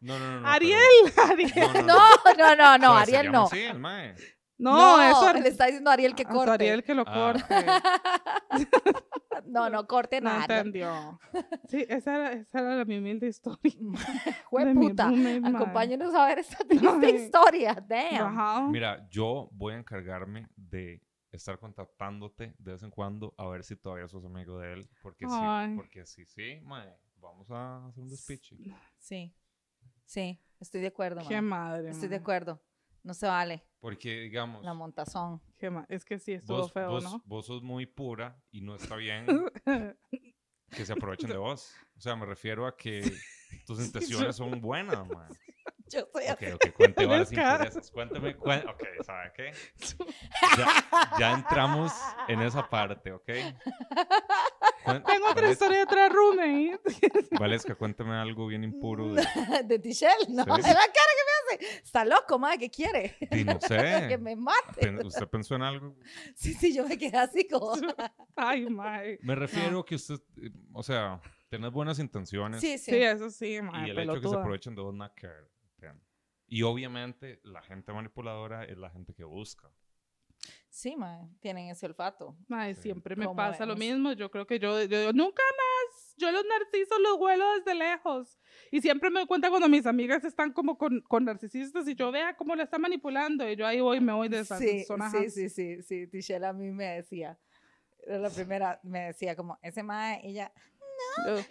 No, no, no. no
Ariel, <laughs> Ariel.
pero-
No, no, no, no,
Suave, se
Ariel
llama
no.
así, el mae.
No, eso
le está diciendo a Ariel que
Ah,
<laughs> corte.
Ariel que lo
Ah.
corte.
No, no corte
No
nada.
entendió. Sí, esa era, esa era la mi humilde
<laughs>
historia.
Jue
de mi
puta.
roommate, mae.
Acompáñenos a
<laughs>
ver esta triste
Mae.
historia. Damn.
Ajá.
Mira, yo voy a encargarme de estar contactándote de vez en cuando a ver si todavía sos amigo de él. Porque sí,
Ay.
porque sí, sí, mae, vamos a hacer un despiche.
Sí. Sí, estoy de acuerdo.
Qué
mae.
madre.
Estoy de
mae.
acuerdo. No se vale
Porque, digamos,
la montazón.
<laughs> Qué ma- Es que sí, estuvo
vos,
feo,
vos- <laughs>
¿no? <laughs>
vos sos muy pura y no está bien que se aprovechen de vos. O sea, me refiero a que tus
<laughs>
intenciones son buenas, mae.
Yo soy
Ok, ok, cuente
Eres
ahora sin
cara.
impurezas. Cuéntame, cuéntame. Ok, ¿sabe qué? Ya, ya entramos en esa parte, ¿ok? Cuen-
Tengo otra
Valesca,
historia de otra roommate. <laughs>
Valesca, cuéntame algo bien impuro. De,
de Tichel, ¿no?
Sí.
Es <laughs> la cara que me hace. Está loco, madre, ¿qué quiere? <laughs>
de no sé.
<laughs>
Que me mate.
Pen- ¿Usted pensó en algo?
Sí, sí, yo me quedé así como.
Ay, mae.
Me refiero que usted, eh, o sea, tenés buenas intenciones
Sí,
Sí,
sí.
eso sí,
y
mae.
el hecho de que se
Ah, pelotuda.
aprovechen de vos, nada que ver, ¿entiende? Y obviamente la gente manipuladora es la gente que busca.
Sí, madre. Tienen ese olfato.
Mae,
Sí.
siempre me
Como
pasa lo
vemos.
mismo. Yo creo que yo, yo nunca más. Yo los narcisos los vuelo desde lejos. Y siempre me doy cuenta cuando mis amigas están como con, con narcisistas y yo vea cómo la están manipulando. Y yo ahí voy y me voy de esa
Sí,
zona.
sí, sí, sí, sí. Tichel a mí me decía. Era la primera, me decía como, ese madre, ella.
Eh,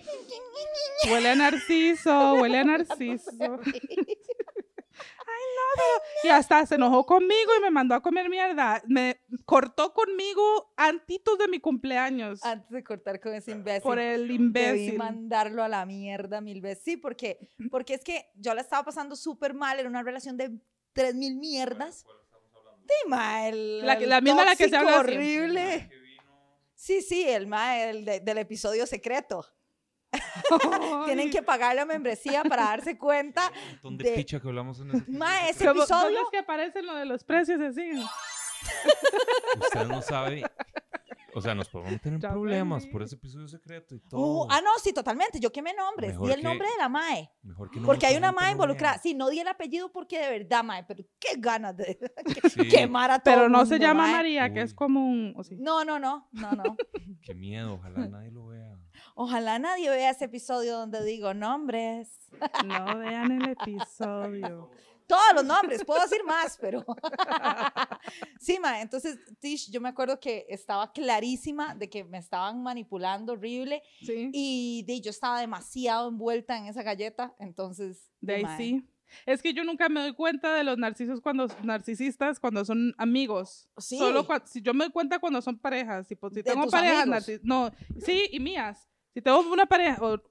Huele a
<laughs>
narciso, huele a narciso. <laughs> Y hasta se enojó conmigo y me mandó a comer mierda. Me cortó conmigo antitos de mi cumpleaños
Antes de cortar con ese imbécil.
por e-". el
Debí
imbécil. <laughs>
mandarlo a la mierda mil veces. Sí, porque, porque es que yo la estaba pasando súper mal. Era una relación de tres mil mierdas. Sí, ma, el,
La que-
el
la misma la que se
tóxico
habla siempre.
horrible. Sí, sí, el ma, el de- del episodio secreto. Tienen que pagar la membresía para
<laughs>
darse cuenta.
Un montón de,
De-
picha que hablamos en ese
Ma, ese
Como- ¿no
episodio.
es que aparecen lo de los precios así.
Usted no sabe. O sea, nos podemos
<laughs>
tener
Ya Uh,
problemas
aprendí.
por ese episodio secreto y todo.
Oh, ah, no, sí, totalmente. Yo quemé nombres.
Mejor
Di el
que-
nombre de la mae.
Mejor que no
Porque
nos
hay una
pregunten
mae involucrada.
nada.
Sí, no di el apellido porque de verdad, mae. Pero qué ganas de
<laughs> Sí,
quemar a todo
Pero no
mundo,
se llama
mae.
María, que es
Uy.
como un... o sí.
No, no, no. No, no.
Qué miedo, ojalá nadie lo vea.
Ojalá nadie vea ese episodio donde digo nombres.
No vean el episodio.
Todos los nombres, puedo decir más, pero. <laughs> sí, ma, entonces, Tish, yo me acuerdo que estaba clarísima de que me estaban manipulando horrible
Sí.
y de, yo estaba demasiado envuelta en esa galleta, entonces.
De ahí
mae,
sí. Es que yo nunca me doy cuenta de los narcisos cuando narcisistas cuando son amigos.
Sí.
Solo cua- si yo me doy cuenta cuando son parejas. Si, pues, si
De
tengo
tus
parejas
amigos.
narcis- no, sí y mías. Si tengo una pareja o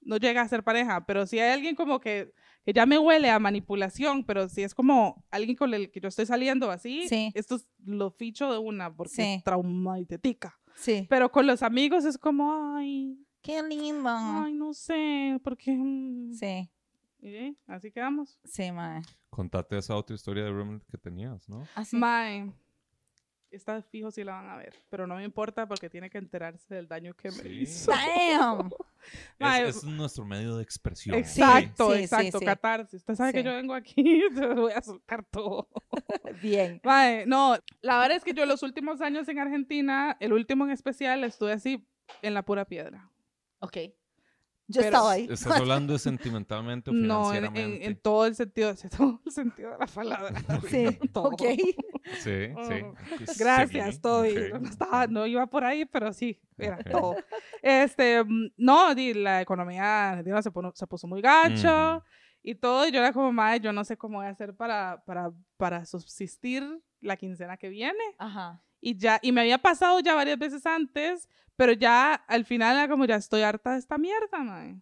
no llega a ser pareja, pero si hay alguien como que que ya me huele a manipulación, pero si es como alguien con el que yo estoy saliendo así,
Sí.
esto es lo ficho de una porque
Sí.
es trauma y te tica.
Sí.
Pero con los amigos es como ay,
Qué lindo.
ay, no sé, porque mm".
Ah. Sí,
Y, eh, así quedamos.
sí, ma.
Contate esa otra historia de Remnant que tenías, ¿no?
Así.
Mae, está fijo si la van a ver, pero no me importa porque tiene que enterarse del daño que me
Sí.
hizo. <laughs>
Damn.
Mae,
Es, es nuestro medio de expresión. ¿ok?
Exacto,
Sí, sí,
exacto,
sí.
catarsis. Usted sabe que
Sí.
yo vengo aquí, <laughs> yo voy a soltar todo.
Bien.
Mae, no, la verdad es que yo los últimos años en Argentina, el último en especial, estuve así en la pura piedra.
Ok. Yo
Pero-
estaba ahí.
¿Estás hablando de sentimentalmente o
No, en, en-
financieramente?
en todo el sentido, <laughs> en todo el sentido de la palabra. <laughs>
Sí,
Todo.
ok.
Sí,
Oh,
sí. Sí,
Gracias, todo. y <laughs>
ok.
No, estaba- no iba por ahí, pero sí, era
Ok.
todo. Este, mm, no, di, la economía argentina se, pono- se puso muy gacho
Ujú.
y todo. Y yo era como, madre, yo no sé cómo voy a hacer para, para, para subsistir la quincena que viene.
Ajá.
Y ya, y me había pasado ya varias veces antes, pero ya al final era como, ya estoy harta de esta mierda, madre.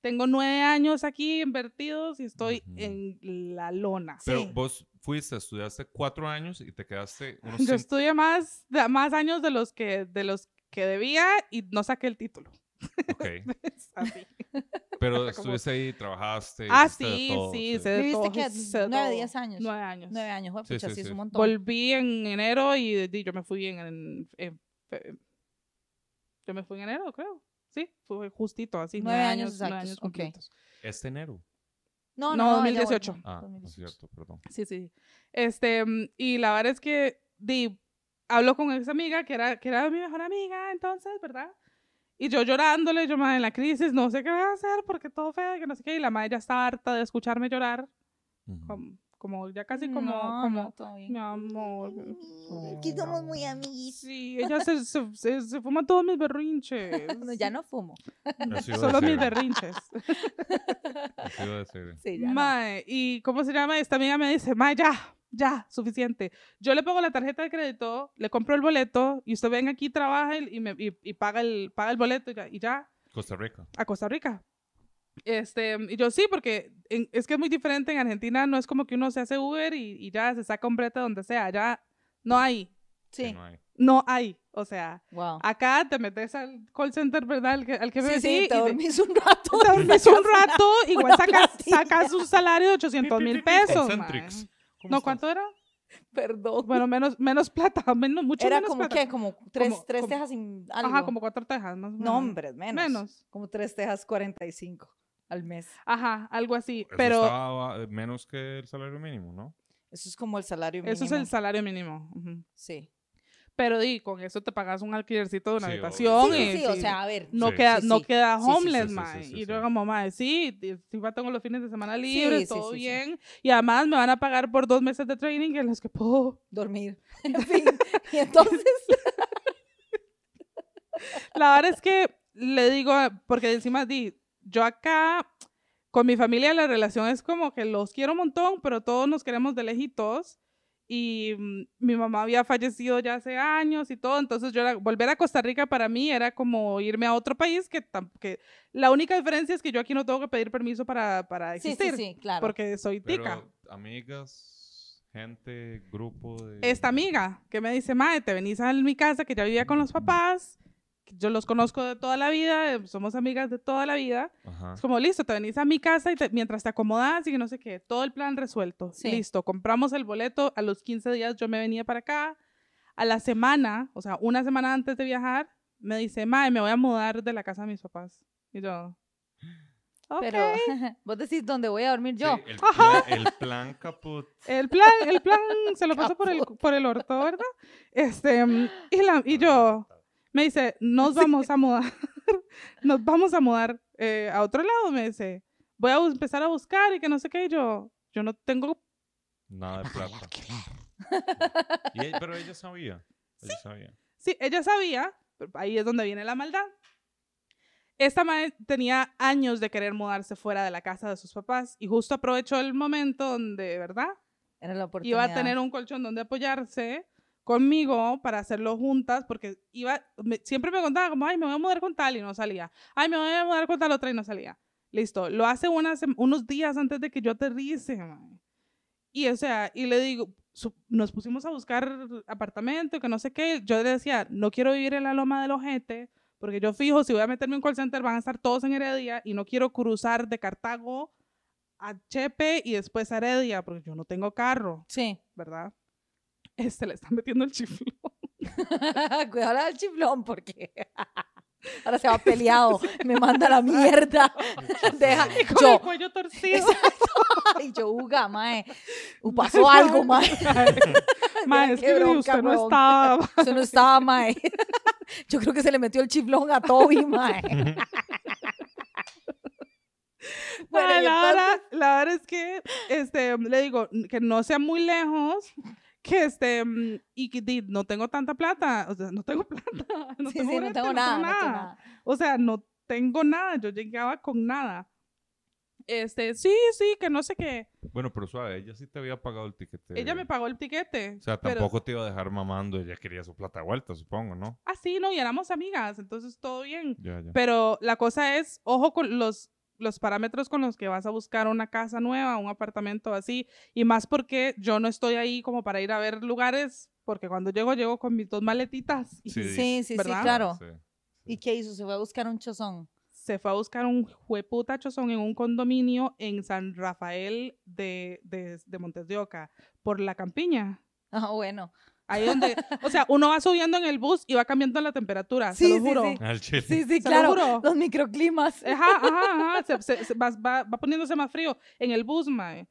Tengo nueve años aquí invertidos y estoy
Ujú.
en la lona.
Pero
Sí.
vos fuiste, estudiaste cuatro años y te quedaste unos
Yo
cinco.
estudié más, da- más años de los, que, de los que debía y no saqué el título. <laughs>
ok.
Es así.
Pero
Como-
estuviste ahí, trabajaste.
ah,
hiciste de
sí,
todo,
sí, sé de
¿Viviste
todo,
que
sé de
nueve,
todo.
diez años?
Nueve años.
Nueve años, fue
Sí,
pucha,
sí,
sí, es
sí.
un montón.
Volví en enero y, di, yo me fui en, en- en fe- Yo me fui en enero, creo. Sí, fue justito, así.
Nueve
Nueve, años,
años
nueve
exactos,
años
ok.
completos.
Este enero.
No,
No,
no, no, ella
2018.
volvió,
Ah, no
2018.
es cierto, perdón.
Sí, sí. Este, mm, y la verdad es que di, hablo con esa amiga que era, que era mi mejor amiga entonces, ¿verdad? Y yo llorándole, yo, madre, en la crisis, no sé qué voy a hacer porque todo feo, que no sé qué. Y la madre ya estaba harta de escucharme llorar,
Ujú.
como, como ya casi como,
No,
como Mm.
no, todo bien.
mi amor.
que somos muy amiguitos.
Sí, ella se, se, se- se fuma todos mis berrinches.
<laughs> No, ya no fumo.
<laughs>
Eso iba a
Solo mis
decir,
berrinches.
eso iba a decir.
Sí, ya no.
Mae, ¿y cómo se llama? Esta amiga me dice, Mae, ya, ya, suficiente. Yo le pongo la tarjeta de crédito, le compro el boleto y usted venga aquí, trabaja y, y me- y- y paga, el, paga el boleto y ya, y ya,
Costa Rica.
a Costa Rica. Este, y yo sí, porque en- es que es muy diferente en Argentina, no es como que uno se hace Uber y, y ya se saca un brete donde sea, ya no hay,
que
Sí.
no hay.
no hay. O sea,
Wow.
acá te metes al call center, ¿verdad? Al que, al que me
Sí,
decís
sí,
y
te
de-
dormís un rato.
te
<laughs>
dormís un rato, igual
una
sacas,
plantilla.
sacas un salario de 800 mil pesos.
Concentrix.
mae.
¿Cómo
No,
estás?
¿cuánto era?
Perdón.
Bueno, menos, menos plata, <laughs> menos, mucho
Era
menos
como
plata.
que, como tres,
Como-
tres
como-
tejas sin algo.
Ajá, como cuatro tejas, más o menos.
No, hombre, menos.
Menos.
Como tres tejas 45 al mes.
Ajá, algo así.
Eso
pero
estaba eh, menos que el salario mínimo, ¿no?
Eso es como el salario mínimo.
eso es el salario mínimo. ujú.
Sí.
Pero di, con eso te pagas un alquilercito de una
Sí,
habitación.
obvio.
y,
Sí, sí, o
sí,
sea, a ver.
No,
Sí.
queda,
Sí,
no
sí.
queda
Sí, sí, sí,
homeless,
sí,
mae.
sí, sí,
y
sí.
luego, mamá, sí, di- si va, tengo los fines de semana libres,
sí,
todo
sí, sí.
bien. Y además me van a pagar por dos meses de training en los que puedo
Dormir. <laughs> En fin. Y entonces.
La verdad es que le digo, a- porque encima di, yo acá con mi familia la relación es como que los quiero un montón, pero todos nos queremos de lejitos. Y mm, mi mamá había fallecido ya hace años y todo, entonces yo era- volver a Costa Rica para mí era como irme a otro país que, tam- que la única diferencia es que yo aquí no tengo que pedir permiso para, para
Sí,
existir,
sí, sí, claro.
porque soy tica.
Pero, amigas, gente, grupo de...
Esta amiga que me dice, madre, te venís a mi casa que ya vivía con los papás, que yo los conozco de toda la vida, eh, somos amigas de toda la vida.
Ajá.
Es como, listo, te venís a mi casa y te- mientras te acomodas y que no sé qué, todo el plan resuelto.
Sí.
Listo, compramos el boleto, a los 15 días yo me venía para acá. A la semana, o sea, una semana antes de viajar, me dice, madre, me voy a mudar de la casa de mis papás. Y yo, ok.
Pero <laughs> vos decís dónde voy a dormir yo.
Sí,
<laughs>
el, pla- el plan caput.
El plan, el plan se lo pasó por el, por el orto, ¿verdad? Este, mm, y, la- y yo me dice, nos vamos a mudar, <laughs> nos vamos a mudar eh, a otro lado, me dice, voy a bus- empezar a buscar y que no sé qué, y yo, yo no tengo,
Nada de plata. Y ella- pero ella sabía. Ella sabía.
sí, ella sabía, pero ahí es donde viene la maldad. Esta madre tenía años de querer mudarse fuera de la casa de sus papás y justo aprovechó el momento donde, ¿verdad?
Era la oportunidad.
iba a tener un colchón donde apoyarse conmigo para hacerlo juntas, porque iba, me- siempre me contaba como, ay, me voy a mudar con tal y no salía, ay, me voy a mudar con tal otra y no salía. Listo, lo hace unas sem- unos días antes de que yo aterrice, mae. Y o sea, y le digo, su- nos pusimos a buscar apartamento, que no sé qué, yo le decía, no quiero vivir en la loma del ojete, porque yo fijo, si voy a meterme en un call center, van a estar todos en Heredia y no quiero cruzar de Cartago a Chepe y después a Heredia, porque yo no tengo carro.
Sí.
¿verdad? Este le están metiendo el chiflón.
<laughs> Cuidado al chiflón porque <laughs> ahora se va peleado, me manda a la mierda. <laughs> Deja
Y con el
yo.
cuello torcido.
Exacto. Y yo, uga, mae.
<laughs>
u- Pasó algo, mae.
Mae,
Mira,
es
qué
que
bronca,
usted no
huevón. <laughs>
estaba.
Eso no estaba, mae. <laughs> Yo creo que se le metió el chiflón a Toby, <laughs> mae. Bueno,
Mae,
y
la,
entonces-
verdad, la verdad es que este, le digo que no sea muy lejos. Que este, mm, y que di, no tengo tanta plata, o sea, no tengo <laughs> plata, no,
Sí,
tengo
sí,
boleto,
no tengo nada, no tengo nada.
O sea, no tengo nada, yo llegaba con nada. Este, sí, sí, que no sé qué.
Bueno, pero suave, ella sí te había pagado el tiquete.
Ella me pagó el tiquete.
O sea,
pero-
tampoco te iba a dejar mamando. Ella quería su plata de vuelta, supongo, ¿no?
Ah, sí, no, y éramos amigas, entonces todo bien.
Ya, ya.
Pero la cosa es, ojo con los, los parámetros con los que vas a buscar una casa nueva, un apartamento así, y más porque yo no estoy ahí como para ir a ver lugares, porque cuando llego, llego con mis dos maletitas. Y
Sí. ah,
Sí, sí, sí,
¿Verdad?
claro.
Sí.
¿Y qué hizo? Se fue a buscar un chozón. <laughs>
Se fue a buscar un jueputa chozón en un condominio en San Rafael de, de, de Montes de Oca, por la campiña.
Ah, bueno.
Ahí donde, o sea, uno va subiendo en el bus y va cambiando la temperatura,
Sí,
se
sí,
lo juro.
sí.
Al chile.
Sí, sí,
Se lo
claro.
juro.
Los microclimas.
Ajá, ajá, ajá. Se, se- se- va, va- va poniéndose más frío en el bus, mae.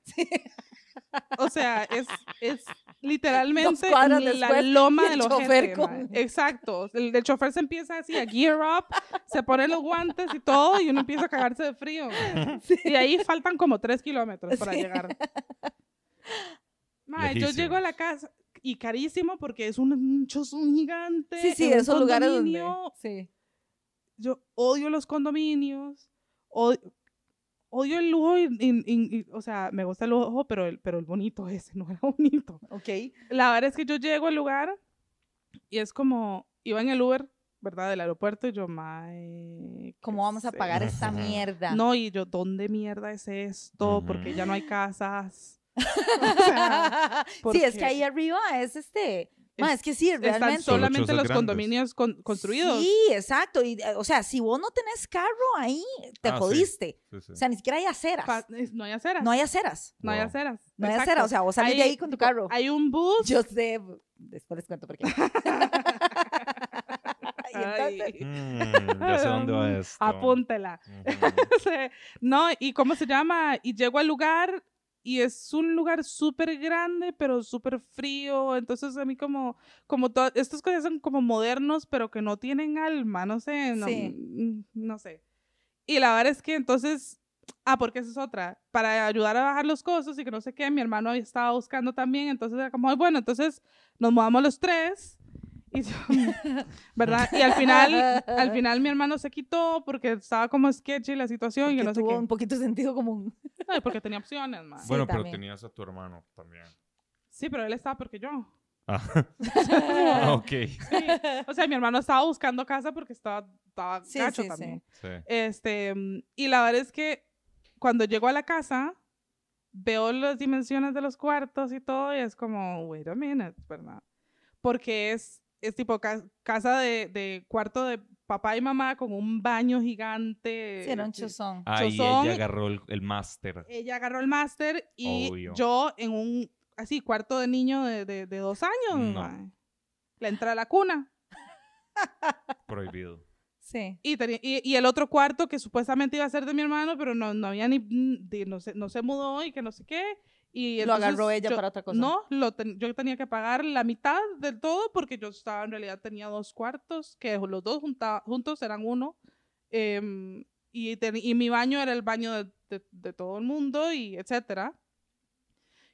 O sea, es, es literalmente
Dos cuadras
la
después,
loma
y el
de los
chofer
gente,
con-
mae. Exacto. El, el chofer se empieza así a gear up, se pone los guantes y todo, y uno empieza a cagarse de frío.
<laughs>
mae. Y ahí faltan como tres kilómetros para
Sí. <laughs>
llegar. Mae, yo
Lejísimos.
llego a la casa y carísimo porque es un, un chozón gigante.
Sí, sí,
en
de
un
esos lugares donde.
condominio
Sí.
yo odio los condominios, od- odio, el lujo, y- y- y- y- o sea, me gusta el lujo, pero el, pero el bonito ese no era <laughs> bonito.
Ok.
La verdad es que yo llego al lugar y es como, iba en el Uber, ¿verdad? Del aeropuerto y yo, mae.
¿Cómo
¿qué
vamos a
es
pagar
esto?
esta mierda?
esto?".
<laughs>
No, y yo, ¿dónde mierda es esto? Porque
Ujú.
ya no hay
<laughs>
casas. O sea,
sí, es que
porque-
ahí arriba es este. Ma,
Es-
es que sí,
están
<laughs> realmente.
sola-
solamente
Solo
los
chozas grandes.
condominios con- construidos.
Sí, exacto. Y, eh, o sea, si vos no tenés carro ahí, te
Ah, sí.
jodiste.
Sí, sí.
O sea, ni siquiera hay aceras.
Pa- es- no hay aceras.
no hay aceras.
no hay
Wow.
aceras.
No hay
exacto.
aceras. O sea, vos salís de
Hay-
ahí con tu carro.
Hay un
<laughs>
bus.
Yo sé. Después les cuento por qué. Y entonces-
Ay.
Mm, yo sé dónde
<laughs>
va esto.
Apúntela. <laughs>
Ujú.
no, ¿y cómo se llama? Y llego al lugar y es un lugar súper grande, pero súper frío. Entonces a mí como, como to- estas cosas son como modernos, pero que no tienen alma, no sé, no,
Sí.
mm, no sé. Y la verdad es que entonces, ah, porque esa es otra, para ayudar a bajar los costos y que no sé qué, mi hermano ahí estaba buscando también, entonces era como, "Ay, bueno, entonces nos mudamos los tres. Y yo, <laughs> ¿verdad? Y al final, al
<laughs>
final mi hermano se quitó porque estaba como sketchy la situación y
porque
que no sé
tuvo
qué.
un poquito de sentido común.
Ay, porque tenía opciones, más.
Bueno, pero
también.
tenías a tu hermano
<laughs>
también.
Sí, pero él estaba porque yo.
Ah, ah, <laughs> ok.
<laughs> Sí. O sea, mi hermano estaba buscando casa porque estaba, estaba
Sí,
gacho
sí, sí.
también.
Sí.
Este, mm, y la verdad es que cuando llego a la casa, veo las dimensiones de los cuartos y todo, y es como, wait a minute, ¿verdad? Porque es, es tipo ca- casa de, de cuarto de papá y mamá con un baño gigante.
Sí, era un
Sí.
chuzón.
Ahí
Chozón.
ella agarró el, el máster.
Ella agarró el máster y
Obvio.
yo en un, así, cuarto de niño de, de- de dos años,
No.
mae. le entré a la cuna.
Prohibido.
Sí.
Y, tenía- y, y el otro cuarto que supuestamente iba a ser de mi hermano, pero no, no había ni, de- no, se, no se mudó y que no sé qué. Y
Lo
entonces
agarró ella
yo-
para otra cosa.
No, lo ten- yo tenía que pagar la mitad del todo porque yo estaba, en realidad tenía dos cuartos, que los dos junta- juntos eran uno. em, y, ten- y mi baño era el baño de, de- de todo el mundo y etcétera.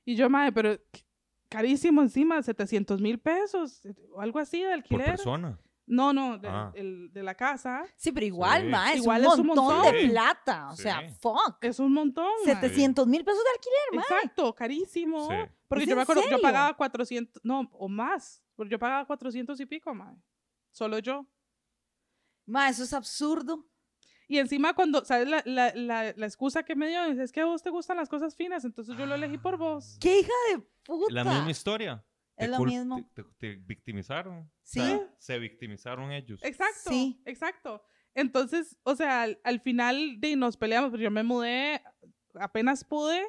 Y yo, madre, pero qué- carísimo encima, 700 mil pesos o algo así de
Por
alquiler.
persona.
No, no, de,
Ah.
el- de la casa.
Sí, pero igual,
Sí.
ma, Ah, es,
Igual
un, montón de
Sí.
plata. O
Sí.
sea, fuck.
Es un montón. mae.
700 mil pesos de alquiler.
Exacto, carísimo.
Sí.
Porque
¿Es
yo
en
me acuerdo, yo
serio?
pagaba 400, no, o más. Porque yo pagaba 400 y pico, mae. Solo yo.
Ma, eso es absurdo.
Y encima cuando, ¿sabes? La, la, la, la excusa que me dio es, es que a vos te gustan las cosas finas, entonces yo lo elegí por vos.
¡Qué hija de puta!
La misma historia.
Es
Te
lo
cul-
mismo.
Te, te- te victimizaron.
Sí.
O sea, se victimizaron ellos.
Exacto,
Sí.
exacto. Entonces, o sea, al, al final de nos peleamos, pero yo me mudé, apenas pude,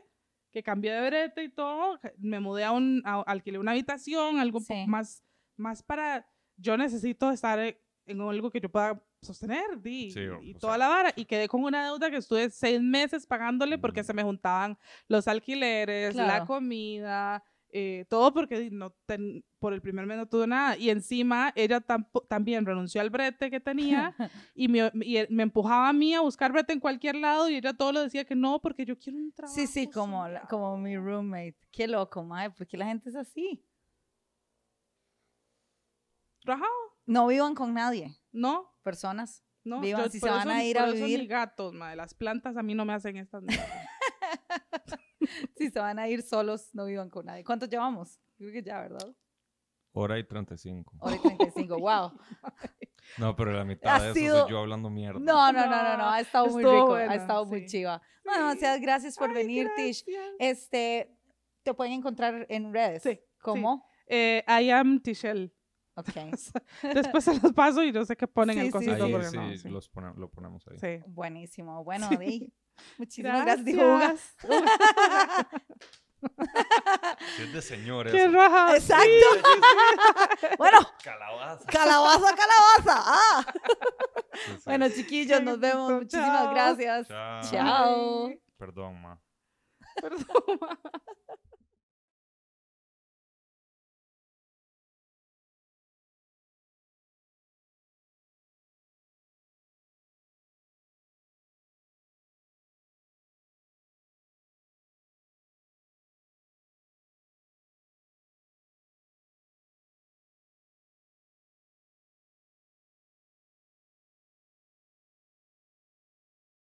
que cambié de brete y todo, me mudé a un, a- alquilé una habitación, algo un poco
Sí.
más, más para, yo necesito estar e- en algo que yo pueda sostener, di,
Sí, o-
y
o
toda
sea.
la vara, y quedé con una deuda que estuve seis meses pagándole porque
Mm.
se me juntaban los alquileres, la
Claro.
comida, eh, todo porque di- no ten- por el primer mes no tuve nada. Y encima ella tampo- también renunció al brete que
<laughs>
tenía y, me, y él- me empujaba a mí a buscar brete en cualquier lado y ella todo lo decía que no porque yo quiero un trabajo.
Sí, sí, como, la-
soñado".
como mi roommate. Qué loco, madre, ¿por qué la gente es así?
Ajá,
No vivan con nadie,
No,
personas. <laughs>
no.
Vivan, si se van a ir
por
a
eso ni
vivir.
gatos, madre. Las plantas a mí no me hacen
<laughs>
estas mierdas.
Si se van a ir solos, no vivan con nadie. ¿Cuánto llevamos? Creo que ya, ¿verdad?
Hora y 35.
<laughs> Hora y 35, wow.
No, pero la mitad
Ha
de eso
sido-
soy yo hablando mierda.
No, no, no, no, no,
No,
ha estado muy
estuvo
rico,
bueno,
ha estado muy
sí.
chiva. No, demasiadas gracias por
Ay,
venir, Tish.
gracias.
Este, te pueden encontrar en redes.
Sí, sí.
¿Cómo?
Eh, I am Tichelle.
<laughs> Ok,
Después se los paso y yo sé que ponen
Sí,
el
sí,
cosito
Ahí
porque
sí,
no. Sí.
los pone- lo ponemos ahí.
sí.
buenísimo. Bueno, Di, muchísimas gracias, dijo Uga.
Sí, es de señores.
¡Qué raja!
Exacto. bueno,
<laughs> Calabaza.
calabaza, calabaza. Ah.
Sí, sí.
Bueno, chiquillos, nos vemos.
Perfecto,
Muchísimas
chao.
gracias.
Chao.
Chao.
Ay.
Perdón, ma.
Perdón, ma.